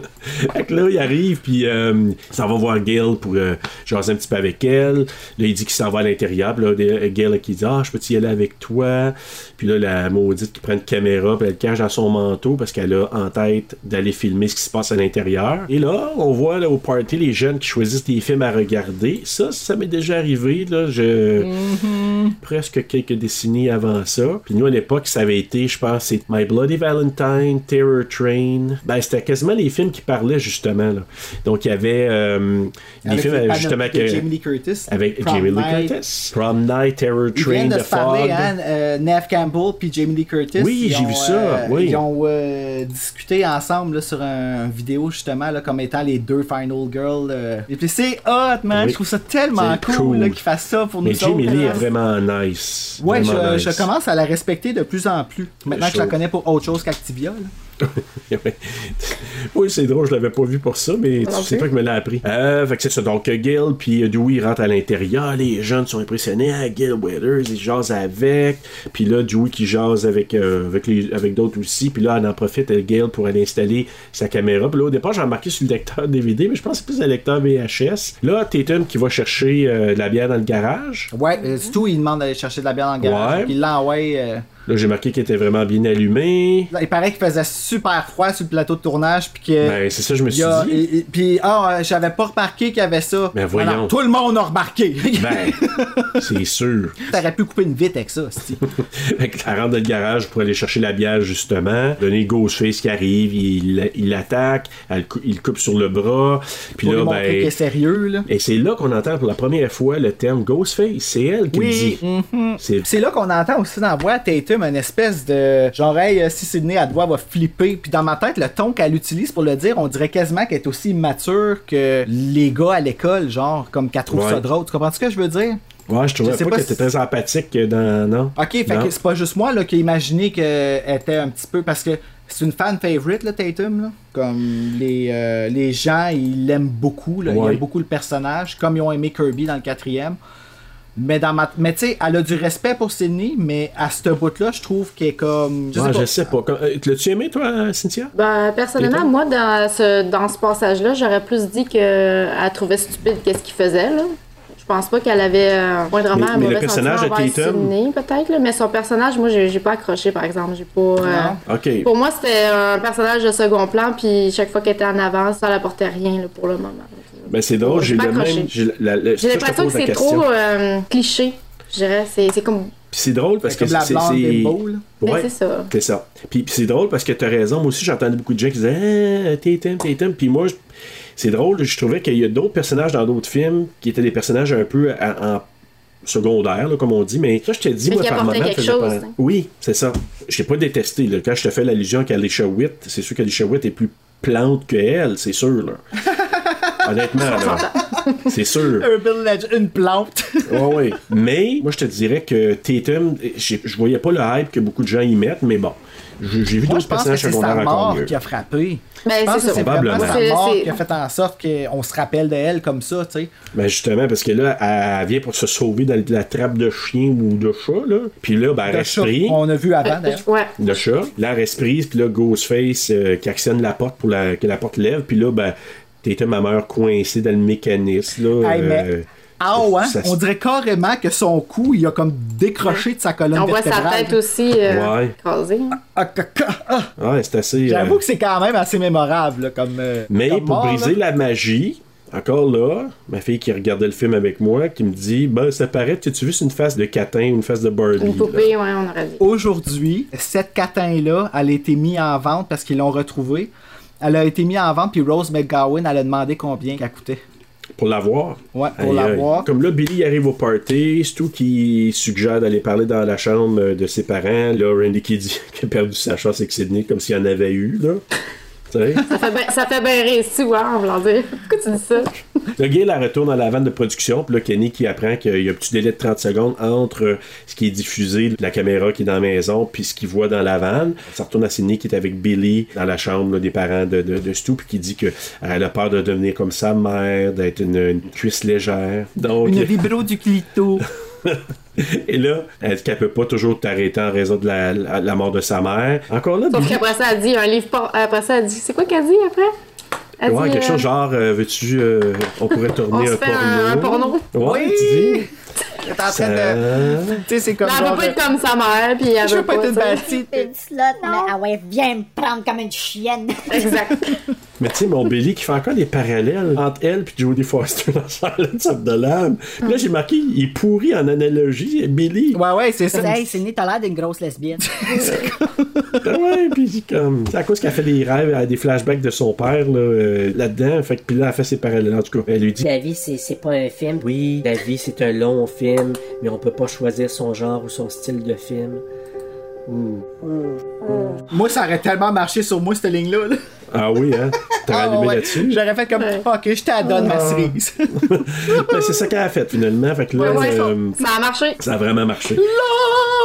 [SPEAKER 7] Fait que là, il arrive, puis euh, il s'en va voir Gail pour euh, jaser un petit peu avec elle. Là, il dit qu'il s'en va à l'intérieur. Puis là, des- Gail qui dit Ah, je peux-tu y aller avec toi Puis là, la maudite qui prend une caméra, puis elle le cache dans son manteau parce qu'elle a en tête d'aller filmer ce qui se passe à l'intérieur. Et là, on voit là, au party les jeunes qui choisissent des films à regarder. Ça, ça m'est déjà arrivé. Là, je presque quelques décennies avant ça. Puis nous, à l'époque, ça avait été, je pense, c'est My Bloody Valentine, Terror Train. Ben, c'était quasiment les films qui parlaient, justement. là. Donc, il y avait euh, des
[SPEAKER 6] Avec
[SPEAKER 7] films,
[SPEAKER 6] le
[SPEAKER 7] euh,
[SPEAKER 6] panoptique
[SPEAKER 7] justement,
[SPEAKER 6] de
[SPEAKER 7] que-
[SPEAKER 6] Jamie Lee Curtis.
[SPEAKER 7] avec
[SPEAKER 6] Prom
[SPEAKER 7] Jamie Lee
[SPEAKER 6] Night.
[SPEAKER 7] Curtis. Prom Night, Terror
[SPEAKER 6] Ils
[SPEAKER 7] Train,
[SPEAKER 6] viennent de
[SPEAKER 7] The
[SPEAKER 6] se parler,
[SPEAKER 7] Fog.
[SPEAKER 6] hein, euh, Neve Campbell puis Jamie Lee Curtis.
[SPEAKER 7] Oui,
[SPEAKER 6] Ils
[SPEAKER 7] j'ai
[SPEAKER 6] ont,
[SPEAKER 7] vu ça,
[SPEAKER 6] euh,
[SPEAKER 7] oui.
[SPEAKER 6] Ils ont euh, discuté ensemble là, sur un, une vidéo justement là, comme étant les deux Final Girls. euh. Et puis c'est hot, man.
[SPEAKER 7] Oui.
[SPEAKER 6] Je trouve ça tellement
[SPEAKER 7] C'est
[SPEAKER 6] cool,
[SPEAKER 7] cool.
[SPEAKER 6] là, qu'ils fassent ça pour
[SPEAKER 7] Mais
[SPEAKER 6] nous
[SPEAKER 7] Jamie
[SPEAKER 6] autres,
[SPEAKER 7] Lee
[SPEAKER 6] là.
[SPEAKER 7] est vraiment nice.
[SPEAKER 6] Ouais, je,
[SPEAKER 7] Vraiment
[SPEAKER 6] je
[SPEAKER 7] nice.
[SPEAKER 6] commence à la respecter de plus en plus. Maintenant que je la
[SPEAKER 7] chaud.
[SPEAKER 6] connais pour autre chose qu'Activia. là.
[SPEAKER 7] *laughs* oui, c'est drôle, je l'avais pas vu pour ça, mais
[SPEAKER 6] Non
[SPEAKER 7] c'est
[SPEAKER 6] plus.
[SPEAKER 7] toi qui me l'as appris. Euh, fait que c'est ça. Donc, euh, Gil puis euh, Dewey rentrent à l'intérieur. Les jeunes sont impressionnés. Ah, Gil Weathers, ils jasent avec. Puis là, Dewey qui jase avec, euh, avec, les- avec d'autres aussi. Puis là, elle en profite, elle, Gil, pour aller installer sa caméra. Puis là, au départ, j'ai remarqué sur le lecteur DVD, mais je pense que c'est plus le lecteur VHS. Là, Tatum qui va chercher euh, de la bière dans le garage.
[SPEAKER 6] Ouais, euh, Stu, il demande d'aller chercher de la bière dans le garage.
[SPEAKER 7] Ouais.
[SPEAKER 6] puis Il l'envoie. euh,
[SPEAKER 7] Là, j'ai marqué qu'elle était vraiment bien allumée.
[SPEAKER 6] Il paraît qu'il faisait super froid sur le plateau de tournage. Puis que.
[SPEAKER 7] Ben, c'est ça, je me
[SPEAKER 6] il
[SPEAKER 7] suis
[SPEAKER 6] y a-
[SPEAKER 7] dit.
[SPEAKER 6] et- et- puis, ah, euh, j'avais pas remarqué qu'il y avait ça.
[SPEAKER 7] Ben, voyons.
[SPEAKER 6] Alors, tout le monde a remarqué.
[SPEAKER 7] Ben, c'est sûr.
[SPEAKER 6] *laughs* T'aurais pu couper une vite avec ça, c'ti.
[SPEAKER 7] *laughs* Fait que elle rentre dans le garage pour aller chercher la bière, justement. Donner Ghostface qui arrive, il il l'attaque, elle cou- il le coupe sur le bras. Puis
[SPEAKER 6] Pour lui
[SPEAKER 7] là,
[SPEAKER 6] montrer qu'il est
[SPEAKER 7] ben.
[SPEAKER 6] sérieux, là.
[SPEAKER 7] Et c'est là qu'on entend pour la première fois le terme Ghostface. C'est elle qui
[SPEAKER 6] Oui. mm-hmm.
[SPEAKER 7] le dit. C'est
[SPEAKER 6] C'est là qu'on entend aussi dans la voix Tatum une espèce de genre, hey, euh, si Sydney, elle doit, elle va flipper. Puis dans ma tête, le ton qu'elle utilise pour le dire, on dirait quasiment qu'elle est aussi mature que les gars à l'école, genre, comme qu'elle trouve
[SPEAKER 7] Ouais.
[SPEAKER 6] ça drôle. Tu comprends ce que je veux dire?
[SPEAKER 7] Ouais, je trouvais
[SPEAKER 6] Je sais
[SPEAKER 7] pas,
[SPEAKER 6] pas
[SPEAKER 7] qu'elle
[SPEAKER 6] si-
[SPEAKER 7] était très empathique dans. Non.
[SPEAKER 6] Ok, fait
[SPEAKER 7] Non.
[SPEAKER 6] que c'est pas juste moi là, qui ai imaginé qu'elle était un petit peu. Parce que c'est une fan favorite, là, Tatum. Là. Comme les, euh, les gens, ils l'aiment beaucoup. Là. Ils
[SPEAKER 7] Ouais.
[SPEAKER 6] aiment beaucoup le personnage, comme ils ont aimé Kirby dans le quatrième. Mais, dans ma... mais tu sais, elle a du respect pour Sydney, mais à ce bout-là, je trouve qu'elle est comme. pas.
[SPEAKER 7] Ouais, je sais pas. Quand- euh, L'as-tu aimé, toi, Cynthia?
[SPEAKER 5] Ben, personnellement,
[SPEAKER 7] Clayton?
[SPEAKER 5] moi, dans ce, dans ce passage-là, j'aurais plus dit qu'elle trouvait stupide qu'est-ce qu'il faisait, là. Je pense pas qu'elle avait euh, moindrement
[SPEAKER 7] Mais-
[SPEAKER 5] un
[SPEAKER 7] mais le
[SPEAKER 5] mauvais
[SPEAKER 7] personnage
[SPEAKER 5] sentiment
[SPEAKER 7] de
[SPEAKER 5] envers
[SPEAKER 7] Tatum-
[SPEAKER 5] Sydney, peut-être, là. Mais son personnage, moi, j'ai j'ai pas accroché, par exemple. J'ai pas... euh,
[SPEAKER 7] Ok.
[SPEAKER 6] Oh.
[SPEAKER 5] Pour moi, c'était un personnage de second plan, puis chaque fois qu'elle était en avance, ça n'apportait rien, là, pour le moment.
[SPEAKER 7] Ben, c'est drôle,
[SPEAKER 5] j'ai
[SPEAKER 7] j'ai
[SPEAKER 5] pas
[SPEAKER 7] le
[SPEAKER 5] accroché.
[SPEAKER 7] même. j'ai la- la-
[SPEAKER 5] J'ai
[SPEAKER 7] ça, je te
[SPEAKER 5] l'impression que
[SPEAKER 7] pose la
[SPEAKER 5] c'est
[SPEAKER 7] question.
[SPEAKER 5] trop euh, cliché, je dirais. C'est c'est comme...
[SPEAKER 7] Puis c'est drôle parce
[SPEAKER 6] C'est
[SPEAKER 7] que
[SPEAKER 6] comme la
[SPEAKER 7] c'est.
[SPEAKER 6] blonde
[SPEAKER 7] c'est-
[SPEAKER 6] bimbo, là.
[SPEAKER 5] Ben,
[SPEAKER 7] Ouais.
[SPEAKER 5] c'est ça.
[SPEAKER 7] C'est ça. Puis, puis c'est drôle parce que t'as raison. Moi aussi, j'entendais beaucoup de gens qui disaient Ah, Tatum, Tatum. Puis moi, je- c'est drôle, je trouvais qu'il y a d'autres personnages dans d'autres films qui étaient des personnages un peu en, en secondaire, là, comme on dit. Mais ça, je te dis,
[SPEAKER 5] Mais
[SPEAKER 7] moi,
[SPEAKER 5] qui
[SPEAKER 7] par
[SPEAKER 5] apportaient
[SPEAKER 7] moment,
[SPEAKER 5] quelque
[SPEAKER 7] faisait
[SPEAKER 5] chose,
[SPEAKER 7] pas-
[SPEAKER 5] hein.
[SPEAKER 7] Oui, c'est ça. Je l'ai pas détesté. là. Quand je te fais l'allusion qu'Alicia Witt, c'est sûr qu'Alicia Witt est plus plante que elle, c'est sûr.
[SPEAKER 5] *laughs*
[SPEAKER 7] là. Honnêtement, là. c'est sûr.
[SPEAKER 6] Urban Legend, une plante. *laughs*
[SPEAKER 7] Ouais, ouais. Mais moi, je te dirais que Tatum, j'ai- je voyais pas le hype que beaucoup de gens y mettent, mais bon. J'ai j'ai vu
[SPEAKER 6] Moi, je
[SPEAKER 7] d'autres
[SPEAKER 6] pense que
[SPEAKER 7] personnages
[SPEAKER 6] c'est sa
[SPEAKER 7] secondaires encore
[SPEAKER 6] mort
[SPEAKER 7] mieux.
[SPEAKER 6] qui a frappé.
[SPEAKER 5] Ben,
[SPEAKER 6] je pense
[SPEAKER 5] c'est
[SPEAKER 6] que
[SPEAKER 5] ça.
[SPEAKER 6] c'est vraiment
[SPEAKER 7] Probablement.
[SPEAKER 6] sa mort
[SPEAKER 5] C'est-
[SPEAKER 6] qui a fait en sorte qu'on se rappelle de elle comme ça, tu sais.
[SPEAKER 7] Ben justement, parce que là, elle, elle vient pour se sauver dans la trappe de chien ou de chat, là. Puis là, ben, elle
[SPEAKER 6] De
[SPEAKER 7] reste
[SPEAKER 6] chat,
[SPEAKER 7] prise.
[SPEAKER 6] On a vu avant, d'ailleurs.
[SPEAKER 5] euh, Ouais.
[SPEAKER 7] de chat. Là, elle reste prise, puis là, Ghostface euh, qui actionne la porte pour la- que la porte lève, puis là, ben, Tatum, ma mère, coincée dans le mécanisme, là.
[SPEAKER 6] Hey, mais-
[SPEAKER 7] euh,
[SPEAKER 6] Ah ouais,
[SPEAKER 7] Ça se-
[SPEAKER 6] on dirait carrément que son cou, il a comme décroché de sa colonne
[SPEAKER 5] On voit
[SPEAKER 6] vertébrale.
[SPEAKER 5] sa tête aussi euh,
[SPEAKER 7] Ouais.
[SPEAKER 5] écrasée.
[SPEAKER 6] Ah, ca- ca- ah.
[SPEAKER 7] ouais, c'est assez... euh,
[SPEAKER 6] J'avoue que c'est quand même assez mémorable là, comme. euh,
[SPEAKER 7] Mais
[SPEAKER 6] comme
[SPEAKER 7] pour
[SPEAKER 6] mort,
[SPEAKER 7] briser
[SPEAKER 6] là.
[SPEAKER 7] la magie, encore là, ma fille qui regardait le film avec moi, qui me dit Ben, ça paraît que tu veux une face de catin ou une face de Barbie.
[SPEAKER 5] Une
[SPEAKER 7] là.
[SPEAKER 5] poupée, ouais, on aurait dit.
[SPEAKER 6] Aujourd'hui, cette catin-là, elle a été mise en vente parce qu'ils l'ont retrouvée. Elle a été mise en vente, puis Rose McGowan, elle a demandé combien qu'elle coûtait.
[SPEAKER 7] Pour l'avoir.
[SPEAKER 6] Ouais, pour
[SPEAKER 7] Et,
[SPEAKER 6] l'avoir.
[SPEAKER 7] euh, comme là, Billy arrive au party, Stu qui suggère d'aller parler dans la chambre euh, de ses parents. Là, Randy qui dit *laughs* qu'il a perdu sa chance avec Sydney comme s'il y en avait eu, là. Tu sais?
[SPEAKER 5] Ça fait bien, ça fait bien rire, tu vois, en voulant dire. Pourquoi tu dis ça?
[SPEAKER 7] Le gars, la retourne à la vanne de production, puis là, Kenny qui apprend qu'il y a un petit délai de 30 secondes entre euh, ce qui est diffusé, la caméra qui est dans la maison, puis ce qu'il voit dans la vanne. Ça retourne à Sydney qui est avec Billy dans la chambre là, des parents de, de, de Stu, puis qui dit qu'elle a peur de devenir comme sa mère, d'être une, une cuisse légère. Donc, *laughs*
[SPEAKER 6] Une vibro du clito.
[SPEAKER 7] et là, elle dit qu'elle peut pas toujours t'arrêter en raison de la, la- la mort de sa mère. Encore là,
[SPEAKER 5] Sauf
[SPEAKER 7] Billy-
[SPEAKER 5] qu'après ça, elle dit un livre. por- Après ça, elle dit. C'est quoi qu'elle dit après? Elle
[SPEAKER 7] Ouais,
[SPEAKER 5] dit,
[SPEAKER 7] quelque
[SPEAKER 5] euh,
[SPEAKER 7] chose genre, euh, veux-tu, euh, on pourrait
[SPEAKER 5] On
[SPEAKER 7] tourner
[SPEAKER 5] se
[SPEAKER 7] un,
[SPEAKER 5] fait
[SPEAKER 7] porno.
[SPEAKER 5] un, un porno.
[SPEAKER 7] Ouais, tu dis.
[SPEAKER 6] T'es en train
[SPEAKER 7] Ça-
[SPEAKER 6] de. Tu sais, c'est comme.
[SPEAKER 5] Mais elle veut
[SPEAKER 6] genre
[SPEAKER 5] pas
[SPEAKER 6] de-
[SPEAKER 5] être comme sa mère, puis elle
[SPEAKER 6] Je
[SPEAKER 5] veut
[SPEAKER 6] veux pas être une
[SPEAKER 5] tu sais.
[SPEAKER 6] bâtie.
[SPEAKER 12] Une slot, mais ah ouais, viens me prendre comme une chienne.
[SPEAKER 5] Exact.
[SPEAKER 7] *laughs* Mais tu sais, mon Billy qui fait encore des parallèles entre elle et Jodie Foster dans Charlotte Sable de l'âme. Puis Là, j'ai marqué, il est pourri en analogie, Billy.
[SPEAKER 6] Ouais, ouais, c'est
[SPEAKER 12] C'est hey, Sydney, t'as l'air d'une
[SPEAKER 13] *laughs*
[SPEAKER 12] grosse lesbienne.
[SPEAKER 7] Ah ouais, puis c'est comme. C'est à cause qu'elle fait des rêves, elle a des flashbacks de son père là, euh, là-dedans. fait que puis là, elle fait ses parallèles. En tout cas, elle lui dit.
[SPEAKER 19] La vie, c'est c'est pas un film. Oui, la vie, c'est un long film, mais on peut pas choisir son genre ou son style de film. Ouh.
[SPEAKER 6] Moi, ça aurait tellement marché sur moi, cette ligne-là. là.
[SPEAKER 7] Ah oui, hein? T'as
[SPEAKER 6] Ah,
[SPEAKER 7] allumé
[SPEAKER 6] ouais.
[SPEAKER 7] là-dessus?
[SPEAKER 6] J'aurais fait comme. Ok, je t'adonne ma
[SPEAKER 7] Ah.
[SPEAKER 6] cerise. *laughs*
[SPEAKER 7] Ben, c'est ça qu'elle a fait finalement. Fait que là,
[SPEAKER 5] Ouais, ouais, ça-
[SPEAKER 7] euh,
[SPEAKER 5] ça a marché.
[SPEAKER 7] ça a vraiment marché.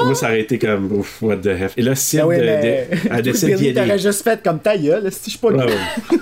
[SPEAKER 7] Moi, ça aurait été comme. Ouf, what the heck. Et là, Sid,
[SPEAKER 6] Ah ouais,
[SPEAKER 7] euh,
[SPEAKER 6] mais-
[SPEAKER 7] dé- elle décide
[SPEAKER 6] *laughs*
[SPEAKER 7] d'y
[SPEAKER 6] Billy,
[SPEAKER 7] aller.
[SPEAKER 6] t'aurais juste fait comme ta gueule, si je suis pas
[SPEAKER 7] Ouais,
[SPEAKER 6] là.
[SPEAKER 7] ouais.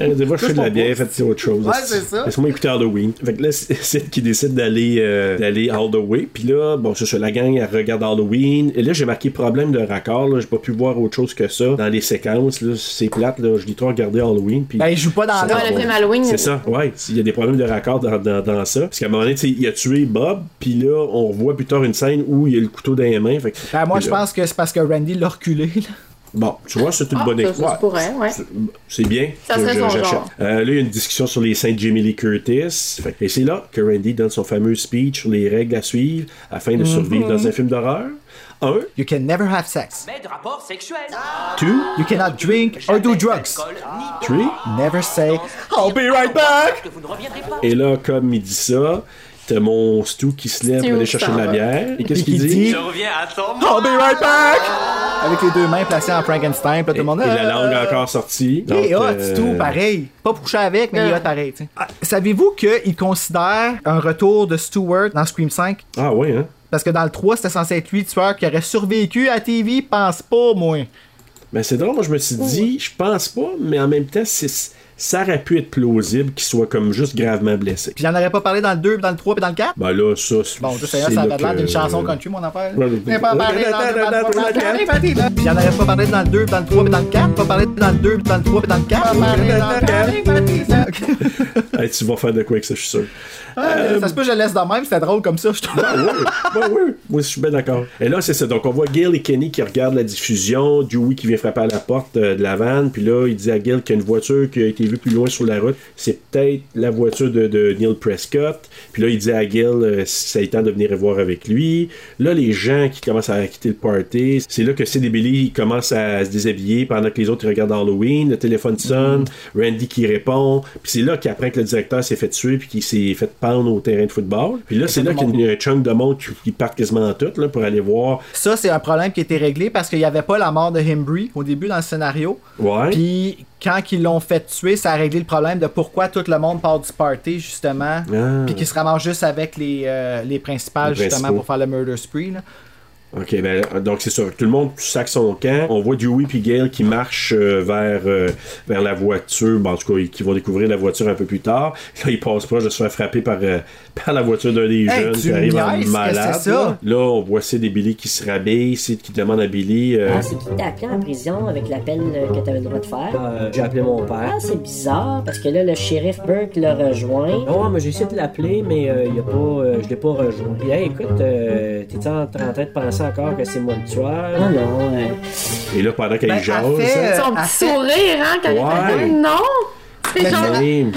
[SPEAKER 7] Elle dit, Va, je fais de la bière, faites autre chose.
[SPEAKER 6] Ouais, c'est ça.
[SPEAKER 7] Laisse-moi écouter Halloween. Fait que là, c'est *laughs* Sid qui décide d'aller euh, d'aller all the way. Puis là, bon, c'est ça, la gang, elle regarde Halloween. Et là, j'ai marqué problème de raccord. là. J'ai pas pu voir autre chose que ça dans les séquences. là. C'est plate, là. Je l'ai trop regardé Halloween. Puis
[SPEAKER 6] Ben, il joue pas dans
[SPEAKER 7] Ça,
[SPEAKER 6] l'ordre.
[SPEAKER 7] ouais.
[SPEAKER 5] le film Halloween.
[SPEAKER 7] C'est ça, ouais. Il y a des problèmes de raccord dans, dans- dans ça. Parce qu'à un moment donné, tu sais, il a tué Bob. Puis là, on revoit plus tard une scène où il a le couteau dans les mains. Fait que-
[SPEAKER 6] Ben, moi,
[SPEAKER 7] Puis
[SPEAKER 6] je
[SPEAKER 7] là,
[SPEAKER 6] pense que c'est parce que Randy l'a reculé. là.
[SPEAKER 7] Bon, tu vois, c'est une
[SPEAKER 5] Ah,
[SPEAKER 7] bonne
[SPEAKER 5] ça, ça se
[SPEAKER 7] école.
[SPEAKER 5] pourrait, ouais.
[SPEAKER 7] C'est bien.
[SPEAKER 5] Ça serait
[SPEAKER 7] Je-
[SPEAKER 5] son
[SPEAKER 7] j'achète.
[SPEAKER 5] genre.
[SPEAKER 7] Euh, là, il y a une discussion sur les seins de Jamie Lee Curtis. Fait que- Et c'est là que Randy donne son fameux speech sur les règles à suivre afin de survivre
[SPEAKER 6] Mhm.
[SPEAKER 7] dans un film d'horreur. Un,
[SPEAKER 6] You can never have sex.
[SPEAKER 11] Mais de rapport sexuel.
[SPEAKER 6] Two, you cannot drink or do drugs.
[SPEAKER 7] Three.
[SPEAKER 6] Never say, I'll be right back.
[SPEAKER 7] Et là, comme il dit ça, t'as mon Stu qui se lève
[SPEAKER 6] Stu
[SPEAKER 7] pour aller chercher
[SPEAKER 6] s'en
[SPEAKER 7] de la
[SPEAKER 6] va.
[SPEAKER 7] bière. Et qu'est-ce
[SPEAKER 6] Puis
[SPEAKER 7] qu'il
[SPEAKER 6] qui
[SPEAKER 7] dit?
[SPEAKER 6] dit-
[SPEAKER 11] reviens à ton
[SPEAKER 6] I'll be right back. Avec les deux mains placées en Frankenstein, puis là, tout le monde.
[SPEAKER 7] Et la
[SPEAKER 6] euh,
[SPEAKER 7] langue encore sortie.
[SPEAKER 6] Il est
[SPEAKER 7] Donc,
[SPEAKER 6] hot,
[SPEAKER 7] euh,
[SPEAKER 6] tout, pareil. Pas pour coucher avec, mais il est hot pareil. tu sais. Ah, Savez-vous qu'il considère un retour de Stewart dans Scream 5?
[SPEAKER 7] Ah ouais, hein?
[SPEAKER 6] Parce que dans le 3, c'était censé être lui, le tueur, qui aurait survécu à la TV, pense pas, moi.
[SPEAKER 7] Ben c'est drôle, moi je me suis dit, je pense pas, mais en même temps, c'est- ça aurait pu être plausible qu'il soit comme juste gravement blessé.
[SPEAKER 6] Puis il en aurait pas parlé dans le 2, puis dans le 3, puis dans le 4?
[SPEAKER 7] Ben là, ça, c'est. euh,
[SPEAKER 6] Bon, juste d'ailleurs, ça avait l'air d'une chanson country, mon affaire.
[SPEAKER 7] Ouais,
[SPEAKER 6] Il en pas parlé dans le 2, dans le 3, dans le 4. Puis il en aurait pas parlé dans le 2, dans le 3, puis dans le 4. Pas parlé dans le 2, puis dans le 3, puis dans le 4. Pas parlé dans le 4.
[SPEAKER 7] Hey, tu vas faire de quoi avec ça, je suis sûr.
[SPEAKER 6] Ah, Ça se peut que je le laisse dans même, c'était drôle comme ça, je trouve.
[SPEAKER 7] Ben oui, moi je suis bien d'accord. Et là, c'est ça. Donc, on voit Gail et Kenny qui regardent la diffusion, Dewey qui vient frapper à la porte euh, de la vanne, puis là, il dit à Gail qu'il y a une voiture qui a été vue plus loin sur la route. C'est peut-être la voiture de, de Neil Prescott. Puis là, il dit à Gail euh, si ça a temps de venir voir avec lui. Là, les gens qui commencent à quitter le party, c'est là que Sid et Billy ils commencent à se déshabiller pendant que les autres ils regardent Halloween. Le téléphone sonne, Randy qui répond, puis c'est là qu'il apprend que le directeur s'est fait tuer puis qu'il s'est fait pendre au terrain de football. Puis là, c'est là qu'il y a un chunk de monde qui, qui part quasiment en tout là, pour aller voir.
[SPEAKER 6] Ça, c'est un problème qui a été réglé parce qu'il n'y avait pas la mort de Hembry au début dans le scénario.
[SPEAKER 7] Ouais.
[SPEAKER 6] Puis quand ils l'ont fait tuer, ça a réglé le problème de pourquoi tout le monde part du party, justement.
[SPEAKER 7] Ah.
[SPEAKER 6] Puis qu'ils se ramassent juste avec les, euh, les principales,
[SPEAKER 7] Les
[SPEAKER 6] justement,
[SPEAKER 7] principaux.
[SPEAKER 6] pour faire le murder spree. là.
[SPEAKER 7] OK, ben, donc c'est ça. Tout le monde sac son camp. On voit Dewey puis Gale qui marchent euh, vers, euh, vers la voiture. Bon, en tout cas, ils- qui vont découvrir la voiture un peu plus tard. Là, ils passent proche de se faire frapper par, euh, *laughs* par la voiture d'un des
[SPEAKER 6] Hey,
[SPEAKER 7] jeunes
[SPEAKER 6] tu
[SPEAKER 7] qui arrive
[SPEAKER 6] me niaises
[SPEAKER 7] en
[SPEAKER 6] que
[SPEAKER 7] malade.
[SPEAKER 6] c'est ça?
[SPEAKER 7] Là. Là, on voit Sid et Billy qui se rhabillent. Sid qui demande à Billy. euh,
[SPEAKER 13] Ah, c'est qui t'a appelé en prison avec l'appel euh, que t'avais le droit de faire?
[SPEAKER 19] Euh, j'ai appelé mon
[SPEAKER 13] Ah,
[SPEAKER 19] père.
[SPEAKER 13] c'est bizarre, parce que là, le shérif Burke l'a rejoint.
[SPEAKER 19] Non, mais j'ai essayé de l'appeler, mais euh, il a pas, euh, je l'ai pas rejoint. Puis, hey, écoute, euh, t'es-tu en, en train de penser encore que c'est moi le tueur?
[SPEAKER 13] Non, non. euh,
[SPEAKER 7] Et là, pendant qu'elle
[SPEAKER 19] Ben,
[SPEAKER 7] jase.
[SPEAKER 19] elle fait,
[SPEAKER 7] hein,
[SPEAKER 19] euh,
[SPEAKER 5] Son petit sourire, hein, quand il
[SPEAKER 7] Ouais.
[SPEAKER 5] fait Non! C'est
[SPEAKER 6] Mais
[SPEAKER 5] genre. ben,
[SPEAKER 7] Mime.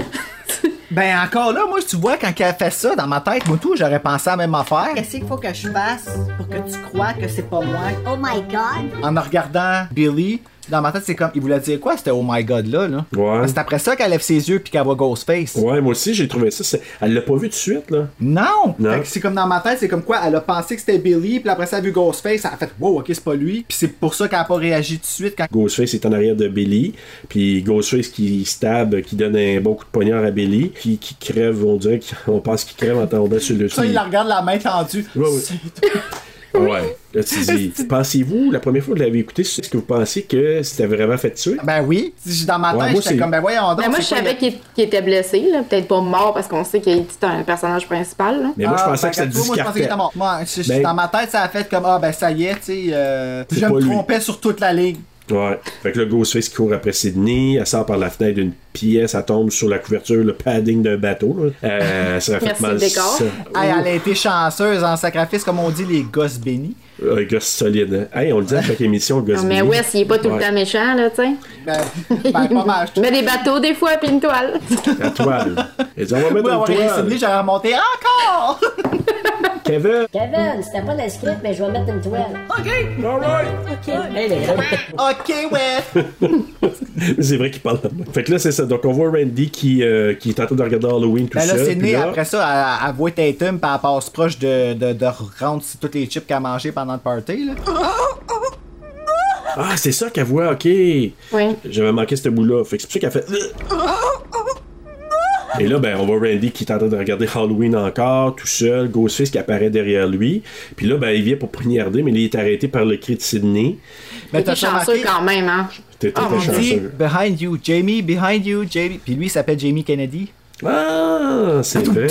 [SPEAKER 6] Ben encore là, moi, tu vois, quand elle a fait ça dans ma tête, moi tout, j'aurais pensé à la même affaire.
[SPEAKER 20] Qu'est-ce qu'il faut que je fasse pour que tu crois que c'est pas moi?
[SPEAKER 12] Oh my god!
[SPEAKER 6] En regardant Billy, Dans ma tête, c'est comme, il voulait dire quoi, c'était Oh my god là, là?
[SPEAKER 7] Ouais.
[SPEAKER 6] C'est après ça qu'elle lève ses yeux puis qu'elle voit Ghostface.
[SPEAKER 7] Ouais, moi aussi, j'ai trouvé ça. c'est- Elle l'a pas vu tout de suite, là.
[SPEAKER 6] Non!
[SPEAKER 7] Non.
[SPEAKER 6] Fait que c'est comme dans ma tête, c'est comme quoi elle a pensé que c'était Billy, puis après ça, elle a vu Ghostface, elle a fait wow, ok, c'est pas lui, puis c'est pour ça qu'elle a pas réagi tout de suite quand.
[SPEAKER 7] Ghostface est en arrière de Billy, puis Ghostface qui stab, qui donne un bon coup de poignard à Billy, qui, qui crève, on dirait qu'on pense qu'il crève en tombant sur le
[SPEAKER 6] Ça, il la regarde la main tendue. C'est
[SPEAKER 7] Ah Ouais. Là, tu dis, pensez-vous, la première fois que vous l'avez écouté, est-ce que vous pensez que c'était vraiment fait tuer?
[SPEAKER 6] Ben oui. Dans ma
[SPEAKER 7] Ouais,
[SPEAKER 6] tête,
[SPEAKER 7] moi,
[SPEAKER 6] j'étais
[SPEAKER 7] c'est-
[SPEAKER 6] comme, ben voyons donc.
[SPEAKER 5] Ben, moi, je
[SPEAKER 6] c'est quoi,
[SPEAKER 5] savais qu'il qu'il était blessé, là, peut-être pas mort parce qu'on sait qu'il est un personnage principal. là.
[SPEAKER 7] Mais moi, je pensais que
[SPEAKER 6] ben,
[SPEAKER 7] c'était
[SPEAKER 6] tu vois, Moi, je pensais que
[SPEAKER 7] discarté.
[SPEAKER 6] j'étais mort. Moi, je- je-
[SPEAKER 7] Ben-
[SPEAKER 6] dans ma tête, ça a fait comme, ah, ben ça y est, tu sais, euh,
[SPEAKER 7] C'est
[SPEAKER 6] je
[SPEAKER 7] pas
[SPEAKER 6] me
[SPEAKER 7] lui.
[SPEAKER 6] trompais sur toute la ligne.
[SPEAKER 7] Ouais. Fait que le Ghostface qui court après Sydney, elle sort par la fenêtre d'une pièce, elle tombe sur la couverture, le padding d'un bateau. là. Euh, ça a fait
[SPEAKER 6] Merci,
[SPEAKER 7] mal.
[SPEAKER 6] décor.
[SPEAKER 7] ça.
[SPEAKER 6] Hey, elle a été chanceuse en sacrifice, comme on dit, les gosses bénis.
[SPEAKER 7] Un gosse solide. hein. Hey, on le dit à chaque émission, gosse
[SPEAKER 5] Non, mais
[SPEAKER 7] Billy.
[SPEAKER 5] Wes, il est pas tout le
[SPEAKER 7] Ouais.
[SPEAKER 5] temps méchant, là, tu sais.
[SPEAKER 6] Ben, pas mal.
[SPEAKER 5] *laughs* Mais Mhm. des bateaux, des fois, puis une toile.
[SPEAKER 6] *laughs*
[SPEAKER 7] La toile. Elle dit, on va mettre
[SPEAKER 6] Moi,
[SPEAKER 7] une
[SPEAKER 6] avoir
[SPEAKER 7] toile.
[SPEAKER 6] aidé Sydney, j'aurais remonté encore!
[SPEAKER 7] *laughs* Kevin!
[SPEAKER 13] Kevin, c'était pas dans le script, mais je vais mettre une toile.
[SPEAKER 6] OK!
[SPEAKER 13] OK!
[SPEAKER 6] Elle est OK, ouais!
[SPEAKER 7] Mais c'est vrai qu'il parle de moi. Fait que là, c'est ça. Donc, on voit Randy qui, euh, qui est en train de regarder Halloween tout
[SPEAKER 6] Ben là,
[SPEAKER 7] seul.
[SPEAKER 6] c'est
[SPEAKER 7] puis
[SPEAKER 6] né
[SPEAKER 7] là-
[SPEAKER 6] après ça, elle, elle voit Tatum, puis elle passe proche de, de, de rendre toutes les chips qu'elle a mangé pendant le party. Là.
[SPEAKER 7] Ah, c'est ça qu'elle voit, ok. J'avais manqué ce bout-là. Fait que c'est pour ça qu'elle fait. Et là, ben, on voit Randy qui est en train de regarder Halloween encore, tout seul, Ghostface qui apparaît derrière lui. Puis là, ben, il vient pour poignarder, mais il est arrêté par le cri de Sydney.
[SPEAKER 6] Mais
[SPEAKER 5] T'es chanceux quand même, hein.
[SPEAKER 7] T'es très
[SPEAKER 6] Ah, on dit
[SPEAKER 7] chanceux.
[SPEAKER 6] Behind you, Jamie, behind you, Jamie. Puis lui, il s'appelle Jamie Kennedy.
[SPEAKER 7] Ah, c'est vrai.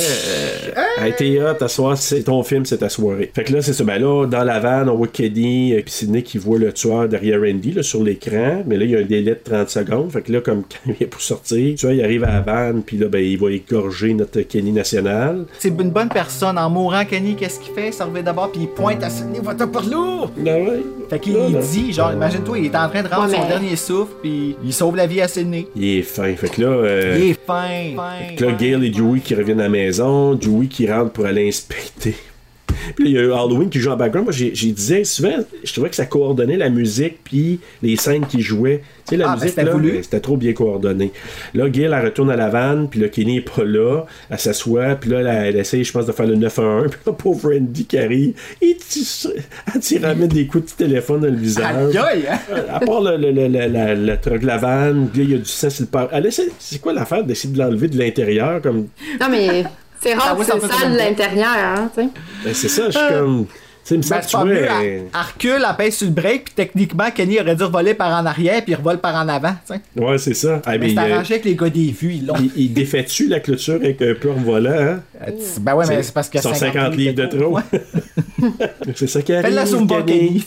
[SPEAKER 6] hein?
[SPEAKER 7] A été hot, ta soirée, c'est ton film, c'est ta soirée. Fait que là, c'est ça. Ben là, dans la vanne, on voit Kenny et Sidney qui voit le tueur derrière Randy là, sur l'écran. Mais là, il y a un délai de 30 secondes. Fait que là, comme *laughs* quand il est pour sortir, tu vois, il arrive à la vanne, puis là, ben, il va égorger notre Kenny national.
[SPEAKER 6] C'est une bonne personne. En mourant, Kenny, qu'est-ce qu'il fait? Il s'en revient d'abord, puis il pointe à Sydney, va-t'en par là! Ben Fait qu'il
[SPEAKER 7] Non, non.
[SPEAKER 6] dit, genre, imagine-toi, il est en train de rendre
[SPEAKER 5] Ouais,
[SPEAKER 6] son
[SPEAKER 5] mais-
[SPEAKER 6] dernier souffle, puis il sauve la vie à Sydney.
[SPEAKER 7] Il est fin. Fait que là. euh,
[SPEAKER 6] Il est fin!
[SPEAKER 7] Fait que là, Gail et Dewey qui reviennent à la maison, Dewey qui rentre pour aller inspecter. Puis là, il y a eu Halloween qui joue en background. Moi, j'ai j'ai disais souvent, je trouvais que ça coordonnait la musique puis les scènes qui jouaient. Tu sais, la
[SPEAKER 6] Ah, ben,
[SPEAKER 7] musique,
[SPEAKER 6] c'était
[SPEAKER 7] là,
[SPEAKER 6] voulu.
[SPEAKER 7] ben, c'était trop bien coordonné. Là, Gail, elle retourne à la vanne, puis là, Kenny est pas là. Elle s'assoit, puis là, elle, elle essaye, je pense, de faire le 911. *laughs* Puis là, pauvre Randy qui arrive, et tu, elle t'y ramène des coups de téléphone dans le visage.
[SPEAKER 6] Aïe, aïe, hein?
[SPEAKER 7] À part le, le, le, le- la- la truc, la vanne, puis là, il y a du sang sur le par. Elle essaie- C'est quoi l'affaire d'essayer de l'enlever de l'intérieur? comme
[SPEAKER 5] Non,
[SPEAKER 6] *laughs*
[SPEAKER 5] mais c'est
[SPEAKER 6] Ah
[SPEAKER 5] rare
[SPEAKER 6] oui,
[SPEAKER 5] que
[SPEAKER 6] ça
[SPEAKER 5] c'est
[SPEAKER 6] peut
[SPEAKER 5] sale
[SPEAKER 6] être
[SPEAKER 5] de l'intérieur, hein, tu sais.
[SPEAKER 7] Ben, c'est ça, je suis comme. Tu sais, il me
[SPEAKER 6] Ben,
[SPEAKER 7] semble que
[SPEAKER 6] c'est
[SPEAKER 7] tu
[SPEAKER 6] pas
[SPEAKER 7] vois,
[SPEAKER 6] mieux,
[SPEAKER 7] euh,
[SPEAKER 6] elle, elle recule, elle pèse sur le break, puis techniquement, Kenny aurait dû revoler par en arrière, puis il revole par en avant, tu sais.
[SPEAKER 7] Ouais, c'est ça. Ah,
[SPEAKER 6] Mais
[SPEAKER 7] mais,
[SPEAKER 6] c'est
[SPEAKER 7] euh,
[SPEAKER 6] arrangé avec les gars des vues, ils l'ont.
[SPEAKER 7] il, il défait-tu la clôture avec un plomb volant, hein?
[SPEAKER 6] Ben ouais, mais c'est parce que
[SPEAKER 7] Son 50 livres de trop. *laughs* c'est ça qui
[SPEAKER 6] Fais
[SPEAKER 7] arrive.
[SPEAKER 6] la Zumba,
[SPEAKER 7] Kenny.
[SPEAKER 6] Kenny.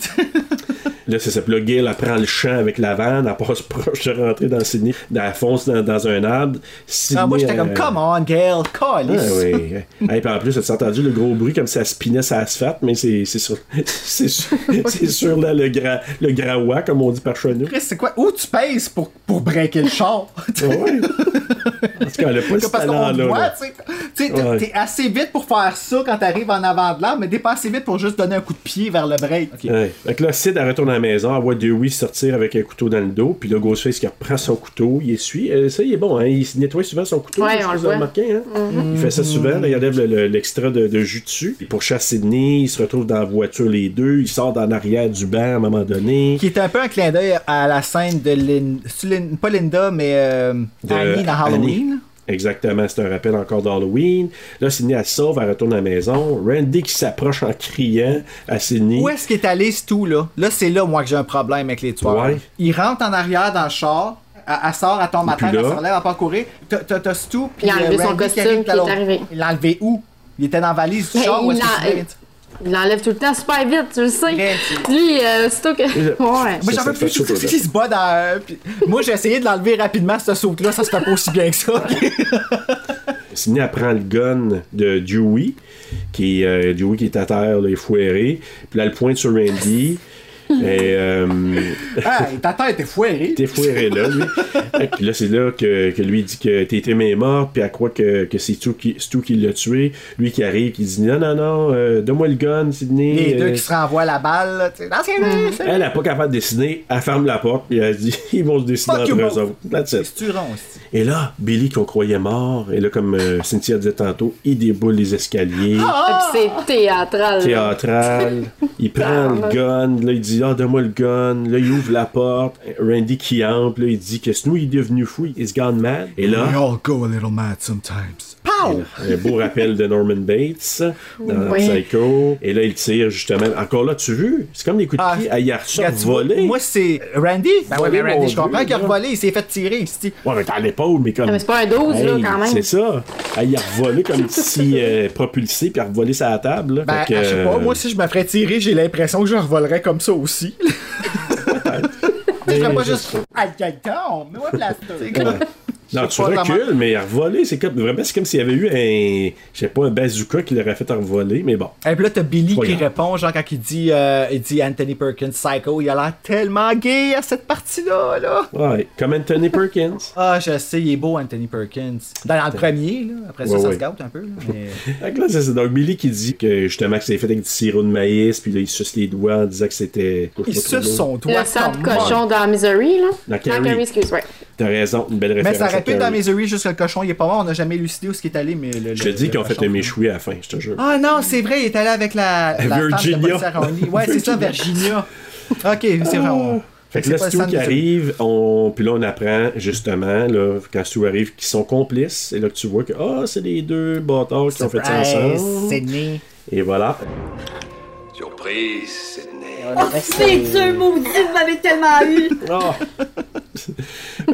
[SPEAKER 7] Là, c'est ça. Puis là, Gail, elle prend le champ avec la vanne, elle passe proche de rentrer dans Sydney, elle fonce dans, dans un arbre.
[SPEAKER 6] *laughs* Ah, moi,
[SPEAKER 7] Sydney,
[SPEAKER 6] j'étais comme,
[SPEAKER 7] euh,
[SPEAKER 6] come on, Gail,
[SPEAKER 7] Ah
[SPEAKER 6] call
[SPEAKER 7] oui. Et puis en plus, tu as entendu le gros bruit comme ça spinait sa asphalte, mais c'est c'est sur, *laughs*
[SPEAKER 5] *laughs*
[SPEAKER 7] c'est sur, c'est sur là, le, gra, le graoua, comme on dit par chez
[SPEAKER 5] *laughs*
[SPEAKER 7] nous.
[SPEAKER 6] Chris, c'est quoi? Où tu pèses pour, pour breaker le char? *laughs*
[SPEAKER 7] Ah ouais. Parce qu'elle a pas ce
[SPEAKER 6] Parce qu'on
[SPEAKER 7] talent-là.
[SPEAKER 6] voit,
[SPEAKER 7] là.
[SPEAKER 6] tu sais, tu sais, t'es
[SPEAKER 7] Ouais.
[SPEAKER 6] t'es assez vite pour faire ça quand t'arrives en avant de l'arbre, mais t'es pas assez vite pour juste donner un coup de pied vers le break. Euh,
[SPEAKER 7] Ouais. Fait que là, Sid, elle retourne à la maison, elle voit Dewey sortir avec un couteau dans le dos, puis là, Ghostface qui reprend son couteau, il essuie. Euh, ça, il est bon, hein, il se nettoie souvent son couteau,
[SPEAKER 5] Ouais,
[SPEAKER 7] je sais
[SPEAKER 5] on
[SPEAKER 7] pas
[SPEAKER 5] le
[SPEAKER 7] si vous avez
[SPEAKER 5] voit. Mm-hmm.
[SPEAKER 7] remarqué, hein. Il fait ça souvent, là, il enlève le- le- l'extra de, de jus dessus, puis pour chasser Sidney, il se retrouve dans la voiture les deux, il sort en arrière du banc à un moment donné.
[SPEAKER 6] Qui est un peu un clin d'œil à la scène de Lin- c'est Lin- pas Linda, mais euh,
[SPEAKER 7] de
[SPEAKER 6] Annie dans
[SPEAKER 7] Annie.
[SPEAKER 6] Halloween.
[SPEAKER 7] Exactement, c'est un rappel encore d'Halloween. Là, Sydney, elle se sauve, elle retourne à la maison. Randy qui s'approche en criant à Sydney.
[SPEAKER 6] Où est-ce qu'il est allé, ce tout, là? Là, c'est là, moi, que j'ai un problème avec les tueurs.
[SPEAKER 7] Ouais.
[SPEAKER 6] Il rentre en arrière dans le char, elle, elle sort, elle tombe à
[SPEAKER 7] Il
[SPEAKER 6] terre,
[SPEAKER 7] est plus
[SPEAKER 6] elle se
[SPEAKER 7] là.
[SPEAKER 6] relève, elle part courir. T'as- T'as t'as ce tout, puis
[SPEAKER 5] Il a enlevé
[SPEAKER 6] euh,
[SPEAKER 5] son
[SPEAKER 6] Randy qui
[SPEAKER 5] costume
[SPEAKER 6] arrive de
[SPEAKER 5] qui est
[SPEAKER 6] l'autre.
[SPEAKER 5] arrivé.
[SPEAKER 6] Il l'a enlevé où? Il était dans la valise du
[SPEAKER 5] Mais
[SPEAKER 6] char, où
[SPEAKER 5] il
[SPEAKER 6] est-ce qu'il
[SPEAKER 5] l'a-
[SPEAKER 6] se met?
[SPEAKER 5] Il l'enlève tout le temps super vite, tu le sais. Lui, euh, aussitôt que. Ouais.
[SPEAKER 6] Moi, j'en veux plus.
[SPEAKER 7] fait chaud,
[SPEAKER 6] Il se bat dans. puis- Moi, j'ai essayé de l'enlever rapidement, ce saut-là. Ça se fait pas aussi bien que ça.
[SPEAKER 7] *laughs*
[SPEAKER 6] *laughs*
[SPEAKER 7] Sydney, elle prend le gun
[SPEAKER 6] *laughs*
[SPEAKER 7] de Dewey, qui, est, euh, Dewey qui est à terre, là, il est foiré. Puis là, elle pointe sur Randy. Et, euh,
[SPEAKER 6] Hey, ta tête est foirée.
[SPEAKER 7] T'es foiré là, lui. Fait que là, c'est là que, que lui dit que Tatum est mort, puis elle croit que, que c'est Stu qui, Stu qui l'a tué. Lui qui arrive, qui dit non, non, non, euh, donne-moi le gun, Sidney.
[SPEAKER 6] Les deux
[SPEAKER 7] Euh,
[SPEAKER 6] qui se renvoient la balle, là, tu sais. Non, c'est
[SPEAKER 5] Mm.
[SPEAKER 6] lui, c'est lui.
[SPEAKER 7] Elle n'est pas capable de dessiner, elle ferme la porte, puis elle dit *laughs* ils vont se dessiner
[SPEAKER 6] Fuck
[SPEAKER 7] entre
[SPEAKER 6] you
[SPEAKER 7] eux
[SPEAKER 6] both.
[SPEAKER 7] autres. That's it.
[SPEAKER 6] C'est-tu rond, c'est-tu?
[SPEAKER 7] Et là, Billy qu'on croyait mort, et là, comme euh, Cynthia disait tantôt, il déboule les escaliers.
[SPEAKER 6] Ah!
[SPEAKER 5] Puis c'est théâtral. là.
[SPEAKER 7] Théâtral, il prend le gun, là il dit Ah, donne-moi le gun, là il ouvre la porte, Randy qui entre, là il dit que Snow il est devenu fou, il se gone mad. Et là,
[SPEAKER 6] We all go a little mad sometimes. Pow!
[SPEAKER 7] un beau rappel de Norman Bates dans
[SPEAKER 6] Oui.
[SPEAKER 7] Psycho. Et là, il tire justement. Encore là, tu veux? C'est comme des coups de pied. Ah, il a reçu
[SPEAKER 6] Regarde, tu vois,
[SPEAKER 7] volé.
[SPEAKER 6] Moi, c'est Randy. Ben ouais,
[SPEAKER 7] Volé,
[SPEAKER 6] mais
[SPEAKER 7] mon
[SPEAKER 6] Randy, je comprends
[SPEAKER 7] Dieu,
[SPEAKER 6] qu'il a
[SPEAKER 7] là.
[SPEAKER 6] revolé, il s'est fait tirer. c'est-tu.
[SPEAKER 7] Ouais, mais t'as l'épaule, mais comme.
[SPEAKER 5] Ah, Mais c'est pas un 12, là, quand même.
[SPEAKER 7] C'est ça. Ah, il a
[SPEAKER 5] *laughs*
[SPEAKER 7] revolé comme si euh, propulsé, puis a revolé sa table. là.
[SPEAKER 6] Ben,
[SPEAKER 7] Fait que,
[SPEAKER 6] je sais pas,
[SPEAKER 7] euh,
[SPEAKER 6] moi, si je me ferais tirer, j'ai l'impression que je revolerais comme ça aussi. *laughs* Je ferais pas
[SPEAKER 7] mais je
[SPEAKER 6] juste.
[SPEAKER 7] sais
[SPEAKER 6] Aïe, aïe, calme, moi, *laughs* plaster.
[SPEAKER 7] Non,
[SPEAKER 6] C'est
[SPEAKER 7] tu
[SPEAKER 6] pas
[SPEAKER 7] recules,
[SPEAKER 6] vraiment-
[SPEAKER 7] mais revoler, c'est comme vraiment c'est comme s'il y avait eu un, je sais pas, un bazooka qui l'aurait fait revoler, mais bon.
[SPEAKER 6] Et puis là, t'as Billy
[SPEAKER 7] Pas
[SPEAKER 6] qui
[SPEAKER 7] grave.
[SPEAKER 6] répond, genre, quand il dit, euh, il dit Anthony Perkins Psycho, il a l'air tellement gay à cette partie-là, là.
[SPEAKER 7] Ouais, comme Anthony Perkins.
[SPEAKER 5] *laughs*
[SPEAKER 6] Ah, je sais, il est beau, Anthony Perkins. Dans dans le premier, là. Après ça,
[SPEAKER 7] Ouais,
[SPEAKER 6] ça
[SPEAKER 7] ouais.
[SPEAKER 6] se gâte un peu, là. *laughs* mais-
[SPEAKER 7] Fait que là, c'est ça. donc Billy qui dit que justement que c'est fait avec du sirop de maïs, puis là il suce les doigts en disant que c'était.
[SPEAKER 6] Il suce son doigt.
[SPEAKER 5] Le sang de cochon dans Misery, là.
[SPEAKER 7] Dans Carrie.
[SPEAKER 5] excuse, ouais.
[SPEAKER 7] T'as raison, une belle
[SPEAKER 6] Mais
[SPEAKER 7] référence.
[SPEAKER 6] ça
[SPEAKER 7] à
[SPEAKER 6] répète dans
[SPEAKER 7] Carrie.
[SPEAKER 6] Misery jusqu'à le cochon, il est pas mort, on n'a jamais élucidé où ce qui est allé, mais le.
[SPEAKER 7] Je te
[SPEAKER 6] le-
[SPEAKER 7] dis
[SPEAKER 6] le
[SPEAKER 7] qu'ils ont fait
[SPEAKER 6] cochon-
[SPEAKER 7] un méchoui à la fin, je te jure.
[SPEAKER 6] Ah non, c'est vrai, il est allé avec la, la
[SPEAKER 7] Virginia.
[SPEAKER 6] femme de policière Ronnie. Ouais, c'est ça, Virginia. Ok, c'est vrai. on-
[SPEAKER 7] Ah, Fait
[SPEAKER 6] Hmm.
[SPEAKER 7] que
[SPEAKER 6] c'est
[SPEAKER 7] là,
[SPEAKER 6] pas le
[SPEAKER 7] Stu
[SPEAKER 6] centre
[SPEAKER 7] qui
[SPEAKER 6] de-
[SPEAKER 7] arrive, on... puis là, on apprend justement, là, quand Stu arrive, qu'ils sont complices. Et là, que tu vois que, ah, c'est les deux bâtards qui ont fait Oh. ça
[SPEAKER 6] Surprise,
[SPEAKER 7] ensemble.
[SPEAKER 6] Sydney.
[SPEAKER 7] Et voilà.
[SPEAKER 10] Surprise, Sydney.
[SPEAKER 8] Oh, c'est dur, maudit, vous m'avez tellement
[SPEAKER 5] *laughs*
[SPEAKER 8] eu.
[SPEAKER 7] Ben,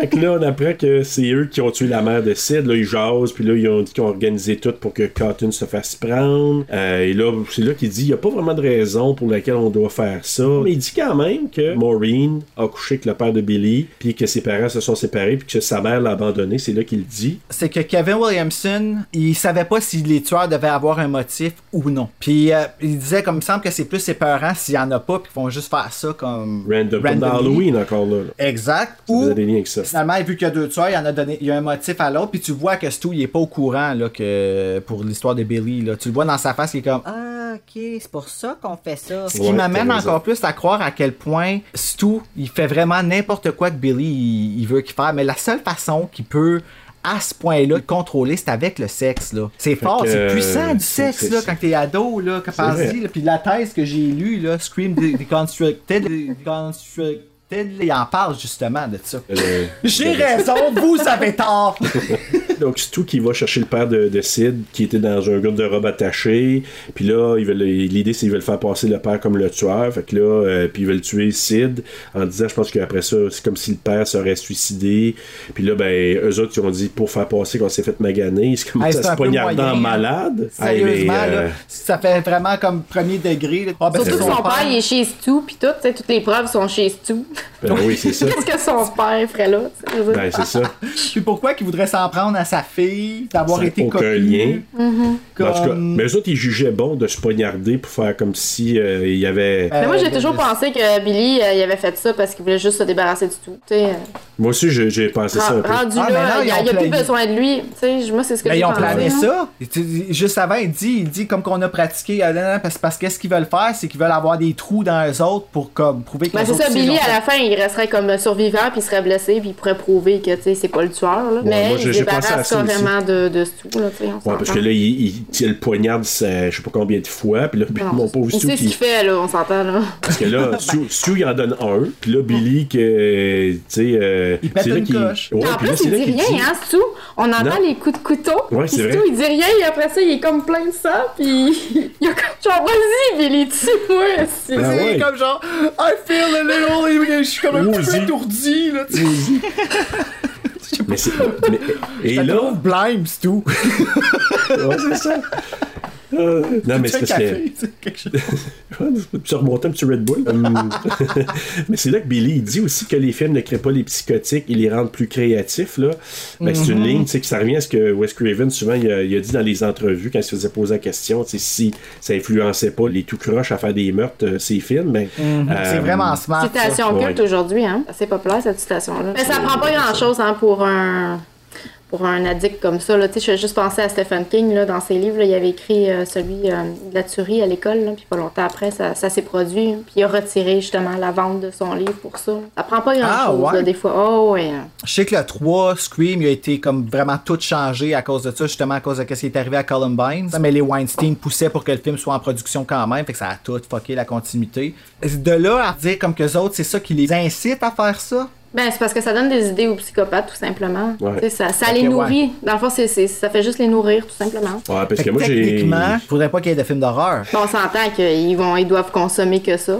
[SPEAKER 7] Fait que là, on apprend que c'est eux qui ont tué la mère de Sid. Là, ils jasent, puis là, ils ont dit qu'ils ont organisé tout pour que Cotton se fasse prendre. Euh, et là, c'est là qu'il dit il n'y a pas vraiment de raison pour laquelle on doit faire ça. Mais il dit quand même que Maureen a couché avec le père de Billy, puis que ses parents se sont séparés, puis que sa mère l'a abandonné. C'est là qu'il dit.
[SPEAKER 6] C'est que Kevin Williamson, il savait pas si les tueurs devaient avoir un motif ou non. Puis euh, il disait comme il me semble que c'est plus épeurant s'il y en a pas, puis qu'ils vont juste faire ça comme.
[SPEAKER 7] Random, comme dans
[SPEAKER 6] randomly.
[SPEAKER 7] Halloween encore là. là.
[SPEAKER 6] Exact.
[SPEAKER 7] Ça
[SPEAKER 6] Ou
[SPEAKER 7] faisait des liens avec ça.
[SPEAKER 6] Finalement, vu qu'il y a deux tueurs, il y en a donné, il y a un motif à l'autre, puis tu vois que Stu, il est pas au courant là, que pour l'histoire de Billy. Là. Tu le vois dans sa face, il est comme Ah, ok, c'est pour ça qu'on fait ça. Ce qui
[SPEAKER 13] Ouais,
[SPEAKER 6] m'amène
[SPEAKER 13] t'as raison.
[SPEAKER 6] encore plus à croire à quel point Stu, il fait vraiment n'importe quoi que Billy il, il veut qu'il fasse. Mais la seule façon qu'il peut à ce point-là le contrôler, c'est avec le sexe. là. C'est fort,
[SPEAKER 7] que,
[SPEAKER 6] c'est
[SPEAKER 7] euh,
[SPEAKER 6] puissant du
[SPEAKER 7] c'est- c'est-
[SPEAKER 6] sexe là, quand t'es ado, là, que
[SPEAKER 7] vrai.
[SPEAKER 6] pense-y, là. Puis la thèse que j'ai lue, là, Scream de- Deconstructed, Deconstructed, il en parle justement de ça. *laughs*
[SPEAKER 7] Euh,
[SPEAKER 6] J'ai
[SPEAKER 7] le-
[SPEAKER 6] raison, vous avez tort.
[SPEAKER 7] Donc, c'est tout qui va chercher le père de, de Sid, qui était dans un groupe de robe attaché. Puis là, ils veulent- l'idée, c'est qu'ils veulent faire passer le père comme le tueur. Fait que là, euh, puis ils veulent tuer Sid en disant, je pense qu'après ça, c'est comme si le père serait suicidé. Puis là, ben, eux autres, ils ont dit, pour faire passer qu'on s'est fait maganer, ils se
[SPEAKER 6] Hey,
[SPEAKER 7] commencent
[SPEAKER 6] c'est
[SPEAKER 7] à
[SPEAKER 6] un
[SPEAKER 7] se
[SPEAKER 6] peu
[SPEAKER 7] poignarder
[SPEAKER 6] moyen,
[SPEAKER 7] en
[SPEAKER 6] hein.
[SPEAKER 7] malade. Hey, mais,
[SPEAKER 6] Sérieusement,
[SPEAKER 7] euh,
[SPEAKER 6] là, ça fait vraiment comme premier degré. là. Ah, ben,
[SPEAKER 5] Surtout
[SPEAKER 6] c'est
[SPEAKER 5] que son père, il est chez Stu, puis tout, tu sais, toutes les preuves sont chez Stu.
[SPEAKER 7] ben oui, c'est
[SPEAKER 5] *laughs*
[SPEAKER 7] ça.
[SPEAKER 5] Qu'est-ce que son père ferait là? tu sais, je veux dire.
[SPEAKER 7] ben, c'est
[SPEAKER 6] *laughs*
[SPEAKER 7] ça.
[SPEAKER 6] Puis pourquoi qu'il voudrait s'en prendre à sa fille, d'avoir
[SPEAKER 7] Ça a
[SPEAKER 6] été
[SPEAKER 7] aucun
[SPEAKER 6] copié?
[SPEAKER 7] lien.
[SPEAKER 5] Mhm.
[SPEAKER 7] En tout cas,
[SPEAKER 6] Comme- euh,
[SPEAKER 7] mais eux autres, ils jugeaient bon de se poignarder pour faire comme si euh, il y avait.
[SPEAKER 6] Ben,
[SPEAKER 5] Mais moi, j'ai toujours pensé que Billy, euh, il avait fait ça parce qu'il voulait juste se débarrasser du tout. tu sais. euh,
[SPEAKER 7] Moi aussi, j'ai j'ai pensé ça un
[SPEAKER 5] Ren-
[SPEAKER 7] peu.
[SPEAKER 5] Rendu
[SPEAKER 6] Ah, mais
[SPEAKER 5] là,
[SPEAKER 6] là,
[SPEAKER 5] il n'y a,
[SPEAKER 6] ils ont
[SPEAKER 5] il y a plus
[SPEAKER 6] plané.
[SPEAKER 5] besoin de lui. tu sais, je- moi, c'est ce que
[SPEAKER 6] Mais
[SPEAKER 5] j'ai
[SPEAKER 6] ben, ils ont
[SPEAKER 5] pensé.
[SPEAKER 6] plané
[SPEAKER 5] là.
[SPEAKER 6] ça. Et tu- Juste avant, il dit, il dit comme qu'on a pratiqué, euh, non, non, parce, parce que ce qu'ils veulent faire, c'est qu'ils veulent avoir des trous dans les autres pour comme, prouver que
[SPEAKER 5] Ben,
[SPEAKER 6] les
[SPEAKER 5] c'est
[SPEAKER 6] autres
[SPEAKER 5] ça,
[SPEAKER 6] aussi,
[SPEAKER 5] Billy,
[SPEAKER 6] ils ont
[SPEAKER 5] à la fin, il resterait comme survivant, puis il serait blessé, puis il pourrait prouver que, tu sais, c'est pas le tueur, là.
[SPEAKER 7] Ouais,
[SPEAKER 5] Mais
[SPEAKER 7] moi, j'ai-
[SPEAKER 5] il se
[SPEAKER 7] j'ai pensé à
[SPEAKER 5] débarrasse
[SPEAKER 7] ça aussi.
[SPEAKER 5] carrément de, de Stu, là, tu sais, on
[SPEAKER 7] Ouais, parce que là, il, il, il le poignarde, ça, je sais pas combien de fois, puis là,
[SPEAKER 5] Non,
[SPEAKER 7] mon pauvre
[SPEAKER 5] Il
[SPEAKER 7] Stu,
[SPEAKER 5] sait ce
[SPEAKER 7] qui-
[SPEAKER 5] qu'il fait, là, on s'entend, là.
[SPEAKER 7] parce
[SPEAKER 5] *laughs*
[SPEAKER 7] que là, Stu, Stu, il en donne un, puis là, Billy, que, tu sais, euh,
[SPEAKER 6] Il pète
[SPEAKER 7] c'est là
[SPEAKER 6] une
[SPEAKER 7] qu'il-
[SPEAKER 6] coche.
[SPEAKER 7] Ouais,
[SPEAKER 5] en
[SPEAKER 7] puis là,
[SPEAKER 5] plus,
[SPEAKER 7] c'est
[SPEAKER 5] il
[SPEAKER 7] là
[SPEAKER 5] dit
[SPEAKER 7] qu'il
[SPEAKER 5] rien,
[SPEAKER 7] dit- *laughs*
[SPEAKER 5] hein, Stu. On entend
[SPEAKER 7] Non.
[SPEAKER 5] les coups de couteau.
[SPEAKER 7] Ouais,
[SPEAKER 5] puis
[SPEAKER 7] c'est
[SPEAKER 5] Stu,
[SPEAKER 7] vrai.
[SPEAKER 5] il dit rien, et après ça, il est comme plein de sang, puis *laughs* il a comme genre, vas-y, Billy, tue-moi. c'est-
[SPEAKER 7] Ah ouais.
[SPEAKER 6] C'est comme genre, I feel a little, je suis comme un petit peu
[SPEAKER 7] Woozy.
[SPEAKER 6] étourdi, là, tu sais.
[SPEAKER 7] Mais c'est. mais- et
[SPEAKER 6] Je te
[SPEAKER 7] là.
[SPEAKER 6] trouve blême, c'est tout.
[SPEAKER 7] Ouais, c'est ça. Euh, non, mais c'est
[SPEAKER 6] *laughs* Tu
[SPEAKER 7] parce
[SPEAKER 6] fais le
[SPEAKER 7] que. Tu remontais un petit Red Bull. Hum. *laughs* mais c'est là que Billy il dit aussi que les films ne créent pas les psychotiques, ils les rendent plus créatifs. Là. Ben, C'est une
[SPEAKER 6] Mhm.
[SPEAKER 7] ligne tu sais, que ça revient à ce que Wes Craven, souvent, il a, il a dit dans les entrevues quand il se faisait poser la question tu sais, si ça influençait pas les tout croches à faire des meurtres, euh, ces films. Ben,
[SPEAKER 6] Mhm.
[SPEAKER 7] euh,
[SPEAKER 6] Ah,
[SPEAKER 5] Citation
[SPEAKER 7] Ouais.
[SPEAKER 5] culte aujourd'hui, hein. C'est populaire cette citation-là. Mais ça prend pas grand-chose, hein, pour un. Pour un addict comme ça, là. Tu sais, je fais juste penser à Stephen King, là, dans ses livres, là, il avait écrit euh, celui euh, de la tuerie à l'école, là, puis pas longtemps après, ça, ça s'est produit, hein, puis il a retiré justement la vente de son livre pour ça. Ça prend pas grand-chose,
[SPEAKER 6] Ah, ouais?
[SPEAKER 5] là, des fois. Oh, ouais. hein.
[SPEAKER 6] Je sais que le 3, Scream, il a été comme vraiment tout changé à cause de ça, justement à cause de ce qui est arrivé à Columbine. Mais les Weinstein poussaient pour que le film soit en production quand même, fait que ça a tout fucké la continuité. De là à dire comme que les autres, c'est ça qui les incite à faire ça.
[SPEAKER 5] Ben, c'est parce que ça donne des idées aux psychopathes, tout simplement.
[SPEAKER 6] Ouais.
[SPEAKER 5] Tu sais, Ça, ça
[SPEAKER 6] Ok,
[SPEAKER 5] les
[SPEAKER 6] ouais.
[SPEAKER 5] nourrit. Dans le fond, c'est- c'est- ça fait juste les nourrir, tout simplement.
[SPEAKER 7] Ouais, parce
[SPEAKER 6] Fait
[SPEAKER 7] que moi, j'ai-
[SPEAKER 6] Techniquement, faudrait pas qu'il y ait de films d'horreur.
[SPEAKER 5] Bon, on s'entend qu'ils vont, ils doivent consommer que ça. là.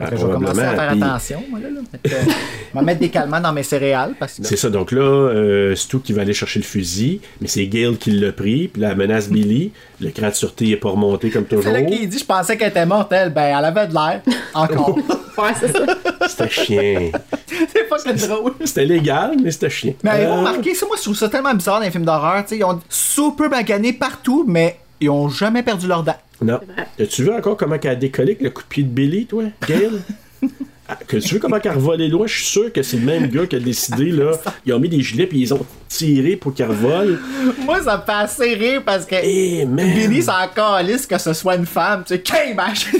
[SPEAKER 5] Euh,
[SPEAKER 7] ben,
[SPEAKER 6] je vais commencer à
[SPEAKER 7] probablement,
[SPEAKER 6] faire
[SPEAKER 7] puis-
[SPEAKER 6] attention, moi, là. là. Fait que, euh, je vais mettre des calmants dans mes céréales parce que.
[SPEAKER 7] C'est ça, donc là, euh, Stu qui va aller chercher le fusil, mais c'est Gail qui l'a pris, puis la menace Billy, le cran de sûreté est pas remonté comme
[SPEAKER 6] C'est
[SPEAKER 7] toujours.
[SPEAKER 6] là qu'il dit, je pensais qu'elle était morte, elle. Ben, elle avait de l'air.
[SPEAKER 7] *laughs*
[SPEAKER 6] Encore. *laughs*
[SPEAKER 5] Euh, ouais, c'est ça.
[SPEAKER 7] C'était chien.
[SPEAKER 6] c'est pas que drôle.
[SPEAKER 7] C'était légal, mais c'était chien.
[SPEAKER 6] Mais avez-vous
[SPEAKER 7] Euh,
[SPEAKER 6] remarqué, ça, moi, je trouve ça tellement bizarre dans les films d'horreur. tu sais, Ils ont super magané partout, mais ils ont jamais perdu leur dents.
[SPEAKER 7] Non. As-tu vu encore comment qu'elle a décollé avec le coup de pied de Billy, toi,
[SPEAKER 6] *laughs*
[SPEAKER 7] Gail? Ah, que tu veux comment qu'elle revolait loin? Je suis sûr que c'est le même gars qui a
[SPEAKER 6] *laughs*
[SPEAKER 7] décidé, là. Ils ont mis des gilets, puis ils ont tiré pour qu'elle revole. Eh,
[SPEAKER 6] Moi, ça me fait assez rire parce que
[SPEAKER 7] man.
[SPEAKER 6] Billy, c'est encore lisse que ce soit une femme. Tu sais, qu'elle mâche.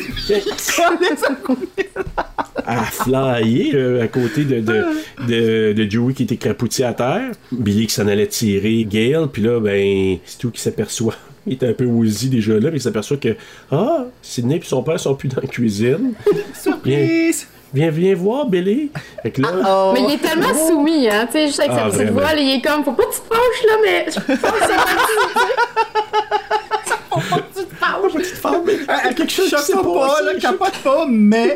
[SPEAKER 7] à flyer euh, à côté de, de, de, de Joey qui était crapoutier à terre. Billy qui s'en allait tirer Gale, puis là, ben, c'est tout qui s'aperçoit. *laughs* Il était un peu woozy déjà là, mais il s'aperçoit que Ah, Sidney et son père sont plus dans la cuisine.
[SPEAKER 6] Surprise!
[SPEAKER 7] Viens, viens voir, Billy. Fait que là.
[SPEAKER 6] Ah, oh.
[SPEAKER 7] *laughs*
[SPEAKER 5] Mais il est tellement soumis, hein, tu sais, juste avec
[SPEAKER 7] Oh. Ah,
[SPEAKER 5] sa petite
[SPEAKER 7] vraiment.
[SPEAKER 5] voix, là, il est comme, faut pas que tu te fâches, là, mais je pense que c'est *laughs*
[SPEAKER 6] quelque chose
[SPEAKER 5] qui s'est
[SPEAKER 6] sais Ah, pas,
[SPEAKER 5] passé,
[SPEAKER 6] là, capote pas, mais.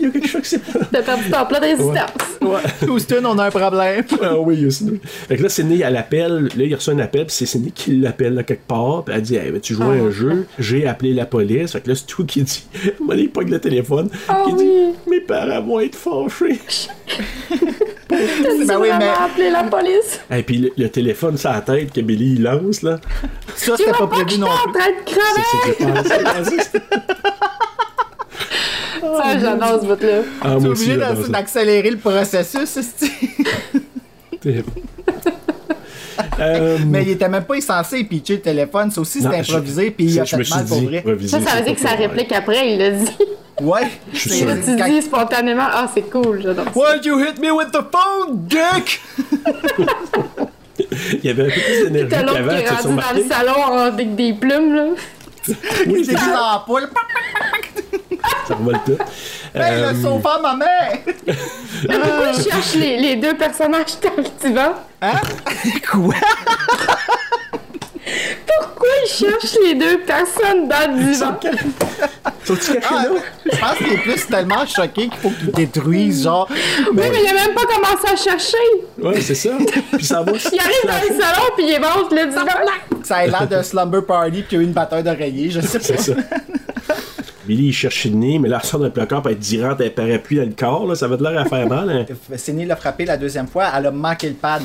[SPEAKER 7] Il y a quelque
[SPEAKER 6] *laughs*
[SPEAKER 7] chose qui s'est passé.
[SPEAKER 5] T'as perdu ton plat d'existence.
[SPEAKER 6] Ouais. Houston, on a un problème.
[SPEAKER 7] *laughs* ah oui, Houston. Fait que là, Sidney, elle appelle. Là, il reçoit un appel, puis c'est Sidney qui l'appelle là, quelque part. Puis elle dit Hey, tu joues à
[SPEAKER 6] Ah.
[SPEAKER 7] un jeu J'ai appelé la police. Fait que là, c'est tout qui dit *laughs* Moi, il pogne le téléphone.
[SPEAKER 6] Ah
[SPEAKER 7] qui dit Mes parents vont être fâchés.
[SPEAKER 5] Ben oui, mais. appelé la police.
[SPEAKER 7] Et puis le, le téléphone sur la tête que Billy il lance, là.
[SPEAKER 6] Ça,
[SPEAKER 5] c'était pas prévu non plus. en train de
[SPEAKER 7] C'est- c'est-
[SPEAKER 5] crever!
[SPEAKER 7] c'est-
[SPEAKER 5] Ça, hein. j'adore ce bout-là.
[SPEAKER 7] Ah,
[SPEAKER 6] *laughs* T'es
[SPEAKER 7] moi aussi,
[SPEAKER 6] obligé
[SPEAKER 7] j'adore
[SPEAKER 6] d'ac-
[SPEAKER 7] ça.
[SPEAKER 6] d'accélérer le processus, c'est
[SPEAKER 7] *laughs* Terrible. *laughs* Euh,
[SPEAKER 6] Mais il était même pas censé pitcher le téléphone, ça aussi
[SPEAKER 7] Non,
[SPEAKER 6] c'était
[SPEAKER 7] je-
[SPEAKER 6] improvisé, puis il a
[SPEAKER 7] je
[SPEAKER 6] fait
[SPEAKER 7] me suis
[SPEAKER 6] mal pour
[SPEAKER 7] dit,
[SPEAKER 6] vrai.
[SPEAKER 7] improvisé,
[SPEAKER 5] Ça, ça veut dire que ça réplique après, il l'a *laughs* dit.
[SPEAKER 6] Ouais,
[SPEAKER 7] suis
[SPEAKER 5] C'est
[SPEAKER 7] sûr.
[SPEAKER 5] là, tu dis spontanément, ah, c'est cool, j'adore.
[SPEAKER 6] Why'd you hit me with the phone, *laughs* dick?
[SPEAKER 7] il y avait un peu plus d'énergie
[SPEAKER 5] T'as l'autre
[SPEAKER 7] qu'avant,
[SPEAKER 5] qui est
[SPEAKER 7] tu
[SPEAKER 5] rendu
[SPEAKER 7] as
[SPEAKER 5] dans le
[SPEAKER 7] remarqué.
[SPEAKER 5] salon en- avec des plumes, là.
[SPEAKER 7] Oui,
[SPEAKER 6] Il est en poule.
[SPEAKER 7] Ça revole tout.
[SPEAKER 6] Hey,
[SPEAKER 7] Euh,
[SPEAKER 6] le sofa, ma mère!
[SPEAKER 7] Ah.
[SPEAKER 5] Mais pourquoi je cherche les, les deux personnages captivants?
[SPEAKER 6] Hein? *laughs* Quoi?
[SPEAKER 5] Pourquoi ils cherchent les deux personnes dans le divan?
[SPEAKER 7] Sont-tu cachés
[SPEAKER 6] là? Ah, Je pense qu'il est plus tellement choqué qu'il faut qu'il détruise, genre.
[SPEAKER 5] Oui, mais il a même pas commencé à chercher.
[SPEAKER 7] Ouais, c'est ça. Puis ça va.
[SPEAKER 5] Il arrive dans le salon puis il mange le divan.
[SPEAKER 6] Ça a l'air de Slumber Party puis qu'il y a eu une bataille d'oreiller, je sais
[SPEAKER 7] C'est
[SPEAKER 6] pas.
[SPEAKER 7] ça. Billy, il cherche Sidney, mais là, elle sort d'un placard pour être dirante un parapluie dans le corps. Là. Ça va de l'air à faire mal. hein.
[SPEAKER 6] Séné l'a frappé la deuxième fois, elle a manqué le pad.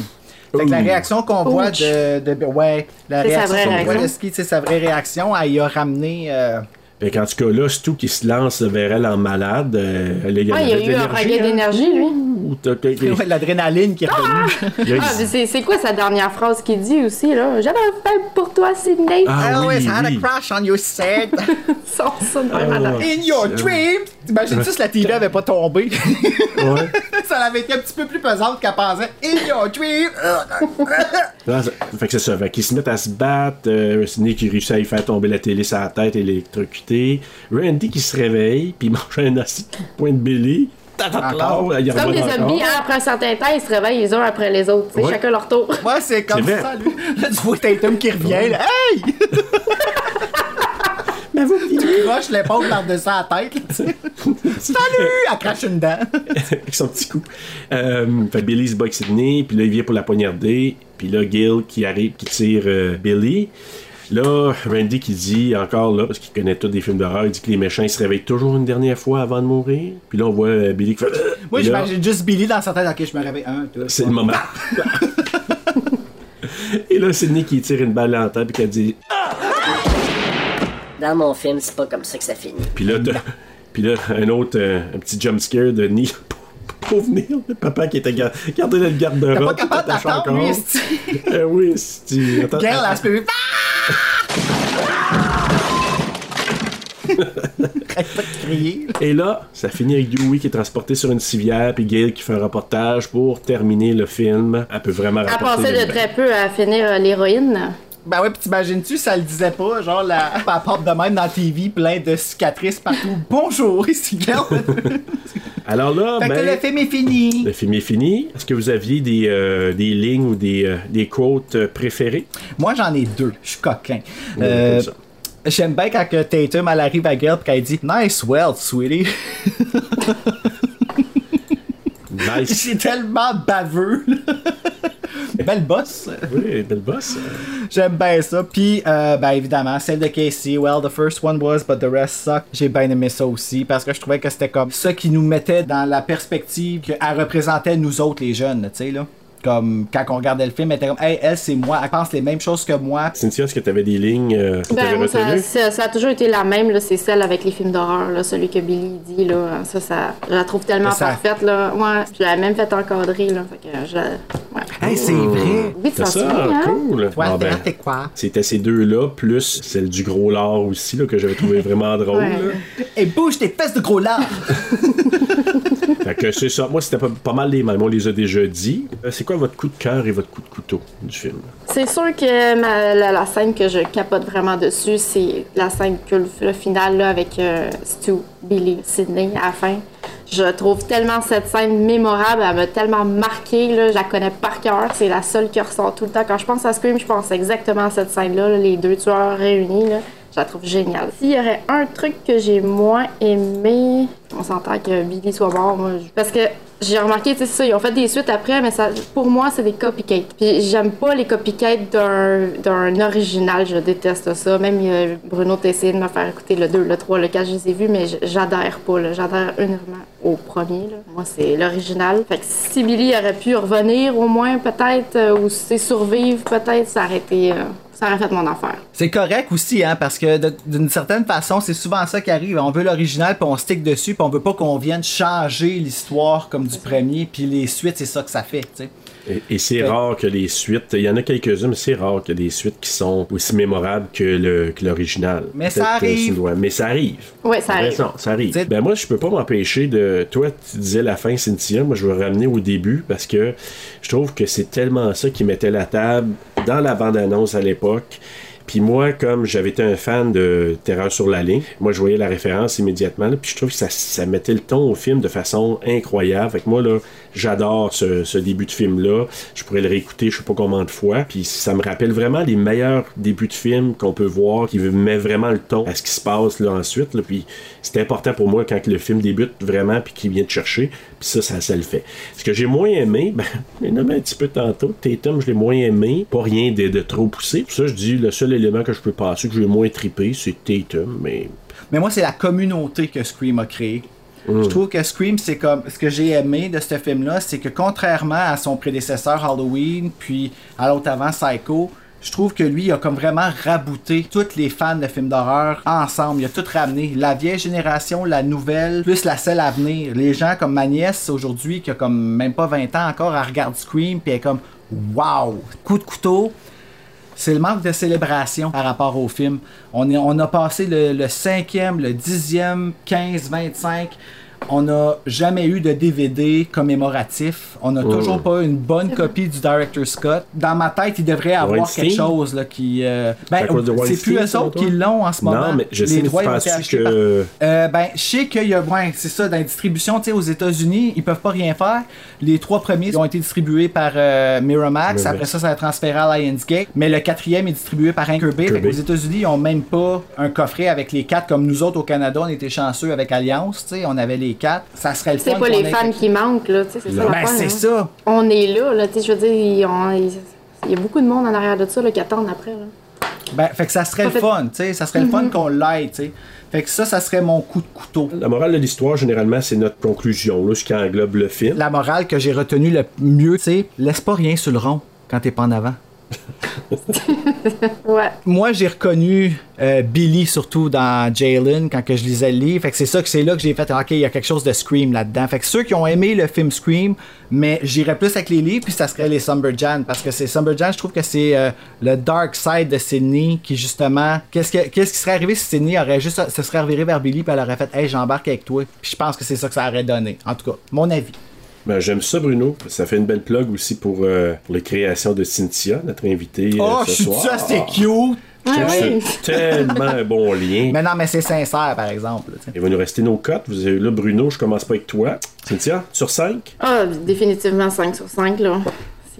[SPEAKER 6] Fait que la
[SPEAKER 7] Ouh.
[SPEAKER 6] réaction qu'on voit
[SPEAKER 7] Ouch.
[SPEAKER 6] de, de- Ouais, la
[SPEAKER 5] C'est sa
[SPEAKER 6] réaction
[SPEAKER 5] vraie
[SPEAKER 6] qu'on voit
[SPEAKER 5] réaction.
[SPEAKER 6] de Ski, c'est sa vraie réaction, elle y a ramené. euh,
[SPEAKER 7] Fait qu'en tout cas, là, Stu qui se lance vers elle en malade. euh, là, il y en
[SPEAKER 5] Ouais, Ah, il
[SPEAKER 7] avait
[SPEAKER 5] y a eu un
[SPEAKER 7] d'énergie,
[SPEAKER 5] regain
[SPEAKER 7] hein.
[SPEAKER 5] d'énergie, lui.
[SPEAKER 7] Ouh, t'as- t'as- t'as-
[SPEAKER 6] Ouais, L'adrénaline qui est revenue.
[SPEAKER 7] Il y a eu-
[SPEAKER 5] Ah, mais c'est- c'est quoi sa dernière phrase qu'il dit aussi, là? J'avais un faible pour toi, Sydney.
[SPEAKER 7] Ah,
[SPEAKER 6] I always
[SPEAKER 7] oui,
[SPEAKER 6] had
[SPEAKER 7] oui.
[SPEAKER 6] a crush on you, Sid.
[SPEAKER 5] *laughs* Sors ça
[SPEAKER 7] Ah,
[SPEAKER 5] de même à la-
[SPEAKER 6] In your dreams! T'imagines-tu si la TV avait pas tombé? *laughs*
[SPEAKER 7] Ouais.
[SPEAKER 6] ça l'avait été un petit peu plus pesante qu'elle pensait. In your Euh, dreams!
[SPEAKER 7] Non, ça- fait que c'est ça. Fait qu'ils se mettent à se battre. Euh, Sidney qui réussit à y faire tomber la télé sur la tête électrocutée. Randy qui se réveille, puis il mange un assis de point de Billy. Encore, il
[SPEAKER 5] C'est comme
[SPEAKER 7] remonte
[SPEAKER 5] des
[SPEAKER 7] encore.
[SPEAKER 5] zombies, hein, après un certain temps, ils se réveillent les uns après les autres. tu sais,
[SPEAKER 7] Ouais. Ben,
[SPEAKER 5] Chacun leur tour.
[SPEAKER 6] Moi, c'est comme
[SPEAKER 7] C'est vrai.
[SPEAKER 6] ça, lui. Là, tu vois Tatum qui revient, là.
[SPEAKER 7] *laughs*
[SPEAKER 6] Hey!
[SPEAKER 7] Mais vous,
[SPEAKER 6] il croche l'épaule par-dessus la tête, là, tu
[SPEAKER 7] *laughs*
[SPEAKER 6] sais. Salut! Elle crache une dent.
[SPEAKER 7] *laughs* avec son petit coup. Euh, fait que Billy se bat avec Sidney, puis là, il vient pour la poignarder. Puis là, Gil qui arrive, qui tire euh, Billy. Là, Randy qui dit, encore là, parce qu'il connaît tous des films d'horreur, il dit que les méchants, ils se réveillent toujours une dernière fois avant de mourir. Puis là, on voit euh, Billy qui fait...
[SPEAKER 6] Moi,
[SPEAKER 7] Puis là,
[SPEAKER 6] j'imagine juste Billy dans sa tête. Ok, je me réveille. Un, deux,
[SPEAKER 7] C'est le
[SPEAKER 6] trois.
[SPEAKER 7] moment. *laughs* Et là, Sidney qui tire une balle en temps, puis qui dit...
[SPEAKER 13] Dans mon film, c'est pas comme ça que ça finit.
[SPEAKER 7] Puis là, t'as- puis là, un autre, euh, un petit jump scare de Neil. *laughs* Pauvre Neil, le papa qui était gar- gardé dans le
[SPEAKER 6] T'es pas
[SPEAKER 7] garde-robe.
[SPEAKER 6] capable
[SPEAKER 7] attaché
[SPEAKER 6] d'attendre,
[SPEAKER 7] encore.
[SPEAKER 6] lui,
[SPEAKER 7] *laughs*
[SPEAKER 6] c'est-tu?
[SPEAKER 7] Euh, oui, c'est... Attends,
[SPEAKER 6] Girl, elle se
[SPEAKER 7] *laughs*
[SPEAKER 6] peut.
[SPEAKER 7] Et là, ça finit avec Dewey qui est transporté sur une civière, puis Gail qui fait un reportage pour terminer le film. Elle peut vraiment
[SPEAKER 5] Elle
[SPEAKER 7] rapporter.
[SPEAKER 5] passait
[SPEAKER 7] des-
[SPEAKER 5] de très peu à finir euh, l'héroïne.
[SPEAKER 6] Ben ouais, pis t'imagines-tu, ça le disait pas, genre la elle porte de même dans la TV, plein de cicatrices
[SPEAKER 7] *laughs*
[SPEAKER 6] partout. Bonjour, ici Girl.
[SPEAKER 7] Alors là,
[SPEAKER 6] fait que
[SPEAKER 7] *laughs* ben,
[SPEAKER 6] le film est fini.
[SPEAKER 7] *laughs* le film est fini. Est-ce que vous aviez des, euh, des lignes ou des, euh, des quotes euh, préférées?
[SPEAKER 6] Moi, j'en ai deux. Je suis coquin.
[SPEAKER 7] Oui,
[SPEAKER 6] Euh,
[SPEAKER 7] comme ça.
[SPEAKER 6] J'aime bien quand que Tatum elle arrive à Girl pis qu'elle dit Nice weld, sweetie. *laughs*
[SPEAKER 7] Nice.
[SPEAKER 6] J'ai tellement baveux. là. Belle bosse.
[SPEAKER 7] *laughs* oui, belle boss.
[SPEAKER 6] J'aime bien ça. Puis, euh, ben évidemment, celle de Casey. Well, the first one was, but the rest sucked. J'ai bien aimé ça aussi parce que je trouvais que c'était comme ça qui nous mettait dans la perspective qu'elle représentait nous autres, les jeunes, tu sais, là. Comme quand on regardait le film, elle était comme, hey, elle, c'est moi, elle pense les mêmes choses que moi.
[SPEAKER 7] Cynthia, est-ce que tu avais des lignes euh, que t'avais
[SPEAKER 5] Ben, moi, ça,
[SPEAKER 7] retenues?
[SPEAKER 5] ça- ça a toujours été la même, là, c'est celle avec les films d'horreur, là, celui que Billy dit. Là, ça, ça, je la trouve tellement
[SPEAKER 6] Mais ça-
[SPEAKER 5] parfaite. Là. Ouais, je l'ai même fait encadrer. Là, fait que je la- ouais.
[SPEAKER 6] Hey, c'est vrai.
[SPEAKER 5] Oui, tu
[SPEAKER 7] C'est
[SPEAKER 5] t'en
[SPEAKER 7] ça,
[SPEAKER 5] souviens, hein?
[SPEAKER 7] cool.
[SPEAKER 6] Toi,
[SPEAKER 7] Ah,
[SPEAKER 6] t'es
[SPEAKER 7] ben,
[SPEAKER 6] t'es quoi?
[SPEAKER 7] C'était ces deux-là, plus celle du gros lard aussi, là, que j'avais
[SPEAKER 5] *laughs*
[SPEAKER 7] trouvé vraiment drôle. là.
[SPEAKER 6] Et bouge tes fesses de gros lard! *laughs*
[SPEAKER 7] Fait que c'est ça. Moi, c'était pas, pas mal les mêmes. On les a déjà dit. Euh, C'est quoi votre coup de cœur et votre coup de couteau du film?
[SPEAKER 5] C'est sûr que ma- la, la scène que je capote vraiment dessus, c'est la scène que le, le final là, avec euh, Stu, Billy, Sidney à la fin. Je trouve tellement cette scène mémorable, elle m'a tellement marquée, là, je la connais par cœur, c'est la seule qui ressort tout le temps. Quand je pense à Scream, je pense exactement à cette scène-là, là, les deux tueurs réunis, là, je la trouve géniale. S'il y aurait un truc que j'ai moins aimé, on s'entend que Billy soit mort, moi, je- parce que j'ai remarqué, tu sais, c'est ça, ils ont fait des suites après, mais ça, pour moi, c'est des copycats. Puis j'aime pas les copycats d'un, d'un original, je déteste ça. Même euh, Bruno t'a essayé de me faire écouter le 2, le 3, le 4, je les ai vus, mais j- j'adhère pas, là. J'adhère uniquement au premier, là. Moi, c'est l'original. Fait que si Billy aurait pu revenir, au moins, peut-être, euh, ou c'est survivre, peut-être, ça aurait été, euh, ça aurait fait mon affaire.
[SPEAKER 6] C'est correct aussi, hein, parce que de- d'une certaine façon, c'est souvent ça qui arrive. On veut l'original, puis on stick dessus, puis on veut pas qu'on vienne changer l'histoire comme du premier, puis les suites, c'est ça que ça fait, tu sais.
[SPEAKER 7] Et, et c'est
[SPEAKER 6] Euh,
[SPEAKER 7] rare que les suites. Il y en a quelques-unes, mais c'est rare que des suites qui sont aussi mémorables que le- que l'original.
[SPEAKER 6] Mais ça
[SPEAKER 7] Peut-être que
[SPEAKER 6] arrive.
[SPEAKER 7] c'est une loi, Mais ça arrive.
[SPEAKER 5] Ouais, ça arrive.
[SPEAKER 7] Raison, ça arrive. Ben moi, je peux pas m'empêcher de. Toi, tu disais la fin, Cynthia. Moi, je veux ramener au début parce que je trouve que c'est tellement ça qui mettait la table dans la bande-annonce à l'époque. Puis moi, comme j'avais été un fan de Terreur sur la ligne, moi, je voyais la référence immédiatement. là, puis je trouve que ça, ça mettait le ton au film de façon incroyable. Fait que moi, là, j'adore ce, ce début de film-là. Je pourrais le réécouter je sais pas combien de fois. Puis ça me rappelle vraiment les meilleurs débuts de film qu'on peut voir, qui met vraiment le ton à ce qui se passe là ensuite. là. Puis c'est important pour moi quand le film débute vraiment, puis qu'il vient te chercher. Puis ça, ça, ça le fait. Ce que j'ai moins aimé, *laughs* ben, je l'ai nommé un petit peu tantôt, Tatum, je l'ai moins aimé. Pas rien de, de trop poussé. Pour ça, je dis le seul élément que je peux passer, que j'ai moins trippé, c'est Tatum. Mais
[SPEAKER 6] Mais moi, c'est la communauté que Scream a créée. Je trouve que Scream, c'est comme. Ce que j'ai aimé de ce film-là, c'est que contrairement à son prédécesseur Halloween, puis à l'autre avant Psycho, je trouve que lui, il a comme vraiment rabouté toutes les fans de films d'horreur ensemble. Il a tout ramené. La vieille génération, la nouvelle, plus la celle à venir. Les gens comme ma nièce aujourd'hui, qui a comme même pas 20 ans encore, elle regarde Scream, puis elle est comme Waouh! Coup de couteau, c'est le manque de célébration par rapport au film. On, est- on a passé le, le 5e, le 10e, 15, 25. On n'a jamais eu de DVD commémoratif. On n'a
[SPEAKER 7] Mm.
[SPEAKER 6] toujours pas une bonne copie du Director Scott. Dans ma tête, il devrait avoir
[SPEAKER 7] Weinstein?
[SPEAKER 6] quelque chose là, qui. euh,
[SPEAKER 7] C'est
[SPEAKER 6] Ben,
[SPEAKER 7] à cause de
[SPEAKER 6] c'est
[SPEAKER 7] Weinstein,
[SPEAKER 6] plus eux
[SPEAKER 7] selon
[SPEAKER 6] autres
[SPEAKER 7] toi?
[SPEAKER 6] qui l'ont en ce
[SPEAKER 7] Non,
[SPEAKER 6] moment.
[SPEAKER 7] mais je sais, mais tu
[SPEAKER 6] droits ont été
[SPEAKER 7] penses-tu
[SPEAKER 6] achetés
[SPEAKER 7] que-
[SPEAKER 6] par- Euh, ben, je sais qu'il y a. Ouais, c'est ça, dans la distribution, tu sais, aux États-Unis, ils peuvent pas rien faire. Les trois premiers ont été distribués par euh, Miramax.
[SPEAKER 7] Miramax.
[SPEAKER 6] Après ça, ça a transféré à Lionsgate. Mais le quatrième est distribué par Anchor Bay.
[SPEAKER 7] Anchor
[SPEAKER 6] Fait
[SPEAKER 7] Bay.
[SPEAKER 6] aux États-Unis, ils ont même pas un coffret avec les quatre. Comme nous autres au Canada, on était chanceux avec Alliance, tu sais, on avait les quatre. Ça serait le fun.
[SPEAKER 5] C'est pas
[SPEAKER 6] qu'on
[SPEAKER 5] les
[SPEAKER 6] ait-
[SPEAKER 5] fans qui manquent, là, tu sais, c'est ça
[SPEAKER 6] Ben,
[SPEAKER 5] l'affaire,
[SPEAKER 6] c'est
[SPEAKER 5] hein.
[SPEAKER 6] ça.
[SPEAKER 5] On est là, là, tu sais, je veux dire, ils ont- ils- il y a beaucoup de monde en arrière de ça, là, qui attendent après, là.
[SPEAKER 6] Ben, fait que ça serait le fun, tu sais. Ça serait le fun
[SPEAKER 5] Mhm.
[SPEAKER 6] qu'on l'aille, tu sais. Fait que ça, ça serait mon coup de couteau.
[SPEAKER 7] La morale de l'histoire, généralement, c'est notre conclusion, là, ce qui englobe le film.
[SPEAKER 6] La morale que j'ai retenue le mieux, c'est laisse pas rien sur le rond quand t'es pas en avant.
[SPEAKER 5] ouais.
[SPEAKER 6] Moi, j'ai reconnu euh, Billy surtout dans Jalen quand que je lisais le livre. Fait que c'est ça que c'est là que j'ai fait. ah, Ok, il y a quelque chose de Scream là-dedans. Fait que ceux qui ont aimé le film Scream, mais j'irais plus avec les livres, puis ça serait les Sumberjan parce que c'est Sumberjan. Je trouve que c'est euh, le dark side de Sydney qui justement. Qu'est-ce que- qu'est-ce qui serait arrivé si Sydney aurait juste se serait revirée vers Billy puis elle aurait fait, hey, j'embarque avec toi. Puis je pense que c'est ça que ça aurait donné. En tout cas, mon avis.
[SPEAKER 7] Ben, J'aime ça, Bruno. Ça fait une belle plug aussi pour, euh, pour les créations de Cynthia, notre invitée euh,
[SPEAKER 6] oh, je
[SPEAKER 7] ce
[SPEAKER 6] suis
[SPEAKER 7] soir.
[SPEAKER 6] ça, c'est cute.
[SPEAKER 5] Ah
[SPEAKER 7] Je trouve ça *laughs* tellement un bon lien.
[SPEAKER 6] Mais non, mais c'est sincère, par exemple. là, tu sais.
[SPEAKER 7] Il va nous rester nos cotes. Vous avez, là, Bruno, je commence pas avec toi. Cynthia, sur 5?
[SPEAKER 5] Ah, définitivement 5 sur 5, là.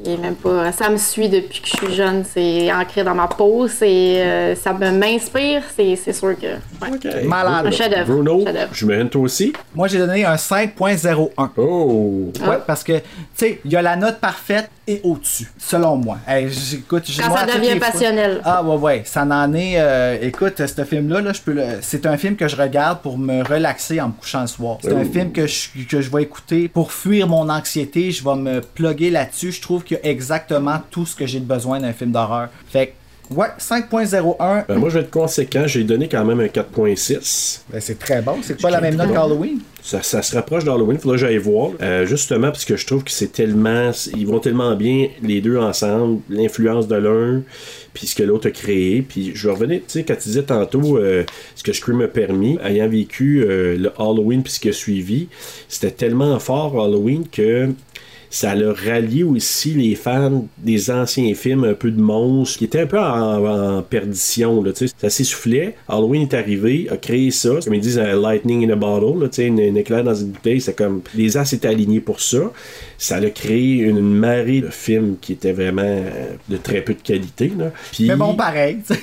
[SPEAKER 5] C'est même pas... Ça me suit depuis que je suis jeune. C'est ancré dans ma peau. C'est, euh, ça me m'inspire. C'est, c'est sûr que... ouais.
[SPEAKER 6] Malade.
[SPEAKER 5] Un chef-d'œuvre.
[SPEAKER 7] Bruno,
[SPEAKER 5] Chef-d'œuvre.
[SPEAKER 7] j'imagine toi aussi.
[SPEAKER 6] Moi, j'ai donné un 5.01.
[SPEAKER 7] Oh!
[SPEAKER 6] Ouais,
[SPEAKER 5] Ah.
[SPEAKER 6] parce que, tu sais, il y a la note parfaite et au-dessus, selon moi. Hey, j- écoute, j-
[SPEAKER 5] Quand
[SPEAKER 6] moi,
[SPEAKER 5] ça
[SPEAKER 6] à toutes
[SPEAKER 5] devient
[SPEAKER 6] les fois-
[SPEAKER 5] passionnel.
[SPEAKER 6] Ah, ouais, ouais. Ça en est. euh, écoute, ce film-là, là, je peux le- c'est un film que je regarde pour me relaxer en me couchant le soir. C'est un
[SPEAKER 7] Oh.
[SPEAKER 6] film que je, que je vais écouter pour fuir mon anxiété. Je vais me plugger là-dessus. Je trouve qu'il y a exactement tout ce que j'ai de besoin d'un film d'horreur. Fait que, ouais, 5.01.
[SPEAKER 7] Ben, moi, je vais être conséquent. J'ai donné quand même un 4.6.
[SPEAKER 6] Ben, c'est très bon. C'est pas la même note qu'Halloween.
[SPEAKER 7] Ça, ça se rapproche d'Halloween, faudrait que j'aille voir. Euh, justement, parce que je trouve que c'est tellement. Ils vont tellement bien, les deux ensemble, l'influence de l'un, puis ce que l'autre a créé. Puis je vais revenir, tu sais, quand tu disais tantôt euh, ce que Scream a permis, ayant vécu euh, le Halloween, puis ce qui a suivi, c'était tellement fort Halloween que. Ça le rallié aussi les fans des anciens films un peu de monstres qui étaient un peu en, en perdition. Là, tu sais. ça s'essoufflait. Halloween est arrivé, a créé ça. Comme ils disent, euh, Lightning in a Bottle, là, tu sais, une, une éclair dans une bouteille. C'est comme les as étaient alignés pour ça. Ça a créé une marée de films qui étaient vraiment euh, de très peu de qualité. là. Puis-
[SPEAKER 6] Mais bon, pareil. tu sais.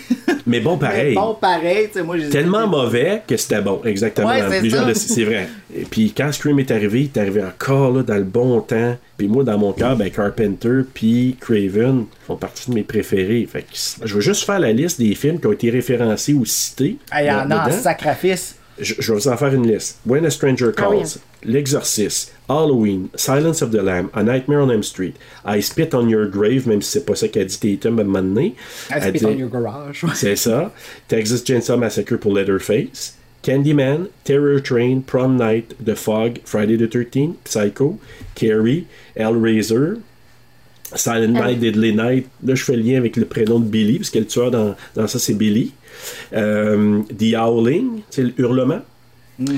[SPEAKER 7] mais bon, pareil.
[SPEAKER 6] Mais *laughs* bon, pareil. tu sais, Moi, j'ai-
[SPEAKER 7] Tellement mauvais que c'était bon, exactement.
[SPEAKER 6] Ouais, c'est
[SPEAKER 7] Les gens
[SPEAKER 6] ça.
[SPEAKER 7] le- c'est vrai. Et puis quand Scream est arrivé, il est arrivé encore là, dans le bon temps. Puis moi, dans mon cœur, ben, Carpenter puis Craven font partie de mes préférés. Fait que c- je veux juste faire la liste des films qui ont été référencés ou cités.
[SPEAKER 6] Ah, Il y en a en
[SPEAKER 7] dedans.
[SPEAKER 6] sacrifice.
[SPEAKER 7] Je, je vais vous en faire une liste. When a Stranger
[SPEAKER 6] Ah oui.
[SPEAKER 7] Calls, L'Exorciste, Halloween, Silence of the Lamb, A Nightmare on Elm Street, I Spit on Your Grave, même si c'est pas ça qu'a dit Tatum à un moment donné.
[SPEAKER 6] I
[SPEAKER 7] Elle
[SPEAKER 6] spit on
[SPEAKER 7] dit-
[SPEAKER 6] your garage.
[SPEAKER 7] c'est ça. Texas Chainsaw Massacre pour Leatherface. Candyman, Terror Train, Prom Night, The Fog, Friday the 13th, Psycho, Carrie, Hellraiser, Silent
[SPEAKER 6] Ah.
[SPEAKER 7] Night, Deadly Night. Là, je fais le lien avec le prénom de Billy, parce que le tueur dans, dans ça, c'est Billy. Euh, The Howling, c'est le hurlement.
[SPEAKER 6] Mm-hmm.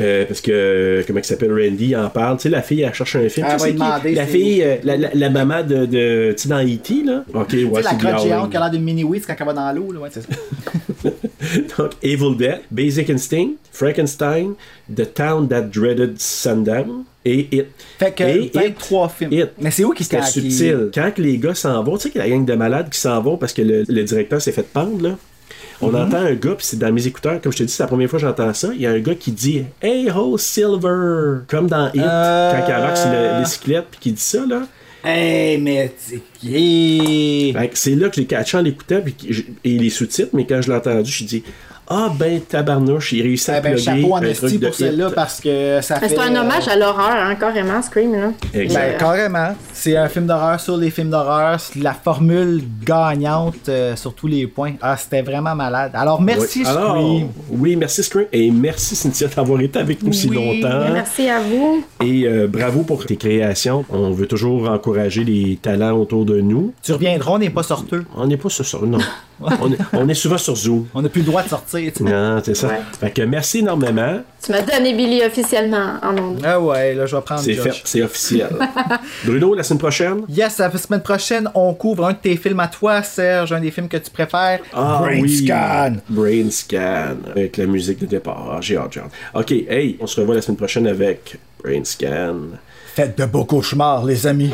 [SPEAKER 7] Euh, parce que, euh, comment il s'appelle, Randy il en parle. Tu sais, la fille, elle cherche un film.
[SPEAKER 6] Ah, Elle
[SPEAKER 7] Tu sais
[SPEAKER 6] va
[SPEAKER 7] qui-
[SPEAKER 6] demander
[SPEAKER 7] la
[SPEAKER 6] si-
[SPEAKER 7] fille, euh, la, la- la maman de, de- tu sais, dans E.T., là. Ok, ouais,
[SPEAKER 6] Tu sais, la
[SPEAKER 7] c'est The
[SPEAKER 6] crotte
[SPEAKER 7] Howling.
[SPEAKER 6] géante qui a l'air d'une mini wheat quand elle va dans l'eau, là, ouais, c'est ça.
[SPEAKER 7] *laughs* Donc, Evil Dead, Basic Instinct, Frankenstein, The Town That Dreaded Sundown et It.
[SPEAKER 6] Fait que
[SPEAKER 7] Et It.
[SPEAKER 6] 23 films.
[SPEAKER 7] It.
[SPEAKER 6] Mais c'est où qui
[SPEAKER 7] C'était subtil. Quand que les gars s'en vont, tu sais qu'il y a la gang de malades qui s'en vont parce que le, le directeur s'est fait pendre, là. On
[SPEAKER 6] Mm-hmm.
[SPEAKER 7] entend un gars, puis c'est dans mes écouteurs, comme je te dis, c'est la première fois que j'entends ça. Il y a un gars qui dit Hey ho, Silver! Comme dans It,
[SPEAKER 6] Euh.
[SPEAKER 7] quand il embarque sur la bicyclette, puis qui dit ça, là.
[SPEAKER 6] Hey, mais c'est qui?
[SPEAKER 7] Fait que c'est là que j'ai catché en l'écoutant puis que j'ai- et les sous-titres, mais quand je l'ai entendu, je dit Ah ben tabarnouche, il réussit à
[SPEAKER 6] Eh ben,
[SPEAKER 7] plugger
[SPEAKER 6] chapeau en
[SPEAKER 7] un
[SPEAKER 6] esti
[SPEAKER 7] truc de
[SPEAKER 6] pour celle-là
[SPEAKER 7] hit.
[SPEAKER 6] parce que ça fait.
[SPEAKER 5] C'est un hommage euh, à l'horreur, hein, carrément, Scream, là.
[SPEAKER 6] Ben, carrément. C'est un film d'horreur sur les films d'horreur. c'est La formule gagnante euh, sur tous les points. Ah, c'était vraiment malade. Alors, merci,
[SPEAKER 7] Oui. Alors,
[SPEAKER 6] Scream.
[SPEAKER 7] Oui, merci Scream. Et merci Cynthia d'avoir été avec nous si
[SPEAKER 5] Oui,
[SPEAKER 6] ben,
[SPEAKER 7] longtemps.
[SPEAKER 5] Merci à vous.
[SPEAKER 7] Et euh, bravo pour tes créations. On veut toujours encourager les talents autour de nous.
[SPEAKER 6] Tu reviendras, on n'est pas sorteux.
[SPEAKER 7] On n'est pas sur ça,
[SPEAKER 6] *laughs*
[SPEAKER 7] non. on, est, on est souvent sur Zoom.
[SPEAKER 6] On n'a plus le droit de sortir. tu sais.
[SPEAKER 7] Non, c'est ça.
[SPEAKER 5] Ouais.
[SPEAKER 7] Fait que merci énormément.
[SPEAKER 5] Tu m'as donné Billy officiellement en ondes.
[SPEAKER 6] Ah ouais, là, je vais prendre
[SPEAKER 7] C'est
[SPEAKER 6] Josh.
[SPEAKER 7] fait, c'est officiel. Bruno, la semaine prochaine?
[SPEAKER 6] Yes, la semaine prochaine, on couvre un de tes films à toi, Serge, un des films que tu préfères.
[SPEAKER 7] Ah
[SPEAKER 6] Brain
[SPEAKER 7] oui.
[SPEAKER 6] Scan.
[SPEAKER 7] Brain Scan. Avec la musique de départ. Ah, j'ai hâte, j'ai hâte. OK, hey, on se revoit la semaine prochaine avec Brain Scan.
[SPEAKER 6] Faites de beaux cauchemars, les amis.